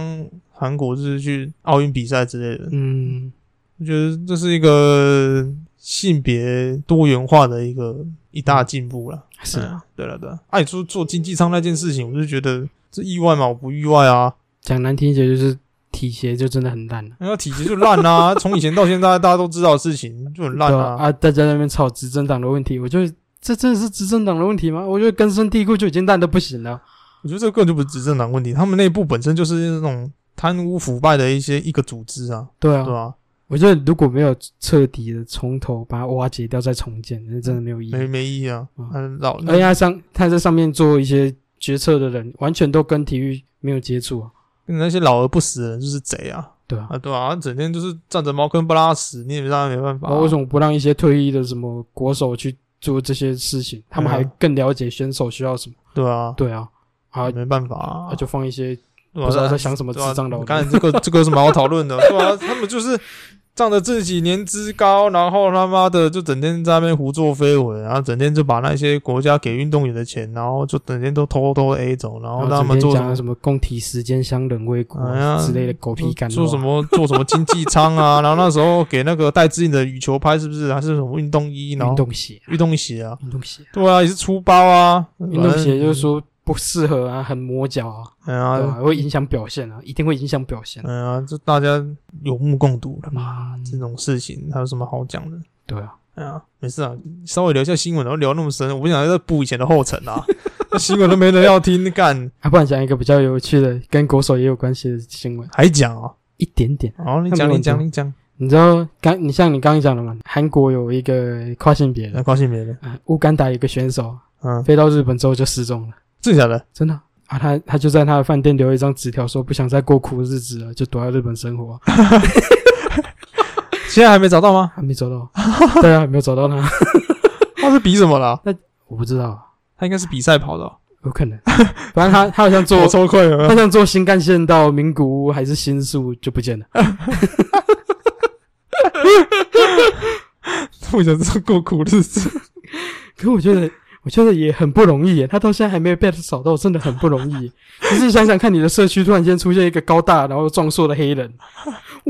Speaker 2: 韩国就是去奥运比赛之类的。
Speaker 3: 嗯，
Speaker 2: 我觉得这是一个性别多元化的一个一大进步了。
Speaker 3: 是啊，
Speaker 2: 嗯对了对了，哎、你说做经济舱那件事情，我就觉得这意外嘛，我不意外啊。
Speaker 3: 讲难听一点就是体协就真的很烂了，
Speaker 2: 那体积就烂啊，从以前到现在大家都知道的事情就很烂
Speaker 3: 对啊
Speaker 2: 啊。
Speaker 3: 啊！大家在那边吵执政党的问题，我觉得这真的是执政党的问题吗？我觉得根深蒂固就已经烂的不行了。
Speaker 2: 我觉得这个根本就不是执政党问题，他们内部本身就是那种贪污腐败的一些一个组织啊，
Speaker 3: 对啊，
Speaker 2: 对吧？
Speaker 3: 我觉得如果没有彻底的从头把它瓦解掉再重建，那真的没有意义。
Speaker 2: 没没意义啊
Speaker 3: 嗯，
Speaker 2: 他老
Speaker 3: 而且他上他在上面做一些决策的人，完全都跟体育没有接触啊。
Speaker 2: 那些老而不死的人就是贼啊
Speaker 3: 对啊，
Speaker 2: 啊，对啊，他整天就是站着茅坑不拉屎，你也让他没办法
Speaker 3: 然
Speaker 2: 啊、
Speaker 3: 后为什么不让一些退役的什么国手去做这些事情？他们还
Speaker 2: 嗯
Speaker 3: 更了解选手需要什么。
Speaker 2: 对啊，
Speaker 3: 对啊，啊，
Speaker 2: 没办法啊，
Speaker 3: 那就放一些
Speaker 2: 对啊
Speaker 3: 不知道在想什么智
Speaker 2: 对啊
Speaker 3: 障的。
Speaker 2: 你看这个这个有什么好讨论的？对啊，他们就是仗着自己年资高，然后他妈的就整天在那边胡作非为，然后整天就把那些国家给运动员的钱，然后就整天都偷偷 A 走，然后
Speaker 3: 然
Speaker 2: 让
Speaker 3: 后
Speaker 2: 他
Speaker 3: 整
Speaker 2: 们做
Speaker 3: 天
Speaker 2: 什么
Speaker 3: 讲什么共体时间相忍为国
Speaker 2: 哎呀
Speaker 3: 之类的狗屁干
Speaker 2: 做什
Speaker 3: 话？
Speaker 2: 么做什么经济舱啊，然后那时候给那个戴志颖的羽球拍是不是还是什么运动衣，然
Speaker 3: 运
Speaker 2: 后
Speaker 3: 动鞋，
Speaker 2: 运动鞋啊，
Speaker 3: 运动鞋，
Speaker 2: 对啊，也是出包啊，
Speaker 3: 运动鞋就是说不适合啊，很磨脚啊，
Speaker 2: 哎
Speaker 3: 对
Speaker 2: 呀，
Speaker 3: 吧？会影响表现啊，一定会影响表现。
Speaker 2: 哎呀，这大家有目共睹了嘛。
Speaker 3: 妈，
Speaker 2: 这种事情还有什么好讲的？
Speaker 3: 对啊，
Speaker 2: 哎呀，没事啊，稍微聊一下新闻，然后聊那么深，我不想再步以前的后尘啊。 (laughs) 那新闻都没人要听，干
Speaker 3: 啊，不然讲一个比较有趣的，跟国手也有关系的新闻，
Speaker 2: 还讲啊？
Speaker 3: 一点点。
Speaker 2: 好，你
Speaker 3: 他没
Speaker 2: 讲，
Speaker 3: 有
Speaker 2: 你讲，
Speaker 3: 听
Speaker 2: 你讲，
Speaker 3: 你知道刚你像你刚刚讲的嘛，韩国有一个跨性别
Speaker 2: 来
Speaker 3: 的，
Speaker 2: 关心别人。
Speaker 3: 呃乌干达有一个选手
Speaker 2: 嗯，
Speaker 3: 飞到日本之后就失踪了，
Speaker 2: 真的假的？
Speaker 3: 真的啊，他他就在他的饭店留一张纸条，说不想再过苦日子了，就躲在日本生活，啊
Speaker 2: 现在还没找到吗？
Speaker 3: 还没找到，对啊，没有找到他，
Speaker 2: 他是比什么啦？
Speaker 3: 我不知道，
Speaker 2: 他应该是比赛跑的哦，
Speaker 3: 有可能，反正他他好像
Speaker 2: (laughs)
Speaker 3: 做
Speaker 2: 我抽快
Speaker 3: 他
Speaker 2: 了。
Speaker 3: 想坐新干线到名古屋还是新宿就不见了，
Speaker 2: 我想这过苦日子，
Speaker 3: 可我觉得， (laughs) 我觉得也很不容易耶。他到现在还没有被找到，真的很不
Speaker 2: (laughs)
Speaker 3: 容易耶。可是想想看，你的社区突然间出现一个高大然后壮硕的黑人，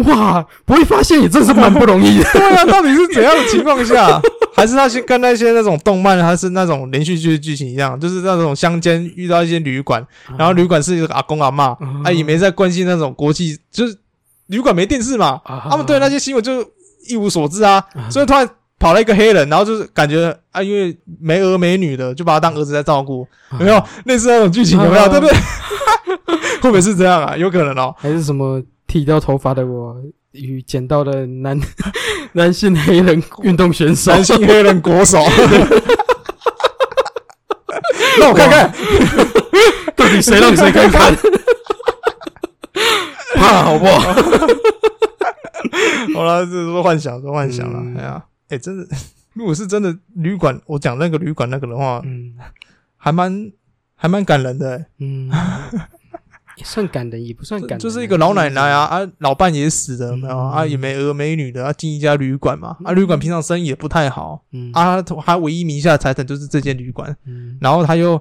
Speaker 3: 哇，不会发现也真是蛮不容易的。
Speaker 2: (laughs) (laughs) 对啊，到底是怎样的情况下？ (laughs) 还是他先跟那些那种动漫，还是那种连续剧的剧情一样，就是那种乡间遇到一些旅馆，然后旅馆是一个阿公阿妈，
Speaker 3: 嗯
Speaker 2: 啊也没在关心那种国际，就是旅馆没电视嘛，
Speaker 3: 啊
Speaker 2: 他们对那些新闻就一无所知啊，
Speaker 3: 啊
Speaker 2: 所以突然跑了一个黑人，然后就是感觉啊，因为没儿没女的，就把他当儿子在照顾，有没有类似那种剧情？有没有？
Speaker 3: 啊
Speaker 2: 对不对？会不会是这样啊？有可能哦。
Speaker 3: 还是什么剃掉头发的我与捡到的男 (laughs) 男性黑人运动选手，
Speaker 2: 男性黑人国手，让我看看，
Speaker 3: (laughs) 到底谁让谁
Speaker 2: (laughs)
Speaker 3: 看看？怕好不好？
Speaker 2: 好了，这是幻想，是幻想了。
Speaker 3: 嗯
Speaker 2: 哎呀，哎，真的， (laughs) 如果是真的旅馆，我讲那个旅馆那个的话，
Speaker 3: 嗯
Speaker 2: 还蛮还蛮感人的、欸。
Speaker 3: 嗯，也算感人，也不算感人啊，
Speaker 2: 就是一个老奶奶啊，啊，老伴也死了，有没有啊，
Speaker 3: 嗯
Speaker 2: 也没儿没女的，啊，进一家旅馆嘛，啊，旅馆平常生意也不太好，
Speaker 3: 嗯，
Speaker 2: 啊，他他唯一名下的财产就是这间旅馆，
Speaker 3: 嗯
Speaker 2: 然后他又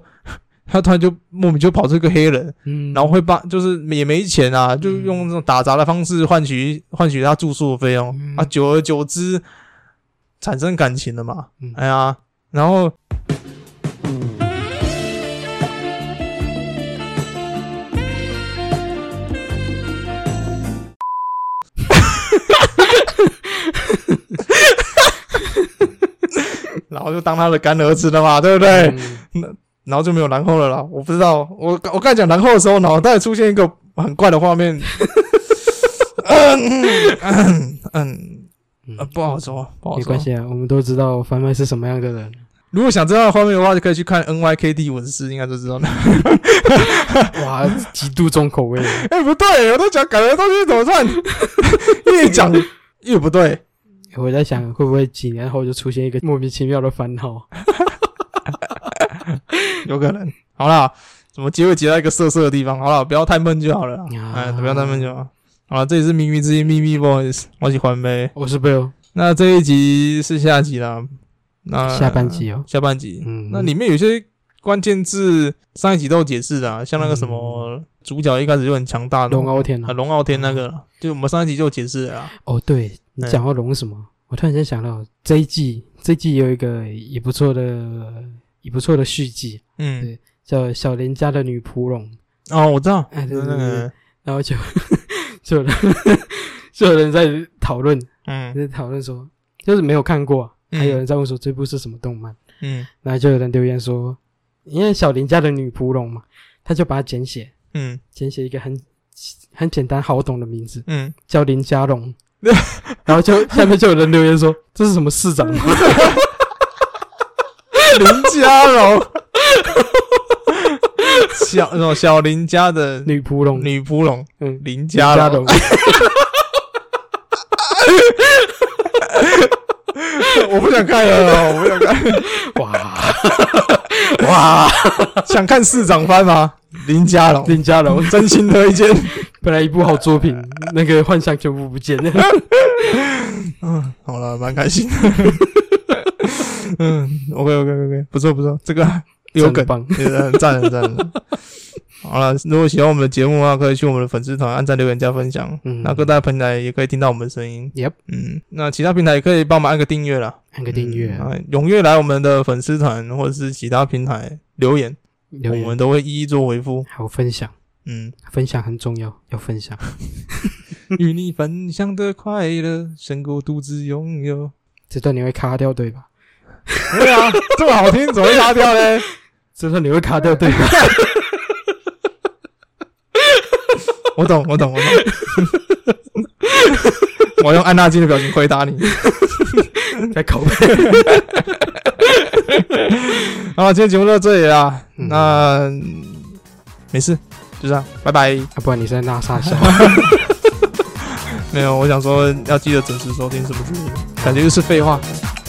Speaker 2: 他突然就莫名就跑出一个黑人，
Speaker 3: 嗯，
Speaker 2: 然后会把就是也没钱啊，就用这种打杂的方式换取换取他住宿的费用
Speaker 3: 嗯
Speaker 2: 啊，久而久之产生感情了嘛
Speaker 3: 嗯，
Speaker 2: 哎呀，然后然后就当他的干儿子了嘛，对不对？
Speaker 3: 嗯
Speaker 2: 然后就没有然后了啦。我不知道，我我刚才讲然后的时候，脑袋出现一个很怪的画面。嗯嗯嗯
Speaker 3: 嗯
Speaker 2: 呃不好说，不好说。
Speaker 3: 没关。系啊，我们都知道番麦是什么样
Speaker 2: (laughs)
Speaker 3: 的人。
Speaker 2: 如果想知道画面的话，就可以去看 NYKD 文字，应该就知道了。 (laughs)
Speaker 3: 哇，极度重口味。
Speaker 2: 哎、不对，我都讲感觉东西怎么算， (laughs) 越讲越不对。
Speaker 3: 我在想，会不会几年后就出现一个莫名其妙的番号？
Speaker 2: 有可能。好啦，怎么结尾结到一个色色的地方？好啦，不要太闷就好了啦。
Speaker 3: 啊
Speaker 2: 哎，不要太闷就好。好了，这里是秘密之音秘密 voice，我喜欢呗。
Speaker 3: 我是 Bill，
Speaker 2: 那这一集是下集啦，那
Speaker 3: 下半，集哦。
Speaker 2: 下半集。
Speaker 3: 嗯，
Speaker 2: 那里面有些关键字上一集都有解释的、啊，像那个什么、主角一开始就很强大的
Speaker 3: 嗯龙，傲天
Speaker 2: 啊
Speaker 3: 啊？
Speaker 2: 龙傲天那个啦，就我们上一集就有解释了啊。
Speaker 3: 哦，对你
Speaker 2: 嗯
Speaker 3: 讲到龙什么？我突然间想到这一季，这一季有一个也不错的、也不错的续集，
Speaker 2: 嗯
Speaker 3: 对，叫《小林家的女仆龙》。
Speaker 2: 哦，我知道，
Speaker 3: 哎，对
Speaker 2: 就是
Speaker 3: 对
Speaker 2: 那
Speaker 3: 对对，
Speaker 2: 个，
Speaker 3: 然后就 (laughs) 就有人 (laughs) 就有人在讨论，
Speaker 2: 嗯
Speaker 3: 在讨论说，就是没有看过啊，
Speaker 2: 嗯
Speaker 3: 还有人在问说这部是什么动漫，
Speaker 2: 嗯
Speaker 3: 然后就有人留言说，因为小林家的女仆龙嘛，他就把它简写，
Speaker 2: 嗯
Speaker 3: 简写一个很很简单好懂的名字
Speaker 2: 嗯，
Speaker 3: 叫林家龙， (laughs) 然后就下面就有人留言说这是什么市长吗？ (laughs)
Speaker 2: 林家荣， (laughs) 小那种小林家的
Speaker 3: 女仆龙，
Speaker 2: 女仆龙，
Speaker 3: 嗯，
Speaker 2: 林
Speaker 3: 林
Speaker 2: 家荣，
Speaker 3: 龙，
Speaker 2: (laughs) 我不想看
Speaker 3: (laughs)
Speaker 2: 了，我不想看，
Speaker 3: 哇哇，
Speaker 2: 想看市长番吗？林家荣，
Speaker 3: (laughs) 林家龙，
Speaker 2: 真心推荐。
Speaker 3: 本来一部好作 (laughs) 品，那个幻想全部不见 (laughs) 了。
Speaker 2: 嗯，好了，蛮开心的。 (laughs) 嗯，OK OK OK，不错不错，这个啊有梗
Speaker 3: 真，棒
Speaker 2: 也很 (laughs) 赞很赞。很赞好了，如果喜欢我们的节目的话，可以去我们的粉丝团按赞、留言、加分享。
Speaker 3: 嗯
Speaker 2: 那各大平台也可以听到我们的声音。
Speaker 3: Yep
Speaker 2: 嗯，那其他平台也可以帮忙按个订阅啦。嗯啊
Speaker 3: 按个订阅，
Speaker 2: 嗯啊踊跃来我们的粉丝团或者是其他平台留言，
Speaker 3: 留
Speaker 2: 我
Speaker 3: 言
Speaker 2: 们都会一一做回复。
Speaker 3: 还有分享，
Speaker 2: (laughs) 嗯，
Speaker 3: 分享很重要，要分享。
Speaker 2: 与你分享的快乐胜过独自拥有。
Speaker 3: 这段你会卡掉对吧？
Speaker 2: 对啊，这么好听怎么会拉掉嘞？
Speaker 3: 这段你会卡掉对吧？
Speaker 2: (laughs) 我懂，我懂，我懂。 (laughs) 我用按捺金的表情回答你。
Speaker 3: 在拷贝。
Speaker 2: 好，今天节目到这里啦。
Speaker 3: 嗯
Speaker 2: 那没事，就这样，拜拜。
Speaker 3: (laughs) 啊，不然你在那啥笑？ (laughs)
Speaker 2: 没有，我想说要记得准时收听什么之类的，感觉就是废话。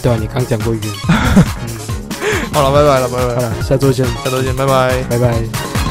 Speaker 3: 对啊，你刚讲过语言。嗯，
Speaker 2: 好了，拜拜了，拜拜
Speaker 3: 好
Speaker 2: 了，
Speaker 3: 了，下周见，
Speaker 2: 下周见，拜拜。
Speaker 3: 拜拜。